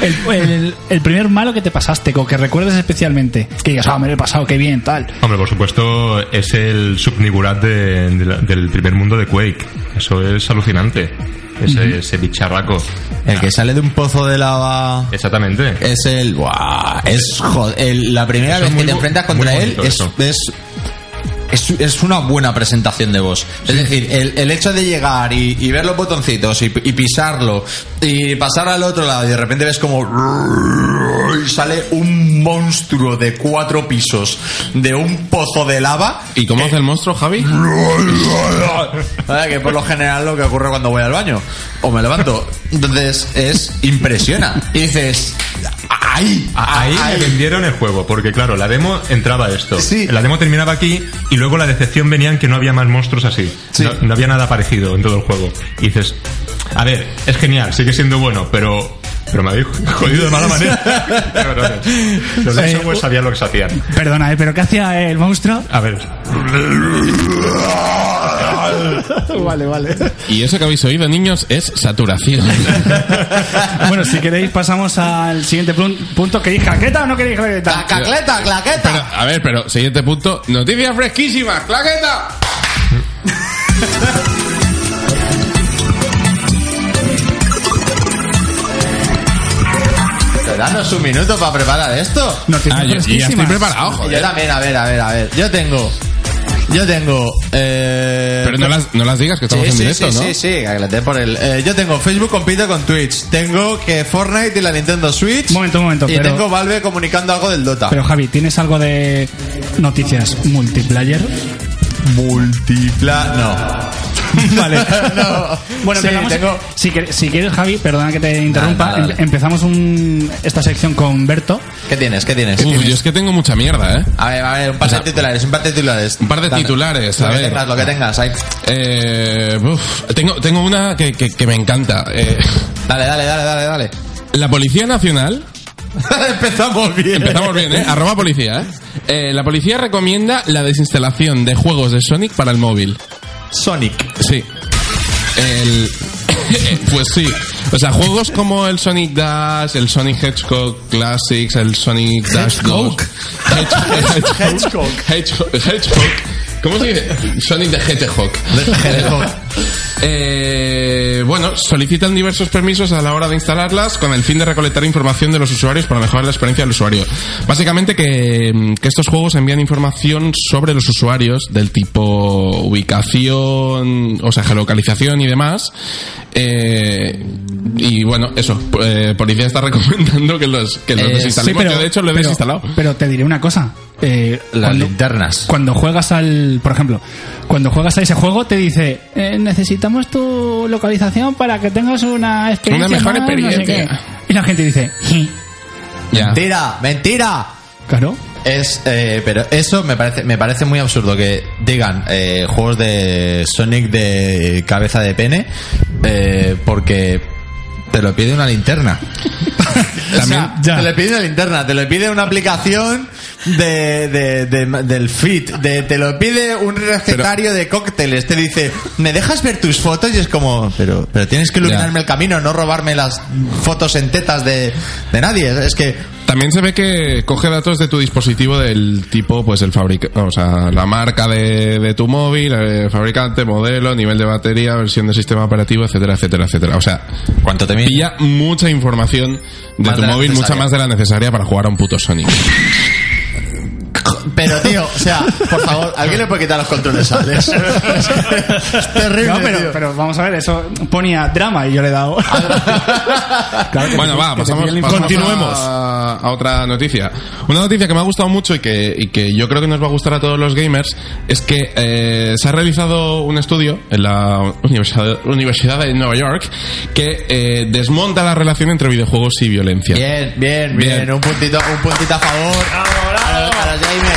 S1: El, el- el primer malo que te pasaste, o que recuerdes especialmente, que digas, ah, me lo he pasado, qué bien, tal.
S4: Hombre, por supuesto, es el subnigurat de- de la- del primer mundo de Quake. Eso es alucinante. Ese, ese bicharraco.
S3: el que sale de un pozo de lava
S4: Exactamente.
S3: es el buah, es jo- el- la primera
S4: Eso
S3: vez
S4: es
S3: que
S4: muy
S3: te
S4: bu-
S3: enfrentas contra
S4: muy
S3: él
S4: bonito
S3: es,
S4: eso.
S3: es es es una buena presentación de voz es decir el, el hecho de llegar y, y ver los botoncitos y, y pisarlo y pasar al otro lado y de repente ves como y sale un monstruo de cuatro pisos de un pozo de lava
S4: <laughs>
S2: ¿Y cómo hace el monstruo, Javi?
S3: Vaya, que por lo general lo que ocurre cuando voy al baño o me levanto. Entonces es impresiona. Y dices, ¡ay!
S4: Ahí me
S3: ¡ay!
S4: vendieron el juego, porque claro, la demo entraba esto.
S3: Sí.
S4: La demo terminaba aquí y luego la decepción venía en que no había más monstruos así.
S3: Sí.
S4: No, no había nada parecido en todo el juego. Y dices, a ver, es genial, sigue siendo bueno, pero... Pero me habéis <laughs> jodido de mala <laughs> manera. Cabrones. Los de
S1: Eh,
S4: Software sabían lo que se hacían.
S1: Perdona, ¿eh? pero ¿qué hacía el
S3: <laughs>
S1: monstruo?
S4: A ver,
S1: vale, vale.
S2: Y eso que habéis oído, niños, es saturación.
S1: Bueno, si queréis, pasamos al siguiente pun- punto que dije, ¿claqueta o no queréis
S3: ¡La
S1: claqueta?
S3: ¡Cacleta,
S2: Pero,
S3: claqueta!
S2: a ver, pero siguiente punto. Noticias fresquísimas, claqueta.
S3: Danos un minuto para preparar esto.
S1: Noticias
S2: Ah, yo- y ya estoy
S1: fresquísimas.
S2: preparado,
S3: Yo
S2: joder.
S3: también, a ver, a ver, a ver. Yo tengo. Yo tengo. Eh,
S2: Pero no las, no las digas que estamos
S3: sí,
S2: en
S3: sí,
S2: directo,
S3: sí,
S2: ¿no?
S3: Sí, sí, que la dé por el. eh, yo tengo Facebook compite con Twitch. Tengo que Fortnite y la Nintendo Switch.
S1: Momento, momento,
S3: Y
S1: pero-
S3: tengo Valve comunicando algo del Dota.
S1: Pero Javi, ¿tienes algo de noticias
S3: <laughs>
S1: multiplayer?
S3: Multipla. No.
S1: Vale.
S3: <laughs> No.
S1: Bueno,
S3: Sí,
S1: empezamos.
S3: tengo-
S1: Si, quer- si quieres, Javi, perdona que te interrumpa.
S3: nada, dale.
S1: em- Empezamos un- esta sección con Berto.
S3: ¿Qué tienes? ¿Qué tienes?
S2: Uf, yo es que tengo mucha mierda, ¿eh?
S3: A ver, a ver, un par de titulares, un par de titulares.
S2: un par de titulares,
S3: lo
S2: a
S3: que
S2: ver.
S3: Tengas, lo que tengas, ahí.
S2: Eh, uf, tengo, tengo una que, que, que me encanta. Eh,
S3: Dale, dale, dale, dale, dale.
S2: la Policía Nacional
S3: <laughs> Empezamos bien.
S2: Empezamos bien, ¿eh? Arroba policía, ¿eh? Eh, La policía recomienda la desinstalación de juegos de Sonic para el móvil.
S3: Sonic.
S2: Sí. El... <coughs> pues sí. O sea, juegos como el Sonic Dash, el Sonic Hedgehog Classics, el Sonic Dash 2. Hedge- Hedgehog. Hedgehog. Hedgehog. ¿Cómo se dice? Sonic de Hedgehog. Eh, bueno, solicitan diversos permisos a la hora de instalarlas con el fin de recolectar información de los usuarios para mejorar la experiencia del usuario. Básicamente que, mm, que estos juegos envían información sobre los usuarios del tipo ubicación, o sea, geolocalización y demás. Eh, y bueno, eso, eh, policía está <laughs> recomendando que los, que los
S3: Eh,
S2: desinstalemos. Yo de hecho lo he
S1: pero-
S2: desinstalado.
S1: Pero te diré una cosa. eh,
S3: Las
S1: cuando,
S3: linternas.
S1: cuando juegas al. Por ejemplo, cuando juegas a ese juego, te dice: eh, Necesitamos tu localización para que tengas una experiencia.
S2: Una mejor
S1: más, no sé
S2: experiencia.
S1: qué". y la gente dice: "Sí".
S2: Ya.
S3: Mentira, mentira.
S1: Claro.
S3: Es, eh, pero eso me parece, me parece muy absurdo que digan eh, juegos de Sonic de cabeza de pene eh, porque te lo pide una linterna. <laughs> O sea,
S1: ya.
S3: Te lo pide una linterna, te lo pide una aplicación de, de- de- del fit, de- te lo pide un recetario de cócteles, te dice, ¿me dejas ver tus fotos? Y es como, pero, pero tienes que iluminarme el camino, no robarme las fotos en tetas de, de nadie. Es que
S2: También se ve que coge datos de tu dispositivo del tipo, pues el fabricante, o sea, la marca de, de tu móvil, eh, fabricante, modelo, nivel de batería, versión de sistema operativo, etcétera, etcétera, etcétera. O sea,
S3: ¿Cuánto te mide?
S2: pilla mucha información de
S3: Más
S2: tu
S3: de la
S2: móvil, mucha
S3: necesaria.
S2: más de la necesaria para jugar a un puto Sonic.
S3: Pero tío, o sea, por favor, alguien le puede quitar los controles a
S1: <laughs>
S3: Alex. Es terrible.
S1: No, pero,
S3: tío.
S1: pero vamos a ver, eso ponía drama y yo le he dado.
S3: Ah,
S1: Claro que
S2: bueno,
S1: te-
S2: va,
S1: que te
S2: pasamos,
S1: piden la
S2: pasamos
S1: información.
S2: A, a otra noticia. Una noticia que me ha gustado mucho y que, y que yo creo que nos va a gustar a todos los gamers es que eh, se ha realizado un estudio en la Universidad, Universidad de Nueva York que eh, desmonta la relación entre videojuegos y violencia.
S3: Bien, bien, bien,
S2: Bien.
S3: Un puntito, un puntito a favor. A los, a los gamers.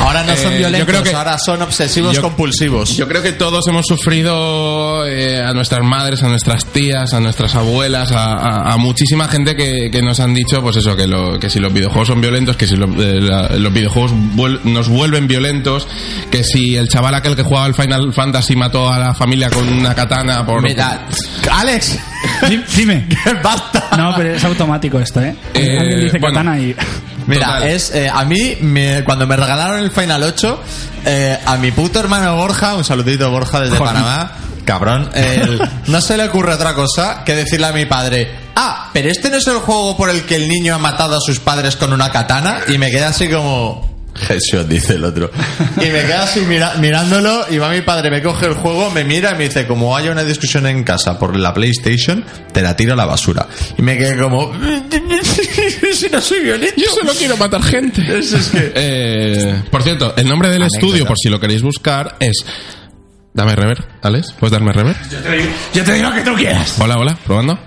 S3: Ahora no son
S2: Eh, yo
S3: violentos,
S2: creo que-
S3: ahora son obsesivos
S2: yo-
S3: compulsivos.
S2: Yo creo que todos hemos sufrido eh, a nuestras madres, a nuestras tías, a nuestras abuelas, a, a- a muchísima gente que, que nos han dicho, pues eso, que, lo, que si los videojuegos son violentos, que si lo- eh, la- los videojuegos vuel- nos vuelven violentos, que si el chaval aquel que jugaba al Final Fantasy mató a la familia con una katana por...
S3: Mira, Alex,
S1: <laughs>
S3: <laughs>
S1: Di- Dime.
S3: basta.
S1: No, pero es automático esto, ¿eh?
S2: Eh,
S1: Alguien dice
S2: bueno.
S1: katana y.
S3: Mira,
S2: Total.
S3: es eh, a mí me- cuando me regalaron el Final 8, eh, a mi puto hermano Borja, un saludito Borja desde Panamá, cabrón, el- no se le ocurre otra cosa que decirle a mi padre, ah, pero este no es el juego por el que el niño ha matado a sus padres con una katana y me queda así como... Jesús, dice el otro. Y me queda así mira- mirándolo y va mi padre, me coge el juego, me mira y me dice, como haya una discusión en casa por la PlayStation, te la tiro a la basura. Y me quedé como... <laughs> si no soy violento.
S2: Yo solo quiero matar
S5: <laughs>
S2: gente. Eh, por cierto, el nombre del
S3: Anécdota.
S2: estudio, por si lo queréis buscar, es... Dame rever, Alex. ¿Puedes darme rever?
S5: Yo te digo que tú quieras.
S2: Hola, hola, probando.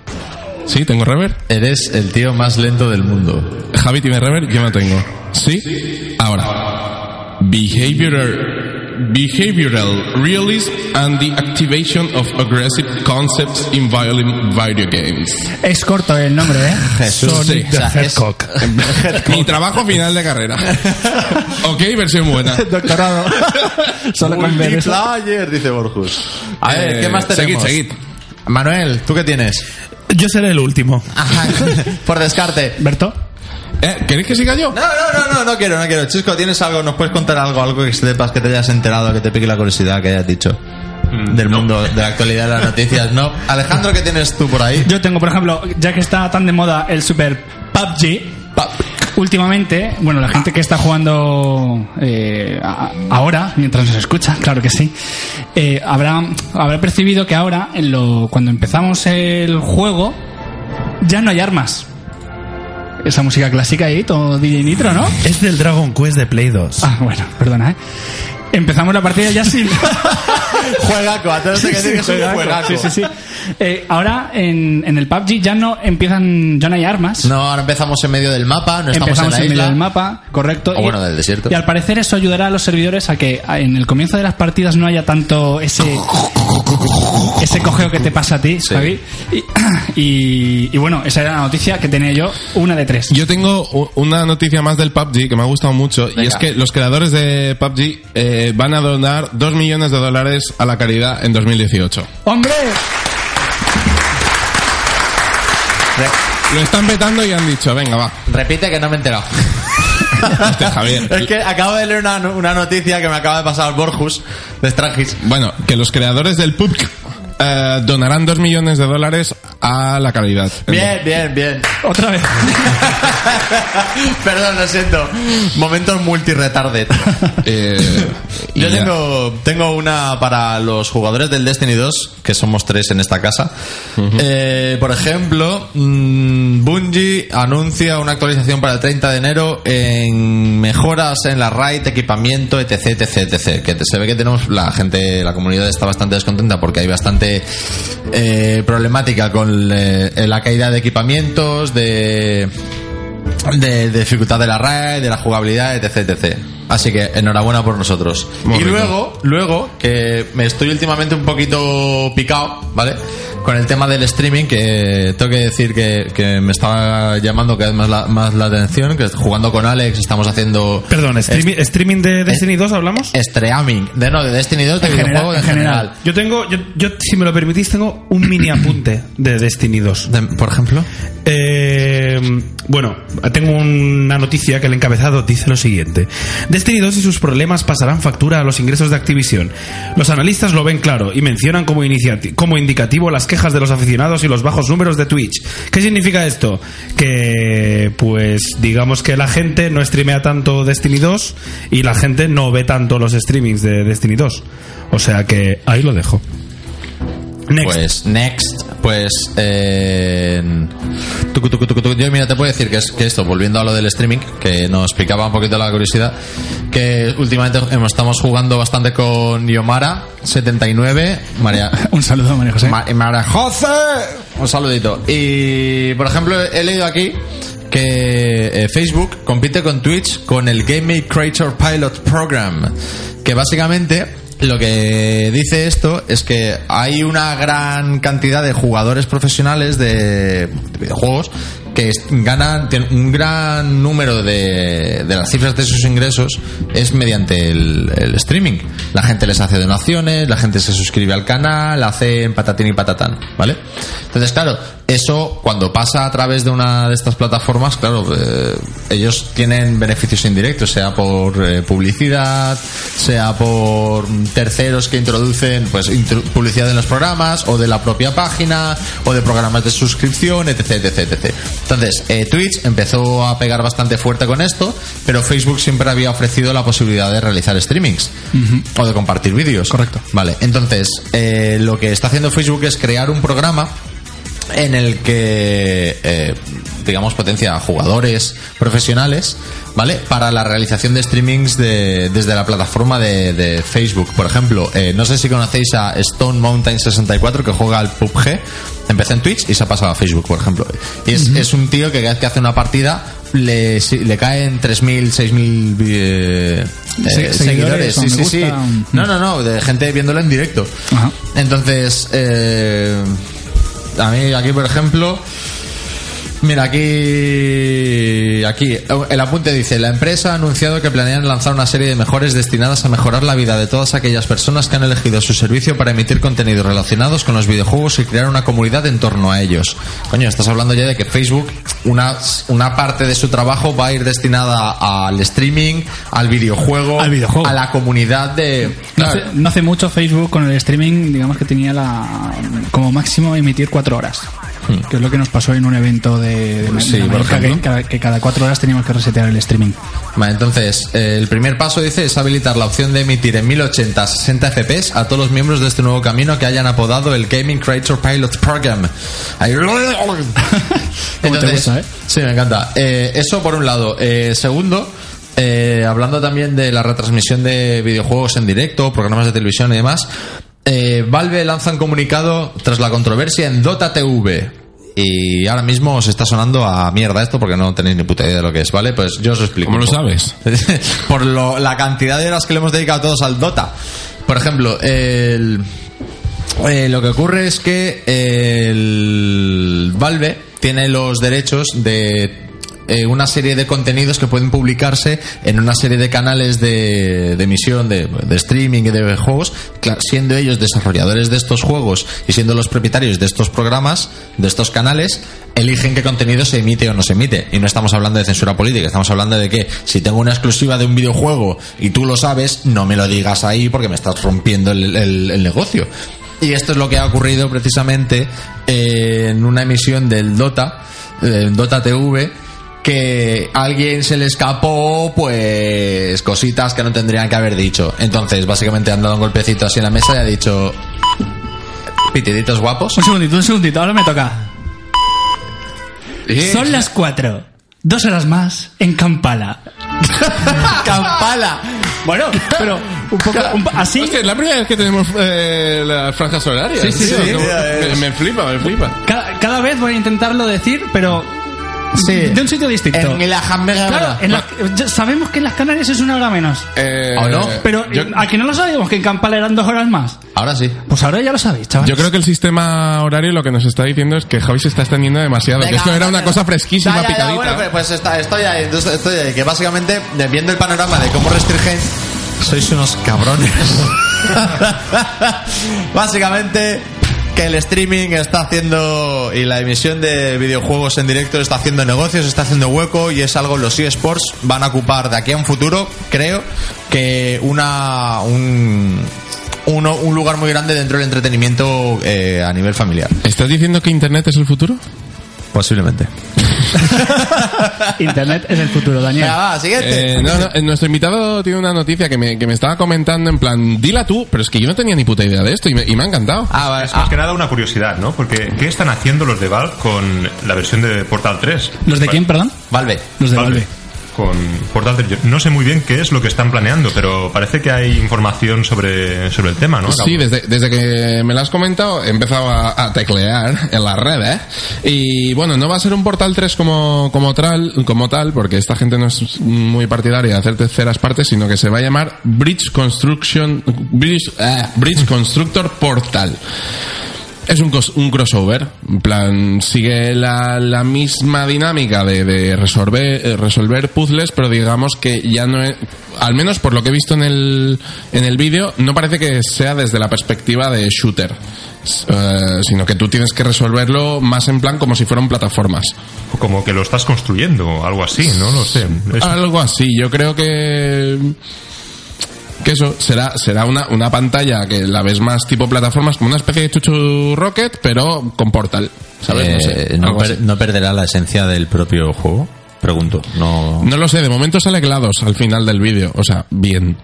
S2: Sí, tengo rever.
S3: Eres el tío más lento del mundo.
S2: Javi tiene rever, yo no tengo. ¿Sí? Ahora. Behavioral, behavioral realism and the activation of aggressive concepts in violent video games.
S1: Es corto el nombre, ¿eh?
S5: <laughs>
S3: Jesús,
S2: sí.
S1: the
S3: O sea, es-
S1: Hedgehog.
S2: <laughs> Mi trabajo final de carrera. Ok, versión buena.
S1: Doctorado. Solo con ver eso.
S3: Multiplayer, dice Borjus. A ver,
S2: Eh,
S3: ¿qué más tenemos?
S2: seguid, seguid.
S3: Manuel, ¿tú qué tienes?
S5: Yo seré el último.
S3: Ajá, <laughs> por descarte.
S1: ¿Berto?
S2: Eh, ¿Queréis que siga yo?
S3: No, no, no, no, no quiero, no quiero. Chisco, ¿tienes algo? ¿Nos puedes contar algo? Algo que sepas que te hayas enterado, que te pique la curiosidad que hayas dicho. del mundo, de la actualidad de las noticias, ¿no? Alejandro, ¿qué tienes tú por <laughs> ahí?
S1: Yo tengo, por ejemplo, ya que está tan de moda el super PUBG, últimamente, bueno, la gente que está jugando eh, a- ahora, mientras nos escucha, claro que sí, eh, habrá, habrá percibido que ahora, en lo, cuando empezamos el juego, ya no hay armas. Esa música clásica ahí, todo DJ Nitro, ¿no?
S5: <laughs> Es del Dragon Quest de Play 2.
S1: Ah, bueno, perdona, ¿eh? Empezamos la partida ya
S5: <laughs>
S1: sin...
S3: Juegaco, antes de que digas que es un juegaco.
S1: Sí, sí, sí. Eh, ahora en, en el PUBG ya no empiezan, ya no hay armas.
S3: No, ahora empezamos en medio del mapa, no estamos
S1: Empezamos
S3: en la
S1: en, medio
S3: isla.
S1: del mapa, correcto.
S3: O bueno, del desierto.
S1: Y al parecer eso ayudará a los servidores a que a- en el comienzo de las partidas no haya tanto ese ese cojeo que te pasa a ti, Javi. Y, <clears throat> y- y bueno, esa era la noticia que tenía yo, una de tres.
S2: Yo tengo u- una noticia más del PUBG que me ha gustado mucho y es que los creadores de PUBG eh, van a donar 2 millones de dólares a la caridad en 2018.
S1: ¡Hombre!
S2: Lo están vetando y han dicho, venga, va.
S3: Repite que no me he enterado.
S2: Este Javier.
S3: <laughs> Es que acabo de leer una, una noticia que me acaba de pasar Borjus de Strangis.
S2: Bueno, que los creadores del PUBG eh, donarán 2 millones de dólares a la caridad.
S3: Bien, bien, bien. <laughs>
S1: Otra vez.
S3: Perdón, lo siento. Momentos multiretarded.
S2: Eh, y
S3: Yo
S2: ya.
S3: tengo, tengo una para los jugadores del Destiny 2, que somos tres en esta casa. Eh, por ejemplo, mm, Bungie anuncia una actualización para el 30 de enero en mejoras en la raid, equipamiento, etc, etc, etc. Que te- se ve que tenemos la gente, la comunidad está bastante descontenta porque hay bastante eh, problemática con eh, la caída de equipamientos, de de, de dificultad de la red, de la jugabilidad, etc, etc. Así que enhorabuena por nosotros.
S2: Muy
S3: y
S2: rico.
S3: luego, luego, que me estoy últimamente un poquito picado, ¿vale? Con el tema del streaming, que tengo que decir que, que me estaba llamando cada vez más la, más la atención, que jugando con Alex estamos haciendo...
S5: Perdón, streaming, streaming de Destiny 2 hablamos.
S3: Streaming, de no, de Destiny 2, de
S1: En general,
S3: videojuegos en
S1: en
S3: general.
S1: general.
S5: Yo tengo, yo, yo, si me lo permitís, tengo un mini apunte de Destiny 2.
S3: De- por ejemplo.
S5: Eh, bueno, tengo una noticia que el encabezado dice lo siguiente. Destiny 2 y sus problemas pasarán factura a los ingresos de Activision. Los analistas lo ven claro y mencionan como, iniciati- como indicativo las quejas de los aficionados y los bajos números de Twitch. ¿Qué significa esto? Que pues digamos que la gente no streamea tanto Destiny 2 y la gente no ve tanto los streamings de Destiny 2. O sea que ahí lo dejo. Next.
S3: Pues next, pues eh, tucu, tucu, tucu, tucu. yo mira te puedo decir que es que esto volviendo a lo del streaming que nos picaba un poquito la curiosidad que últimamente hemos- estamos jugando bastante con Yomara 79 María
S1: <laughs> Un saludo, María José.
S3: Ma- María José un saludito y por ejemplo he leído aquí que eh, Facebook compite con Twitch con el Game Creator Pilot Program que básicamente lo que dice esto es que hay una gran cantidad de jugadores profesionales de, de videojuegos que es- ganan tienen un gran número de, de las cifras de sus ingresos es mediante el, el streaming. La gente les hace donaciones, la gente se suscribe al canal, hacen patatín y patatán, ¿vale? Entonces, claro, eso cuando pasa a través de una de estas plataformas, claro, eh, ellos tienen beneficios indirectos, sea por eh, publicidad, sea por terceros que introducen pues intru- publicidad en los programas o de la propia página o de programas de suscripción, etc, etc, etc. Entonces, eh, Twitch empezó a pegar bastante fuerte con esto, pero Facebook siempre había ofrecido la posibilidad de realizar streamings o de compartir vídeos. Correcto. Vale, entonces, eh, lo que está haciendo Facebook es crear un programa en el que eh, digamos potencia a jugadores profesionales vale para la realización de streamings de- desde la plataforma de, de Facebook por ejemplo eh, no sé si conocéis a Stone Mountain 64 que juega al PUBG empezó en Twitch y se ha pasado a Facebook por ejemplo y es, es un tío que cada vez que hace una partida le, si- le caen 3.000 6.000 eh, eh,
S1: Se-
S3: seguidores,
S1: seguidores, o
S3: sí,
S1: me
S3: sí, sí.
S1: gusta, o-
S3: no no no de gente viéndolo en directo
S1: Ajá.
S3: entonces, eh, a mí aquí, por ejemplo, Mira, aquí. Aquí. El apunte dice: La empresa ha anunciado que planean lanzar una serie de mejores destinadas a mejorar la vida de todas aquellas personas que han elegido su servicio para emitir contenidos relacionados con los videojuegos y crear una comunidad en torno a ellos. Coño, estás hablando ya de que Facebook, una, una parte de su trabajo va a ir destinada al streaming, al videojuego,
S1: Al videojuego.
S3: a la comunidad de.
S1: No hace, no hace mucho Facebook con el streaming, digamos que tenía la como máximo emitir cuatro horas. Que es lo que nos pasó en un evento de, de
S3: Sí, por
S1: Menorca, que,
S3: ejemplo.
S1: cada- que cada cuatro horas teníamos que resetear el streaming.
S3: Vale, entonces, eh, el primer paso dice es habilitar la opción de emitir en 1080 a 60 FPS a todos los miembros de este nuevo camino que hayan apodado el Gaming Creator Pilot Program.
S1: <laughs>
S3: Ahí- <laughs> Entonces,
S1: gusta, eh?
S3: Sí, me encanta. Eh, eso por un lado. Eh, segundo, eh, hablando también de la retransmisión de videojuegos en directo, programas de televisión y demás, eh, Valve lanza un comunicado tras la controversia en Dota TV. Y ahora mismo os está sonando a mierda esto porque no tenéis ni puta idea de lo que es, ¿vale? Pues yo os explico.
S2: ¿Cómo lo
S3: un poco.
S2: sabes?
S3: <laughs> por lo- la cantidad de horas que le hemos dedicado todos al Dota. Por ejemplo, el, eh, lo que ocurre es que eh, el Valve tiene los derechos de eh, una serie de contenidos que pueden publicarse en una serie de canales de, de emisión, de, de streaming y de juegos, cla- siendo ellos desarrolladores de estos juegos y siendo los propietarios de estos programas, de estos canales, eligen qué contenido se emite o no se emite. Y no estamos hablando de censura política, estamos hablando de que si tengo una exclusiva de un videojuego y tú lo sabes, no me lo digas ahí porque me estás rompiendo el- el- el negocio. Y esto es lo que ha ocurrido precisamente eh, en una emisión del Dota, eh, Dota TV, que a alguien se le escapó, pues, cositas que no tendrían que haber dicho. Entonces, básicamente han dado un golpecito así en la mesa y ha dicho, pitiditos guapos.
S1: Un segundito, un segundito, ahora me toca. Son las cuatro. Dos horas más en Kampala.
S3: <laughs> ¡Campala!
S1: Bueno, pero un poco un po- así.
S2: Hostia, es la primera vez que tenemos eh, las franjas horarias.
S1: Sí, sí,
S2: tío.
S1: sí.
S2: Como- Me, me flipa, me flipa.
S1: Cada, cada vez voy a intentarlo decir, pero de un sitio distinto.
S3: En la Jamaica,
S1: Claro, en las- ya sabemos que en las Canarias es una hora menos.
S2: Eh,
S3: ¿O no?
S1: Pero
S2: yo-
S1: a que no lo sabíamos que en Kampala eran dos horas más.
S3: Ahora sí.
S1: Pues ahora ya lo sabéis, chaval.
S2: Yo creo que el sistema horario lo que nos está diciendo es que Javi se está extendiendo demasiado. que
S3: Venga,
S2: esto era
S3: venga.
S2: una cosa fresquísima,
S3: Ya, ya, ya,
S2: picadita.
S3: bueno, pero pues está- estoy ahí, entonces estoy ahí, que básicamente, eh, viendo el panorama de cómo restringen, sois unos cabrones. <laughs> básicamente, que el streaming está haciendo, y la emisión de videojuegos en directo está haciendo negocios, está haciendo hueco, y es algo, los eSports van a ocupar de aquí a un futuro, creo, que una, un... uno- un lugar muy grande dentro del entretenimiento eh, a nivel familiar.
S2: ¿Estás diciendo que Internet es el futuro?
S3: Posiblemente.
S1: Internet es el futuro, Daniel.
S3: Venga, va, siguiente.
S2: Eh, no, no, eh, nuestro invitado tiene una noticia que me, que me estaba comentando en plan, dila tú, pero es que yo no tenía ni puta idea de esto y me, y me ha encantado.
S3: Ah, vale.
S4: Es más que nada una curiosidad, ¿no? Porque ¿qué están haciendo los de Valve con la versión de Portal Pues, 3?
S1: ¿Los de
S4: Bueno,
S1: quién, perdón?
S3: Valve.
S1: Los de Valve.
S4: Con Portal 3. Yo no sé muy bien qué es lo que están planeando, pero parece que hay información sobre, sobre el tema, ¿no?
S2: Sí, desde, desde que me lo has comentado he empezado a, a teclear en la red, ¿eh? Y bueno, no va a ser un Portal 3 como, como, tal, como tal, porque esta gente no es muy partidaria de hacer terceras partes, sino que se va a llamar Bridge Construction... Bridge, eh, Bridge Constructor Portal. Es un, cos- un crossover, en plan, sigue la, la misma dinámica de, de resolver, eh, resolver puzzles, pero digamos que ya no es, al menos por lo que he visto en el, en el vídeo, no parece que sea desde la perspectiva de shooter, s- eh, sino que tú tienes que resolverlo más en plan como si fueran plataformas.
S4: Como que lo estás construyendo o algo así, ¿no? No sé. Es-
S2: Algo así, yo creo que que eso será será una, una pantalla que la ves más tipo plataformas como una especie de chuchu rocket pero con portal sabes no, sé,
S3: Eh, no
S2: algo
S3: per-
S2: así.
S3: no perderá la esencia del propio juego? Pregunto. No.
S2: No lo sé de momento sale glados al final del vídeo o sea bien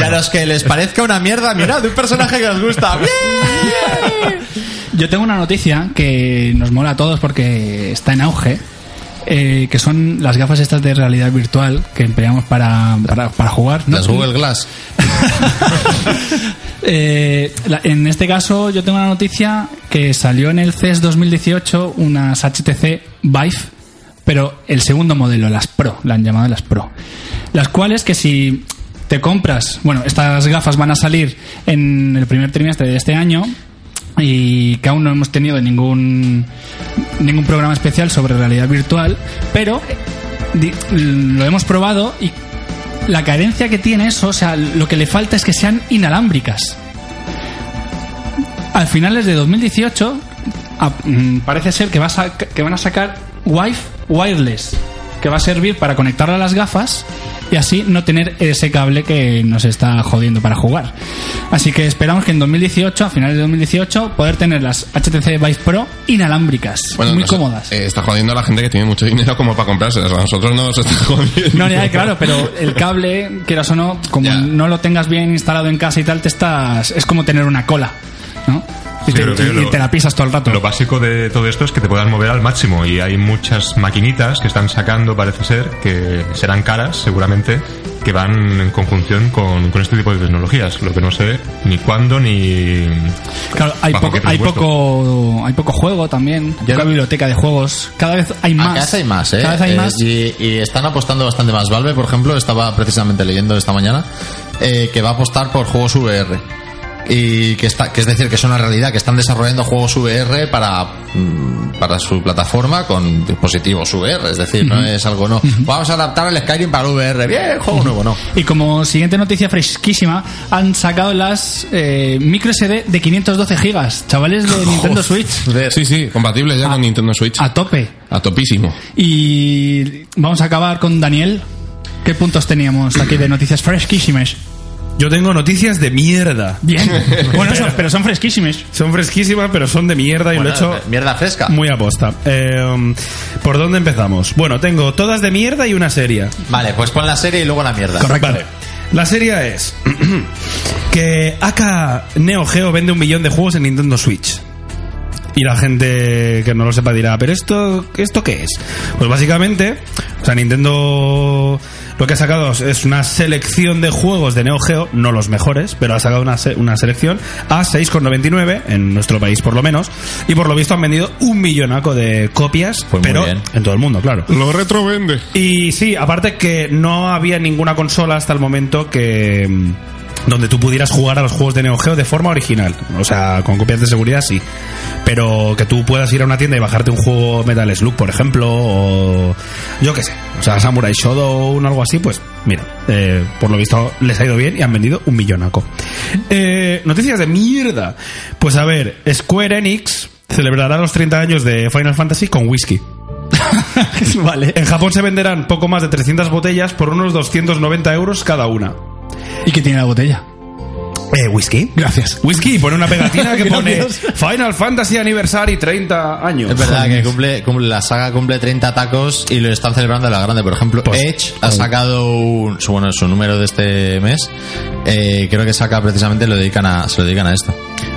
S3: Ya los que les parezca una mierda, mirad, un personaje que os <laughs> gusta. ¡Bien!
S1: Yo tengo una noticia que nos mola a todos porque está en auge. eh, que son las gafas estas de realidad virtual que empleamos para, para, para jugar. ¿no?
S3: Las Google Glass.
S1: Eh, la- en este caso, yo tengo una noticia que salió en el E CES 2018 unas HTC Vive, pero el segundo modelo, las Pro, la han llamado las Pro. Las cuales que si te compras, bueno, estas gafas van a salir en el primer trimestre de este año. y que aún no hemos tenido ningún ningún programa especial sobre realidad virtual, pero di- lo hemos probado y la carencia que tiene eso, o sea, lo que le falta es que sean inalámbricas. Al finales de 2018 a- mm, parece ser que, va a sa- que van a sacar Wi-Fi wireless, que va a servir para conectarlo a las gafas y así no tener ese cable que nos está jodiendo para jugar. Así que esperamos que en 2018, a finales de 2018, poder tener las HTC Vive Pro inalámbricas,
S2: Bueno,
S1: muy
S2: no sé,
S1: cómodas.
S2: eh, está jodiendo a la gente que tiene mucho dinero como para comprárselas. A nosotros no nos está
S1: <laughs>
S2: jodiendo.
S1: No, ya, claro, pero el cable, quieras o no, como
S2: Ya.
S1: no lo tengas bien instalado en casa y tal, te estás. Es como tener una cola, ¿no? Y,
S4: Sí,
S1: te,
S4: creo que
S1: y- y
S4: lo-
S1: te la pisas todo el rato.
S4: Lo básico de todo esto es que te puedas mover al máximo y hay muchas maquinitas que están sacando, parece ser, que serán caras seguramente, que van en conjunción con, con este tipo de tecnologías. Lo que no sé ni cuándo ni...
S1: Claro, hay
S4: bajo
S1: poco,
S4: qué
S1: hay
S4: presupuesto.
S1: poco, hay poco juego también, poca biblioteca de juegos. Cada vez hay más.
S3: A casa hay más, ¿eh?
S1: Cada vez hay
S3: Eh,
S1: más.
S3: Y, y están apostando bastante más. Valve, por ejemplo, estaba precisamente leyendo esta mañana eh, que va a apostar por juegos VR. Y que, está, que es decir, que es una realidad, que están desarrollando juegos VR para, mm, para su plataforma con dispositivos VR. Es decir, no es algo no. Vamos a adaptar el Skyrim para VR. Bien, juego nuevo, no.
S1: Y como siguiente noticia fresquísima, han sacado las eh, micro SD de 512 gigas, chavales de Nintendo Switch,
S2: Sí, sí, compatible
S1: Ah.
S2: ya con Nintendo Switch.
S1: a tope.
S2: A topísimo.
S1: Y vamos a acabar con Daniel. ¿Qué puntos teníamos aquí de noticias fresquísimas?
S5: Yo tengo noticias de mierda.
S1: Bien. Bueno, son- pero son fresquísimas.
S5: Son fresquísimas, pero son de mierda y
S3: Bueno, eh,
S5: lo he hecho
S3: Mierda fresca.
S5: muy aposta. Eh, ¿Por dónde empezamos? Bueno, tengo todas de mierda y una seria.
S3: Vale, pues pon la serie y luego la mierda.
S5: Vale. La serie es <clears throat> que AK Neo Geo vende un millón de juegos en Nintendo Switch. Y la gente que no lo sepa dirá, ¿pero esto, esto qué es? Pues básicamente, o sea, Nintendo lo que ha sacado es una selección de juegos de Neo Geo, no los mejores, pero ha sacado una, se- una selección a 6,99, en nuestro país por lo menos, y por lo visto han vendido un millonaco de copias,
S3: Pues muy
S5: pero
S3: bien.
S5: en todo el mundo, claro.
S2: Lo <laughs> retrovende.
S5: Y sí, aparte que no había ninguna consola hasta el momento que mm, donde tú pudieras jugar a los juegos de Neo Geo de forma original, o sea, con copias de seguridad sí, pero que tú puedas ir a una tienda y bajarte un juego Metal Slug, por ejemplo, o yo qué sé, o sea, Samurai Shodown o algo así, pues mira, eh, por lo visto les ha ido bien y han vendido un millonaco. Eh, noticias de mierda. Pues a ver, Square Enix celebrará los 30 años de Final Fantasy con whisky. <laughs> Vale. En Japón se venderán poco más de 300 botellas por unos 290 euros cada una.
S1: ¿Y qué tiene la botella?
S5: Eh, whisky.
S1: Gracias.
S5: Whisky y pone una <laughs> pegatina que pone
S1: Gracias.
S5: Final Fantasy Anniversary 30 años.
S3: Es verdad
S1: Joder.
S3: que cumple, cumple- la saga cumple 30 tacos y lo están celebrando a la grande. Por ejemplo,
S5: Pues,
S3: Edge ha sacado un, su, bueno, su número de este mes. eh, creo que saca precisamente lo dedican a, se lo dedican a esto.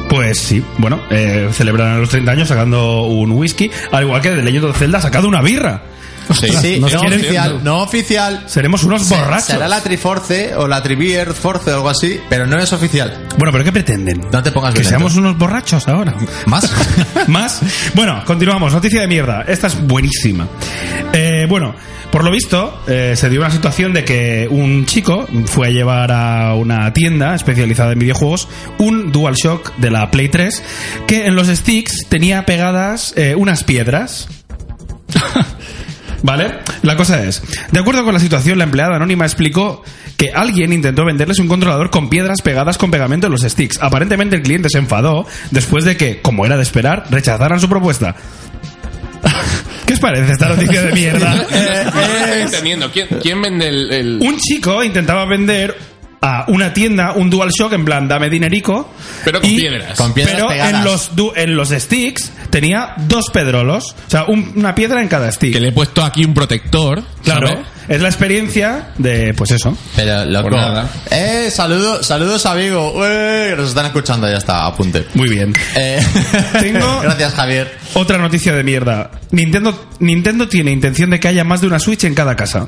S5: Pues sí, bueno, eh, celebrarán los 30 años sacando un whisky, al igual que The Legend of Zelda ha sacado una birra.
S3: Sí, no,
S5: no se quiere-
S3: oficial, no oficial.
S5: Seremos unos
S3: Se-
S5: borrachos.
S3: Será la Triforce o la Trivier Force o algo así, pero no es oficial.
S5: Bueno, pero ¿qué pretenden?
S3: No te pongas
S5: que
S3: violento.
S5: seamos unos borrachos ahora. <laughs>
S3: ¿Más?
S5: ¿Más? Bueno, continuamos. Noticia de mierda. Esta es buenísima. Eh, bueno, por lo visto, eh, se dio una situación de que un chico fue a llevar a una tienda especializada en videojuegos un DualShock de la Play 3 que en los sticks tenía pegadas eh, unas piedras. ¿Vale? La cosa es, de acuerdo con la situación, la empleada anónima explicó que alguien intentó venderles un controlador con piedras pegadas con pegamento en los sticks. Aparentemente el cliente se enfadó después de que, como era de esperar, rechazaran su propuesta. <laughs> ¿Qué os parece esta noticia
S2: <laughs>
S5: de mierda?
S2: entendiendo. ¿Quién, quién vende el, el-
S5: Un chico intentaba vender a una tienda un DualShock en plan dame dinerico
S2: Pero con
S5: y-
S2: piedras.
S3: Con piedras
S5: pero
S3: pegadas.
S5: en los du- en los sticks tenía dos pedrolos o sea un- una piedra en cada stick
S2: Que le he puesto aquí un protector.
S5: Claro,
S2: ¿sabes?
S5: es la experiencia de, pues eso.
S3: Pero loco.
S2: Por nada.
S3: Eh, saludo, saludos, amigo. Ué, que nos están escuchando, ya está, apunte.
S5: Muy bien.
S3: Eh,
S5: Tengo-
S3: <laughs> Gracias, Javier.
S5: Otra noticia de mierda. Nintendo, Nintendo tiene intención de que haya más de una Switch en cada casa.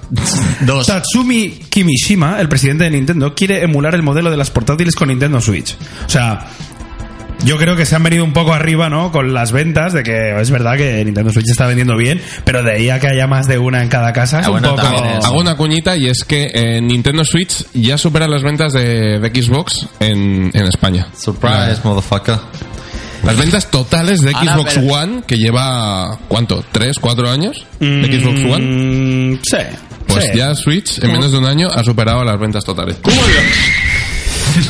S3: Dos.
S5: Tatsumi Kimishima, el presidente de Nintendo, quiere emular el modelo de las portátiles con Nintendo Switch. O sea, yo creo que se han venido un poco arriba, ¿no? Con las ventas, de que es verdad que Nintendo Switch está vendiendo bien, pero de ahí a que haya más de una en cada casa es
S3: Ah,
S5: un
S3: bueno,
S5: poco...
S3: también es.
S2: Hago una cuñita y es que eh, Nintendo Switch ya supera las ventas de, de Xbox en, en España.
S3: Surprise, motherfucker.
S2: Las ventas totales de
S3: Ahora,
S2: Xbox
S3: pero-
S2: One, que lleva, ¿cuánto? ¿Tres, cuatro años?
S5: Mm,
S2: De Xbox One.
S5: Sí.
S2: Pues
S5: sí.
S2: ya Switch, en menos de un año, ha superado las ventas totales.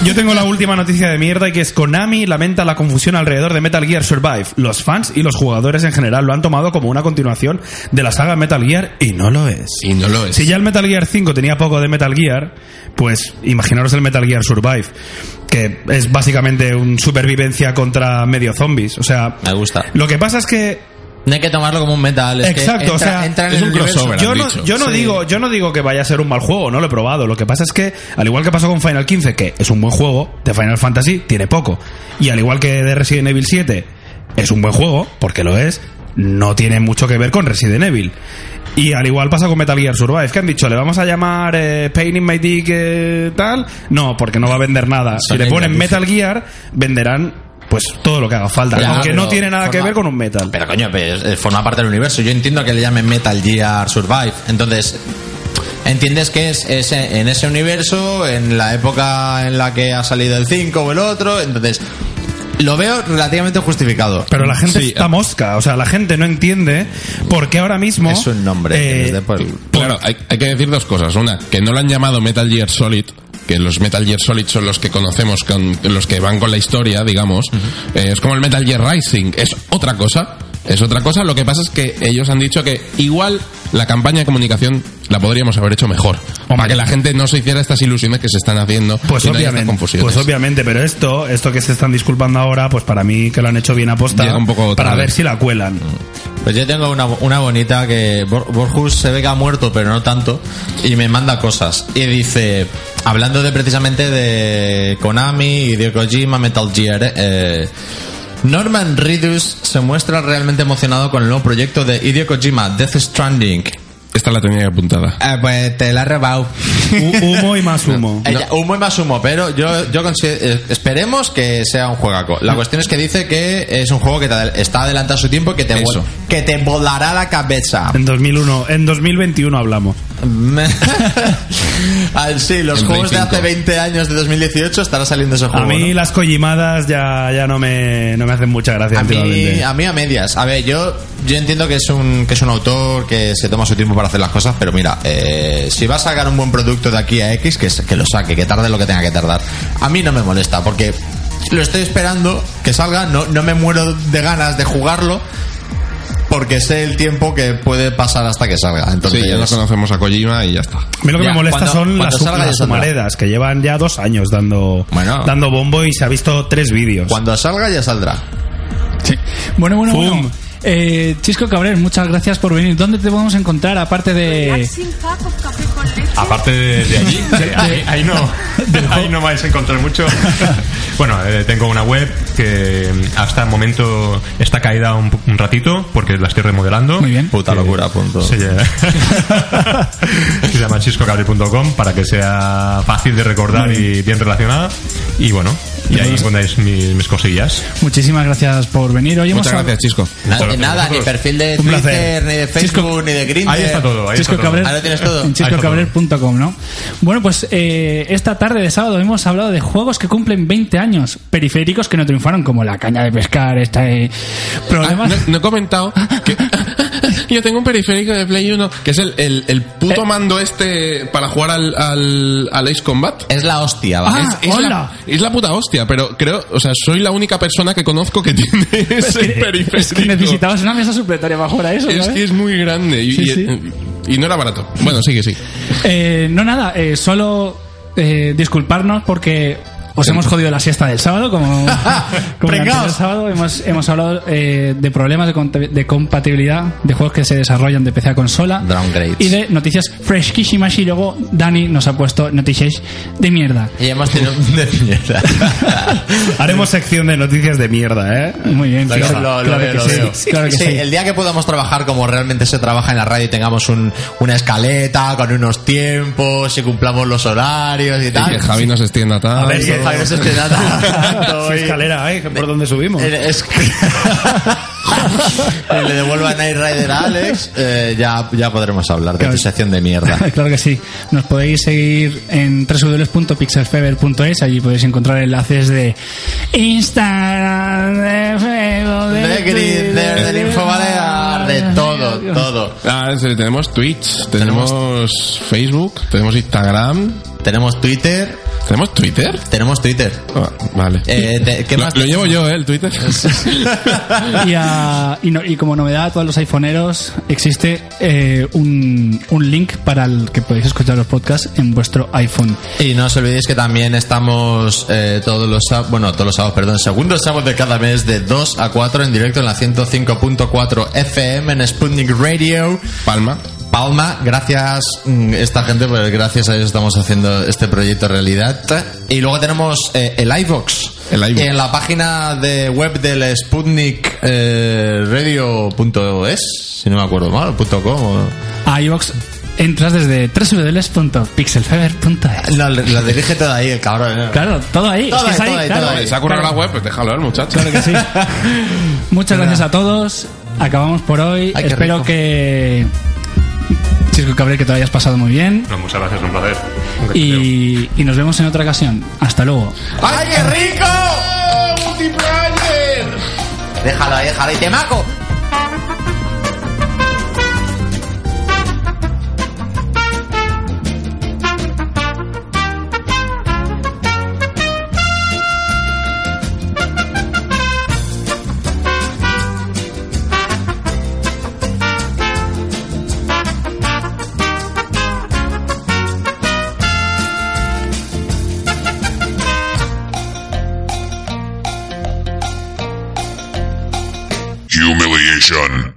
S5: Yo tengo la última noticia de mierda y que es Konami lamenta la confusión alrededor de Metal Gear Survive. Los fans y los jugadores en general lo han tomado como una continuación de la saga Metal Gear y no lo es.
S2: Y no lo es.
S5: Si ya el Metal Gear 5 tenía poco de Metal Gear, pues imaginaros el Metal Gear Survive, que es básicamente un supervivencia contra medio zombies. O sea,
S3: Me gusta.
S5: Lo que pasa es que
S3: No hay que tomarlo como un metal.
S4: Eh,
S3: es que
S5: Exacto, o
S3: entra-
S5: sea,
S3: entra en
S2: es
S3: el
S2: un
S3: universo.
S2: crossover.
S5: yo
S2: han
S5: no,
S2: dicho.
S5: yo no digo, yo no digo que vaya a ser un mal juego, no lo he probado. Lo que pasa es que, al igual que pasó con Final 15, que es un buen juego, de Final Fantasy tiene poco. Y al igual que de Resident Evil 7, es un buen juego, porque lo es, no tiene mucho que ver con Resident Evil. Y al igual pasa con Metal Gear Survive, que han dicho, le vamos a llamar eh, Pain in My Dick eh, tal. No, porque no va a vender nada. Si
S3: Son
S5: le ponen
S3: gratis.
S5: Metal Gear, venderán pues todo lo que haga falta,
S3: Ya,
S5: aunque no
S3: pero
S5: tiene nada que
S3: forma-
S5: ver con un metal.
S3: Pero coño, pero es- eh, forma parte del universo. Yo entiendo que le llamen Metal Gear Survive. Entonces, entiendes que es, es en ese universo, en la época en la que ha salido el 5 o el otro. Entonces, lo veo relativamente justificado.
S5: Pero la gente
S2: Sí,
S3: eh.
S5: está
S2: ah.
S5: mosca, o sea, la gente no entiende por qué ahora mismo.
S3: Es un nombre.
S5: eh,
S3: que es de por-
S2: Claro, hay, hay que decir dos cosas. Una, que no lo han llamado Metal Gear Solid, que los Metal Gear Solid son los que conocemos, con, los que van con la historia, digamos. Eh, es como el Metal Gear Rising, es otra cosa. Es otra cosa, lo que pasa es que ellos han dicho que igual la campaña de comunicación la podríamos haber hecho mejor. Para que la gente no se hiciera estas ilusiones que se están haciendo.
S5: Pues
S2: y no haya estas
S5: obviamente,
S2: confusiones.
S5: pues obviamente, pero esto, esto que se están disculpando ahora, pues para mí que lo han hecho bien aposta,
S2: Llega un poco
S5: para
S2: tarde.
S5: ver si la cuelan.
S3: Pues yo tengo una, una bonita que Bor- Borjus se ve que ha muerto, pero no tanto, y me manda cosas. Y dice, hablando de precisamente de Konami y de Kojima, Metal Gear, eh, Norman Reedus se muestra realmente emocionado con el nuevo proyecto de Hideo Kojima, Death Stranding.
S2: Esta la tenía apuntada.
S3: Eh, pues te la he robado.
S5: Hu- humo y más
S3: <laughs>
S5: humo.
S3: Eh, ya, humo y más humo, pero yo, yo consi- eh, esperemos que sea un juegaco. La cuestión es que dice que es un juego que te adel- está adelantado a su tiempo y que te, vol-
S2: Eso.
S3: que te volará la cabeza.
S5: En 2001, en 2021 hablamos.
S3: <laughs> Ah, sí, los
S2: En
S3: juegos de
S2: 25.
S3: hace 20 años de 2018 estará saliendo ese juego.
S5: A mí
S3: ¿no?
S5: las collimadas ya, ya no me, no me hacen mucha gracia
S3: a mí,
S5: últimamente.
S3: a mí a medias. A ver, yo, yo entiendo que es un que es un autor que se toma su tiempo para hacer las cosas, pero mira, eh, si va a sacar un buen producto de aquí a X, que, se- que lo saque, que tarde lo que tenga que tardar. A mí no me molesta, porque lo estoy esperando que salga, no, no me muero de ganas de jugarlo, porque sé el tiempo que puede pasar hasta que salga. Entonces,
S2: Sí, ya nos conocemos a Kojima y ya está.
S5: A mí lo que
S3: Ya,
S5: me molesta
S3: cuando-
S5: son
S3: cuando
S5: las,
S3: salga ya
S5: las
S3: saldrá.
S5: humaredas, que llevan ya dos años dando,
S3: Bueno.
S5: dando bombo y se ha visto tres vídeos.
S3: cuando salga ya saldrá.
S1: Sí. Bueno, bueno,
S5: Fum.
S1: bueno. Eh, Chisco Cabrera, muchas gracias por venir. ¿Dónde te podemos encontrar aparte de
S7: Relaxing cup of café con leche.
S4: Aparte de, <laughs> de allí, eh, ahí, ahí no, ahí no vais a encontrar <laughs> mucho. Bueno, eh, tengo una web que hasta el momento está caída un, un ratito porque la estoy remodelando.
S1: Muy bien.
S3: Puta
S4: Eh,
S3: locura, punto. <laughs>
S4: Se llama, <laughs> se llama chiscocable.com para que sea fácil de recordar y bien relacionada. Y bueno, y ahí encontráis mis, mis cosillas.
S1: Muchísimas gracias por venir. Hoy hemos
S2: Muchas
S1: hab-
S2: gracias, Chisco.
S3: Nada,
S4: Bueno,
S3: nada, ni
S4: nosotros-
S3: perfil de
S5: Un placer.
S3: Twitter, ni de Facebook,
S1: Chisco-
S3: ni de Grindr.
S4: Ahí está todo, ahí está
S1: Chisco
S4: todo.
S1: Cabrera.
S3: Ahí lo tienes todo.
S1: En chiscocabrer.com, ¿no? Bueno, pues eh, esta tarde de sábado hemos hablado de juegos que cumplen 20 años, periféricos que no triunfaron, como la caña de pescar, esta eh,
S2: Ah,
S1: problemas.
S2: no, no he comentado que yo tengo un periférico de Play 1 que es el, el, el puto
S1: Eh.
S2: mando este para jugar al, al, al Ace Combat.
S3: Es la hostia, ¿vale?
S1: Ah,
S2: es,
S1: hola.
S2: la, es la puta hostia, pero creo, o sea, soy la única persona que conozco que <laughs> tiene ese
S1: <laughs>
S2: periférico.
S1: es que necesitabas una mesa supletoria para jugar a eso,
S2: Es
S1: ¿sabes?
S2: que es muy grande y,
S1: Sí,
S2: y-
S1: sí.
S2: y no era barato. Bueno, sí que sí.
S1: Eh, no, nada, eh, solo eh, disculparnos porque os hemos jodido la siesta del sábado. Como, como el anterior sábado hemos, hemos hablado eh, de problemas de, conte- de compatibilidad de juegos que se desarrollan de PC a consola
S3: Downgrades.
S1: y de noticias fresquísimas. Y luego Dani nos ha puesto noticias de mierda.
S3: Y hemos tenido de mierda.
S5: Haremos sección de noticias de mierda, ¿eh?
S1: Muy bien,
S3: Lo-
S1: claro,
S3: lo- lo
S1: claro
S3: veo,
S1: que
S3: lo
S1: sí,
S3: veo.
S1: claro que
S3: Sí,
S1: sí.
S3: El día que podamos trabajar como realmente se trabaja en la radio y tengamos un- una escaleta con unos tiempos y cumplamos los horarios y
S2: Y
S3: tal.
S2: que Javi nos extienda
S3: Ah, A
S2: tal.
S3: ver, que Javi nos
S2: <laughs>
S3: esté dando-
S5: <laughs>
S3: dando
S5: Sí,
S3: y-
S5: escalera, ¿eh? ¿Por dónde subimos?
S3: El- es- <laughs> Que le devuelva a Night Rider a Alex, eh, ya, ya podremos hablar de tu sección
S1: <laughs>
S3: de mierda.
S1: Claro que sí. Nos podéis seguir en www.pixelfeber.es. Allí podéis encontrar enlaces de Instagram, de
S3: Gris, del, del Infovale, ah,
S1: <laughs>
S3: de todo, todo.
S2: Ah, en serio, tenemos Twitch, tenemos, Facebook, tenemos Instagram,
S3: Tenemos Twitter,
S2: tenemos Twitter.
S3: tenemos Twitter.
S2: Ah, vale.
S3: Eh, te- ¿Qué
S2: lo,
S3: más?
S2: lo llevo yo, ¿eh? El Twitter.
S1: Y, a- y no- y como novedad a todos los iPhoneros, existe eh, un, un link para el que podéis escuchar los podcasts en vuestro iPhone.
S3: Y no os olvidéis que también estamos eh, todos los sáb- bueno, todos los sábados, perdón, segundos sábados de cada mes de 2 a 4 en directo en la 105.4 FM en Sputnik Radio.
S2: Palma.
S3: Palma, gracias mm, esta gente, pues gracias a ellos estamos haciendo este proyecto realidad. Y luego tenemos eh, el iVox.
S2: El iVox.
S3: En la página de web del Sputnik eh, Radio.es, si no me acuerdo mal, punto .com. o-
S1: A iVox entras desde www.pixelfeber.es.
S3: No, la dirige toda ahí el cabrón. ¿eh?
S1: Claro, todo ahí.
S3: Todo
S1: es que es ahí,
S3: ahí, todo ahí,
S1: claro.
S3: todo ahí.
S2: Vale, se ha currado la web, pues déjalo al muchacho.
S1: Claro que sí. <laughs> Muchas gracias a todos. Acabamos por hoy.
S3: Ay, qué
S1: Espero
S3: rico.
S1: que. Chisco Cabrera, que te lo hayas pasado muy bien.
S4: No, muchas gracias, un placer. Un cachondeo.
S1: Y, y nos vemos en otra ocasión. Hasta luego.
S3: ¡Ay, qué rico! Déjalo ahí, déjalo ahí, te maco.
S8: Humiliation.